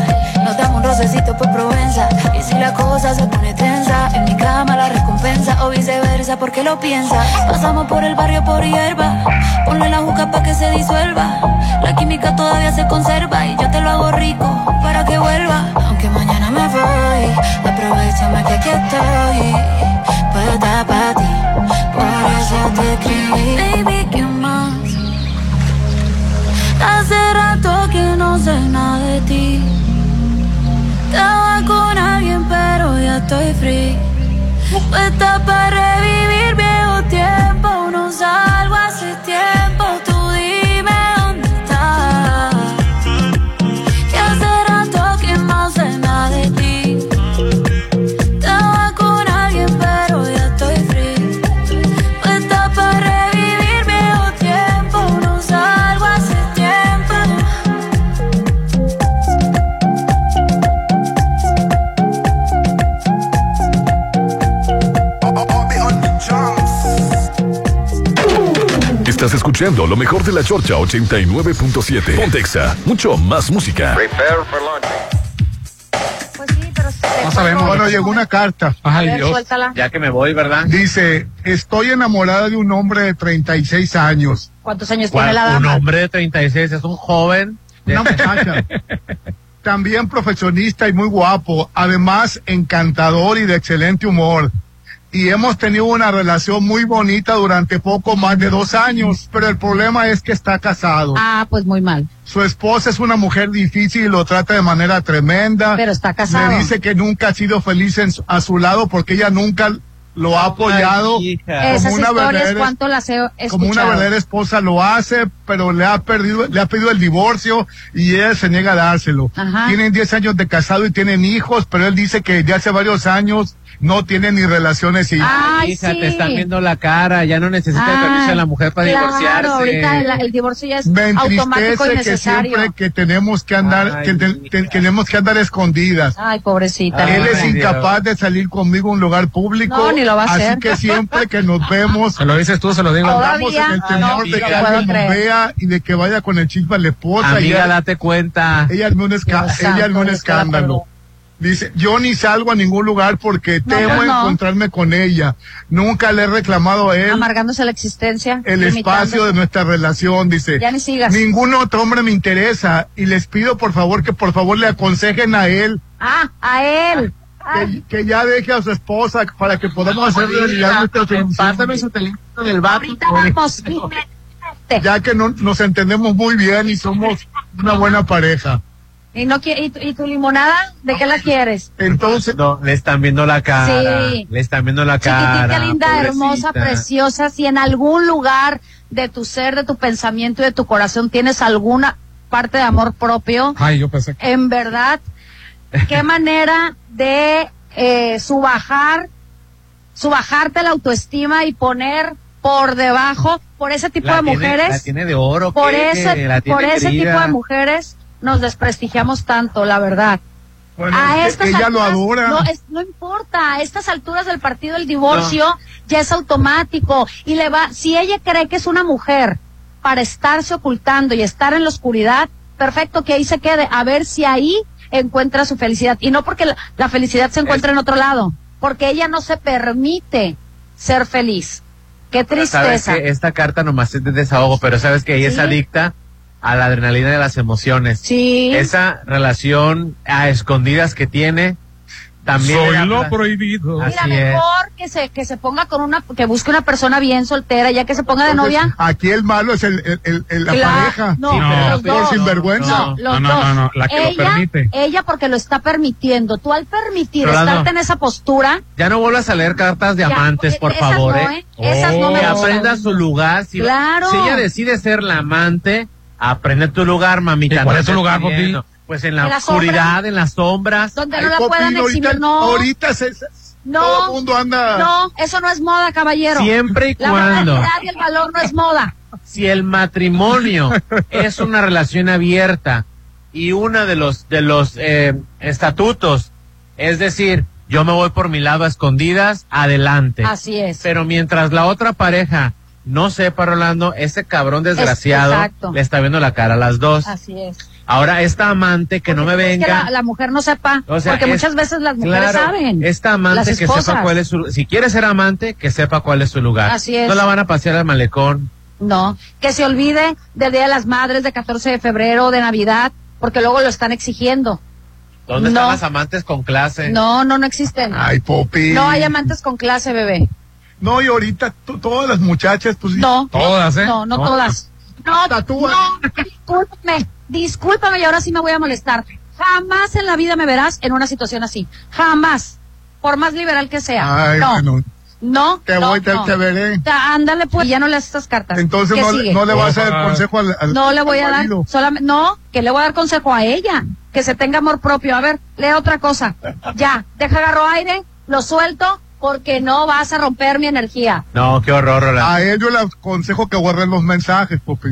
nos damos un rocecito por Provenza. Y si la cosa se pone tensa, en mi cama la recompensa o viceversa, porque lo piensas. Pasamos por el barrio por hierba, ponle la juca pa' que se disuelva. La química todavía se conserva y yo te lo hago rico para que vuelva. Aunque mañana me voy, aprovechame que aquí estoy. Puedo estar para ti, por eso te escribí. Baby, ¿qué más? Hace rato que no sé nada de ti. Estaba con alguien, pero ya estoy free. Puesta para revivir viejo tiempo. No salgo hace tiempo. Tú dime dónde estás. Que hace rato que no sé nada de ti. Estaba con alguien, pero ya estoy free. Puesta para revivir viejo tiempo. No salgo hace tiempo. escuchando lo mejor de la Chorcha 89.7. Pontexa, mucho más música. No sabemos. Bueno, llegó una carta. Ay, Dios. Suéltala. Ya que me voy, ¿verdad? Dice, estoy enamorada de un hombre de 36 años. ¿Cuántos años ¿Cuál- tiene la Un dama? hombre de 36 es un joven. [LAUGHS] Una muchacha. También profesionista y muy guapo. Además, encantador y de excelente humor. Y hemos tenido una relación muy bonita durante poco más de dos años. Pero el problema es que está casado. Ah, pues muy mal. Su esposa es una mujer difícil y lo trata de manera tremenda. Pero está casado. Me dice que nunca ha sido feliz en su- a su lado porque ella nunca lo ha apoyado. Esas como una historias, verdadera- ¿cuánto las he escuchado? como una verdadera esposa lo hace, pero le ha perdido, le ha pedido el divorcio y ella se niega a dárselo. Tienen 10 años de casado y tienen hijos, pero él dice que ya hace varios años no tienen ni relaciones y Ay, Hija, Ah, sí. Ah, te están viendo la cara. Ya no necesita el permiso de la mujer para claro, divorciarse. ahorita el, el divorcio ya es me automático y entristece que necesario. siempre que tenemos que andar, que te- te- tenemos que andar escondidas. Ay, pobrecita. Él es Ay, incapaz de salir conmigo a un lugar público. No, ni lo va a así hacer. que siempre que nos vemos. Se lo dices tú, se lo digo. Andamos en el Todavía temor no de que lo puedo alguien nos creer. vea y de que vaya con el chisme a la esposa. y Amiga, ya- date cuenta. Ella armó un, esca- Dios ella santo, armó un Dios santo. escándalo. Dice, yo ni salgo a ningún lugar porque temo pues no. encontrarme con ella. Nunca le he reclamado a él Amargándose la existencia. el espacio de nuestra relación. Dice, Ya ni sigas. ningún otro hombre me interesa y les pido por favor que por favor le aconsejen a él. Ah, a él. [LAUGHS] Que, que ya deje a su esposa para que podamos hacer realidad nuestra Pásame su teléfono del barrio. Ya que no- nos entendemos muy bien y somos una buena pareja. ¿Y, no, qui- y, tu- y tu limonada? ¿De qué la quieres? Entonces. No, le están viendo la cara. Sí. Le están viendo la cara. Chiquitita, linda, pobrecita. hermosa, preciosa. Si en algún lugar de tu ser, de tu pensamiento y de tu corazón tienes alguna parte de amor propio, Ay, yo pensé que. en verdad, qué manera de eh, subajar, subajarte la autoestima y poner por debajo, por ese tipo La de tiene- mujeres, la tiene de oro, por ¿qué? ese, La tiene por ese querida. tipo de mujeres nos desprestigiamos tanto, la verdad. Bueno, a que- estas ella lo alturas, adora. No, es- no importa, a estas alturas del partido el divorcio ya es automático y le va, si ella cree que es una mujer para estarse ocultando y estar en la oscuridad, perfecto que ahí se quede, a ver si ahí encuentra su felicidad y no porque la, la felicidad se encuentra en otro lado, porque ella no se permite ser feliz. Qué Pero Sabes tristeza. que esta carta nomás es de desahogo, pero sabes que ella es Sí. adicta a la adrenalina de las emociones. Sí. Esa relación a escondidas que tiene también. le da Soy lo pla- prohibido. Así Mira, es. mejor que se que se ponga con una que busque una persona bien soltera, ya que se ponga de Entonces, novia. Aquí el malo es el, el- el- el- la Claro, pareja. no, Sí, pero los por dos. sinvergüenza. No, los dos. ella, Ella porque lo está permitiendo. Tú al permitir Rolando. estarte en esa postura, Ya no vuelvas a leer cartas de Ya, amantes, eh, por esas favor, no, ¿eh? ¿eh? Esas no me Que gustan. aprenda su lugar. Si, Claro. si ella decide ser la amante, aprende tu lugar, mamita. ¿Y cuál no es te tu lugar, estoy Poti? viendo. Pues en la, En la oscuridad, sombra. en las sombras. donde no la puedan exhibir, ahorita, no. ahorita se- se- no, todo el mundo anda. No, eso no es moda, caballero. Siempre y la cuando. moralidad y el valor no es moda. si [LAUGHS] el matrimonio es una relación abierta y uno de los de los eh, estatutos es decir yo me voy por mi lado a escondidas adelante Así es. pero mientras la otra pareja no sepa Rolando ese cabrón desgraciado exacto. le está viendo la cara a las dos Así es. ahora esta amante que no me Es que venga la, la mujer no sepa, O sea, porque es- muchas veces las mujeres Claro, saben. Esta las amante que esposas. sepa cuál es su si quiere ser amante que sepa cuál es su lugar. Así es. No la van a pasear al malecón. No, que se olvide del Día de las Madres, de 14 de febrero, de Navidad, porque luego lo están exigiendo. ¿Dónde No. están las amantes con clase? No, no, no existen. Ay, Popi. No hay amantes con clase, bebé. No, y ahorita to- todas las muchachas, pues. No. Todas, ¿eh? No, no, No. todas. No, no, discúlpame, discúlpame y ahora sí me voy a molestar. Jamás en la vida me verás en una situación así. Jamás. Por más liberal que sea. Ay, no, bueno. no. Te no, voy, te- no. te veré. Ta- Ándale, pues, y ya no le haces estas cartas. Entonces ¿Qué no, sigue? le- no le vas a dar consejo al. al- No le voy a al dar, marido. solamente, no, que le voy a dar consejo a ella, que se tenga amor propio. A ver, lee otra cosa. Ya, deja agarro aire, lo suelto, porque no vas a romper mi energía. No, qué horror, Rolando. A él yo le aconsejo que guarden los mensajes, Popi.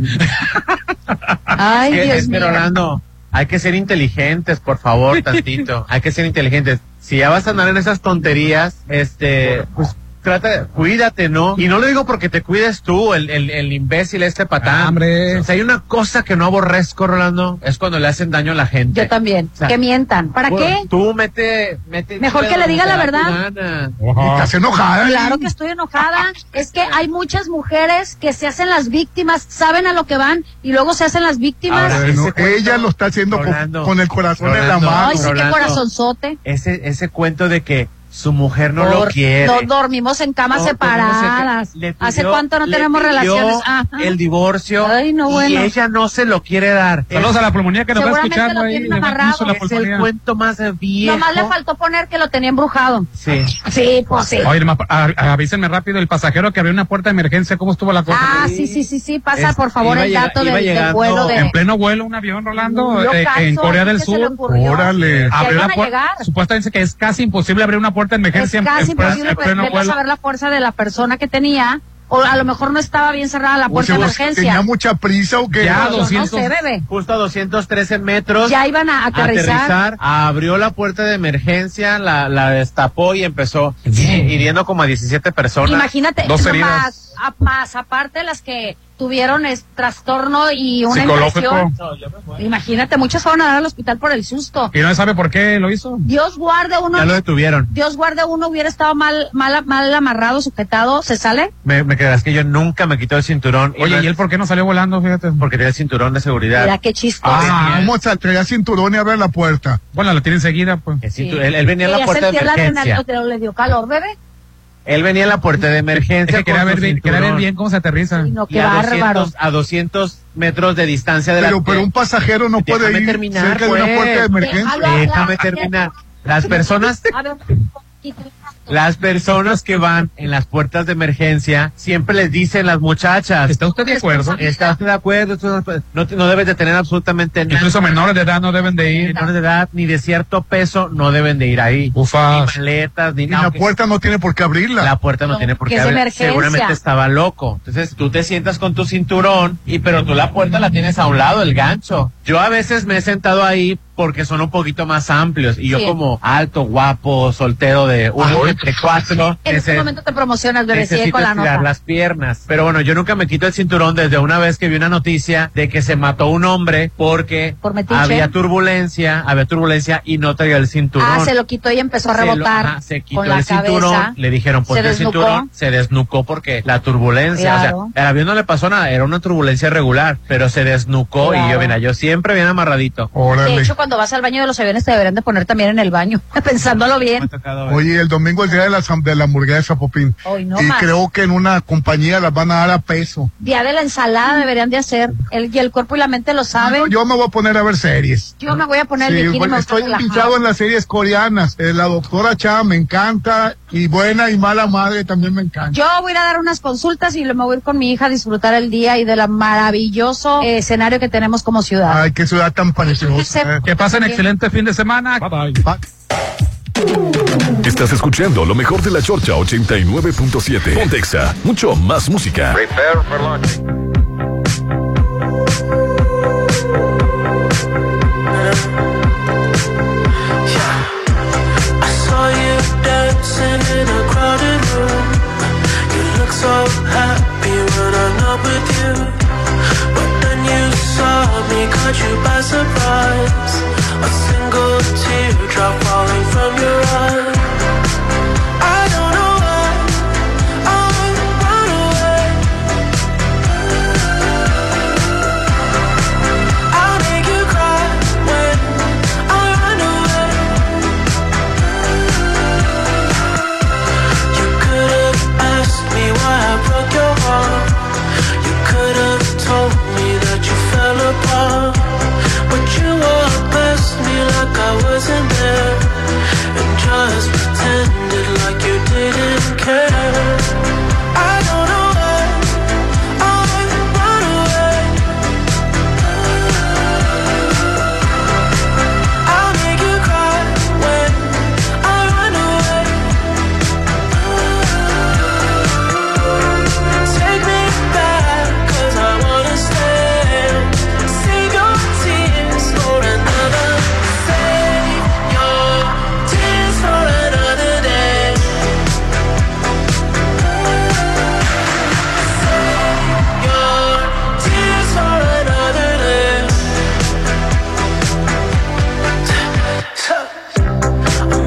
Ay, Es que- Dios es que, mío. Rolando, hay que ser inteligentes, por [LAUGHS] favor, tantito. Hay que ser inteligentes. Si ya vas a andar en esas tonterías, este, pues, trata, cuídate, ¿no? Y no lo digo porque te cuides tú, el, el, el imbécil este patán. O sea, hay una cosa que no aborrezco, Rolando, es cuando le hacen daño a la gente. Yo también. O sea, que mientan. ¿Para bueno, qué? Tú mete, mete. Mejor que le diga la verdad. Estás enojada. Claro que estoy enojada. Es que hay muchas mujeres que se hacen las víctimas, saben a lo que van y luego se hacen las víctimas. Ahora, no, ella lo está haciendo con- con, el corazón en la mano. Ay, sí, qué corazonzote. Ese, ese cuento de que su mujer no lo Dor- quiere. no, dormimos en camas No, separadas. Le ¿Hace pidió- cuánto no le tenemos pidió relaciones? Ah, Ajá. El divorcio. Ay, no, bueno. Y ella no se lo quiere dar. Saludos a la pulmonía que nos va Seguramente escuchando lo ahí, tienen le mando un amarrado. beso a la Es el pulmonía. cuento más viejo. Nomás le faltó poner que lo tenía embrujado. Sí. Sí, pues sí. Oye, ma- a- a- avísenme rápido, el pasajero que abrió una puerta de emergencia, ¿cómo estuvo la cosa? Ah, sí, sí, sí, sí. Pasa, Es- por favor, iba el llega- dato iba del, del llegando vuelo de... En pleno vuelo, un avión, Rolando, Yo eh, caso, en Corea del ¿qué se le Sur. ocurrió? Órale. Ya Abrió iban la a puerta. llegar. Supuestamente dice que es casi imposible abrir una puerta de emergencia en- es casi en, pleno- imposible en pues, pleno ver- vuelo. saber la fuerza de la persona que tenía o a lo mejor no estaba bien cerrada la puerta de emergencia. mucha prisa o qué? Ya, No, no 200. sé, bebé. Justo a 213 metros. Ya iban a aterrizar. Abrió la puerta de emergencia, la, la destapó y empezó hiriendo como a 17 personas. Imagínate, Dos no, heridas. más, a- más aparte de las que tuvieron es, trastorno y una Psicológico. infección. Imagínate, muchas fueron a dar al hospital por el susto. Y no sabe por qué lo hizo. Dios guarde uno. Ya lo detuvieron. Dios guarde uno hubiera estado mal, mal, mal amarrado, sujetado, se sale. Me, me creerás que yo nunca me quito el cinturón. Oye, ¿y él por qué no salió volando? Fíjate. Porque tenía el cinturón de seguridad. Mira qué chistoso. Ah, vamos a traer cinturón y abrir la puerta. Bueno, lo tienen seguida, pues. Él, él venía en la Ella puerta de sentía la emergencia. adrenalina, le dio calor, bebé. Él venía en la puerta de emergencia. que quería con ver, su bien, quería ver cinturón. bien cómo se aterriza. No, Y qué a bárbaro. 200, a 200 metros de distancia de la Pero, pero un pasajero no Déjame puede ir terminar, cerca de una pues. Eh, puerta de emergencia. Déjalo hablar. Déjame terminar. Las personas- A ver, Las personas que van en las puertas de emergencia siempre les dicen las muchachas. ¿Está usted de acuerdo? ¿Está usted de acuerdo? Tú no- No, te- no debes de tener absolutamente nada. Incluso menores de edad no deben de ir. Menores de edad ni de cierto peso no deben de ir ahí. Ni maletas, ni Y la puerta no tiene por qué abrirla. La puerta no, tiene por que qué es abrir. emergencia. Seguramente estaba loco. Entonces tú te sientas con tu cinturón y pero tú la puerta la tienes a un lado, el gancho. Yo a veces me he sentado ahí porque son un poquito más amplios y yo Sí. como alto, guapo, soltero de uno entre cuatro. en este nece- momento te promocionas, bebé, sigue Necesito con la estirar nota. las piernas. Pero bueno, yo nunca me quito el cinturón desde una vez que vi una noticia de que se mató un hombre porque metiche. había turbulencia, había turbulencia y no traía el cinturón. Ah, se lo quitó y empezó a Se lo- rebotar ajá, se quitó con la el cinturón, cabeza. le dijeron se ponte el desnucó. cinturón, se desnucó porque la turbulencia, Claro. o sea, el avión no le pasó nada, era una turbulencia regular, pero se desnucó y yo, Claro. mira, yo siempre bien amarradito. De hecho, cuando vas al baño de los aviones te deberían de poner también en el baño, [LAUGHS] pensándolo bien. Oye, el domingo es el día de la, sam- de la hamburguesa, Popín. Hoy no y más. creo que en una compañía las van a dar a peso. Día de la ensalada deberían de hacer. El, y el cuerpo y la mente lo saben. Yo me voy a poner a ver series. Yo me voy a poner Sí, el bikini. bueno, me voy a estoy relajada. pinchado en las series coreanas. Eh, la doctora Cha me encanta. Y buena y mala madre también me encanta. Yo voy a ir a dar unas consultas y luego me voy a ir con mi hija a disfrutar el día y del maravilloso eh, escenario que tenemos como ciudad. Ay, qué ciudad tan preciosa. Que pasen También. excelente fin de semana. Bye bye. Estás escuchando lo mejor de la Chorcha 89.7. Pontexa, mucho más música. I saw you dancing in a crowded room. You look so happy when I'm not with you. But then you saw me, caught you by surprise. A single teardrop falling from your eye. I don't know why I wanna run away. I'll make you cry when I run away. You could have asked me why I broke your heart. You could have told me that you fell apart. But you walked past me like I wasn't there. And just pretended like you didn't care. I don't know why I run away. I'll make you cry when I run away. Take me back, 'cause I wanna stay. See your tears for another. Save your tears for another. Oh,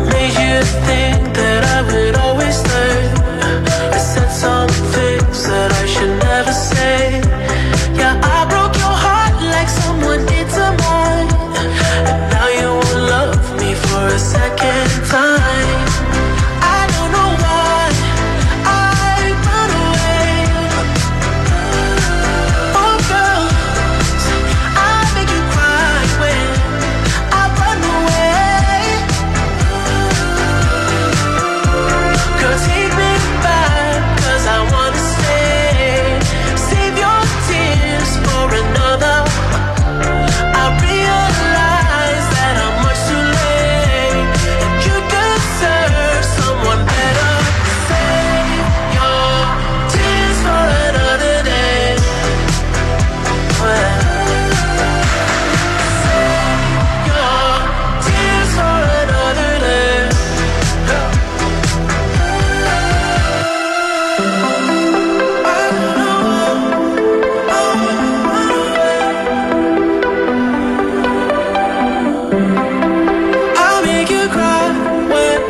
I'll make you cry when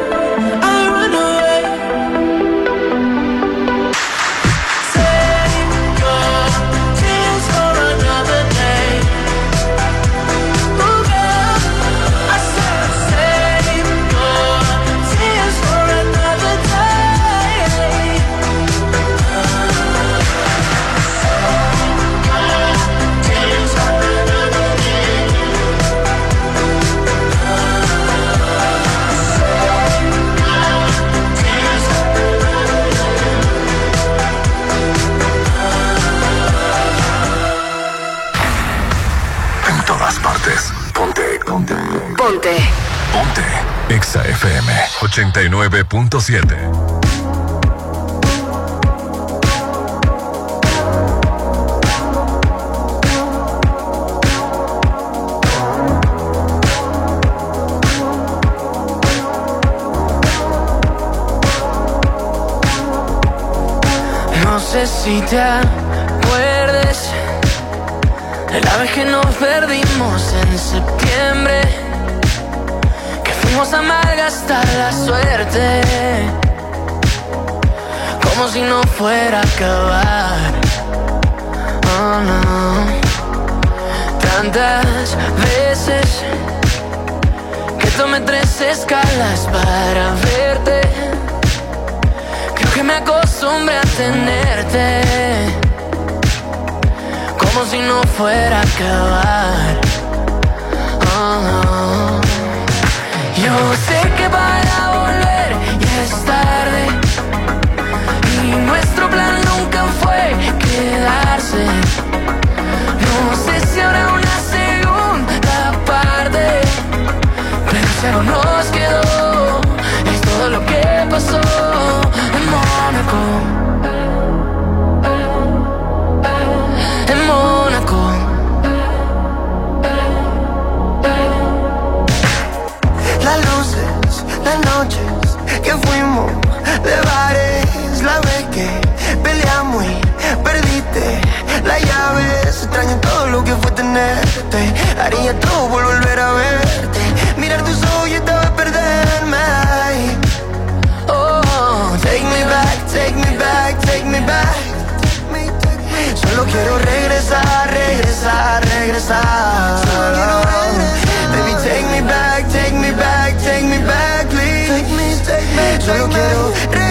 I run away. Save your tears for another day. Oh, girl, I said save your tears for another day. Tears for another En todas partes. Ponte. Ponte. Ponte. Ponte. Exa FM 89.7. No sé si te acuerdes de la vez que nos perdimos en septiembre, que fuimos a malgastar la suerte, como si no fuera a acabar. Oh no, tantas veces que tomé tres escalas para verte. Creo que me acostumbré a tenerte Como si no fuera a acabar Oh, oh. Yo sé que para volver ya es tarde Y nuestro plan nunca fue quedarse No sé si habrá una segunda parte Pero si algo nos quedó es todo lo que pasó en Mónaco. En Mónaco. Las luces, las noches que fuimos de bares, la vez que peleamos y perdiste la llave. Extraño todo lo que fue tenerte, haría todo por volver a verte. Mirar tus ojos y estaba perderme. Ay, Oh, take me back, take me back, take me back. Solo quiero regresar, regresar, regresar. Baby, take me back, take me back, take me back, please. Solo quiero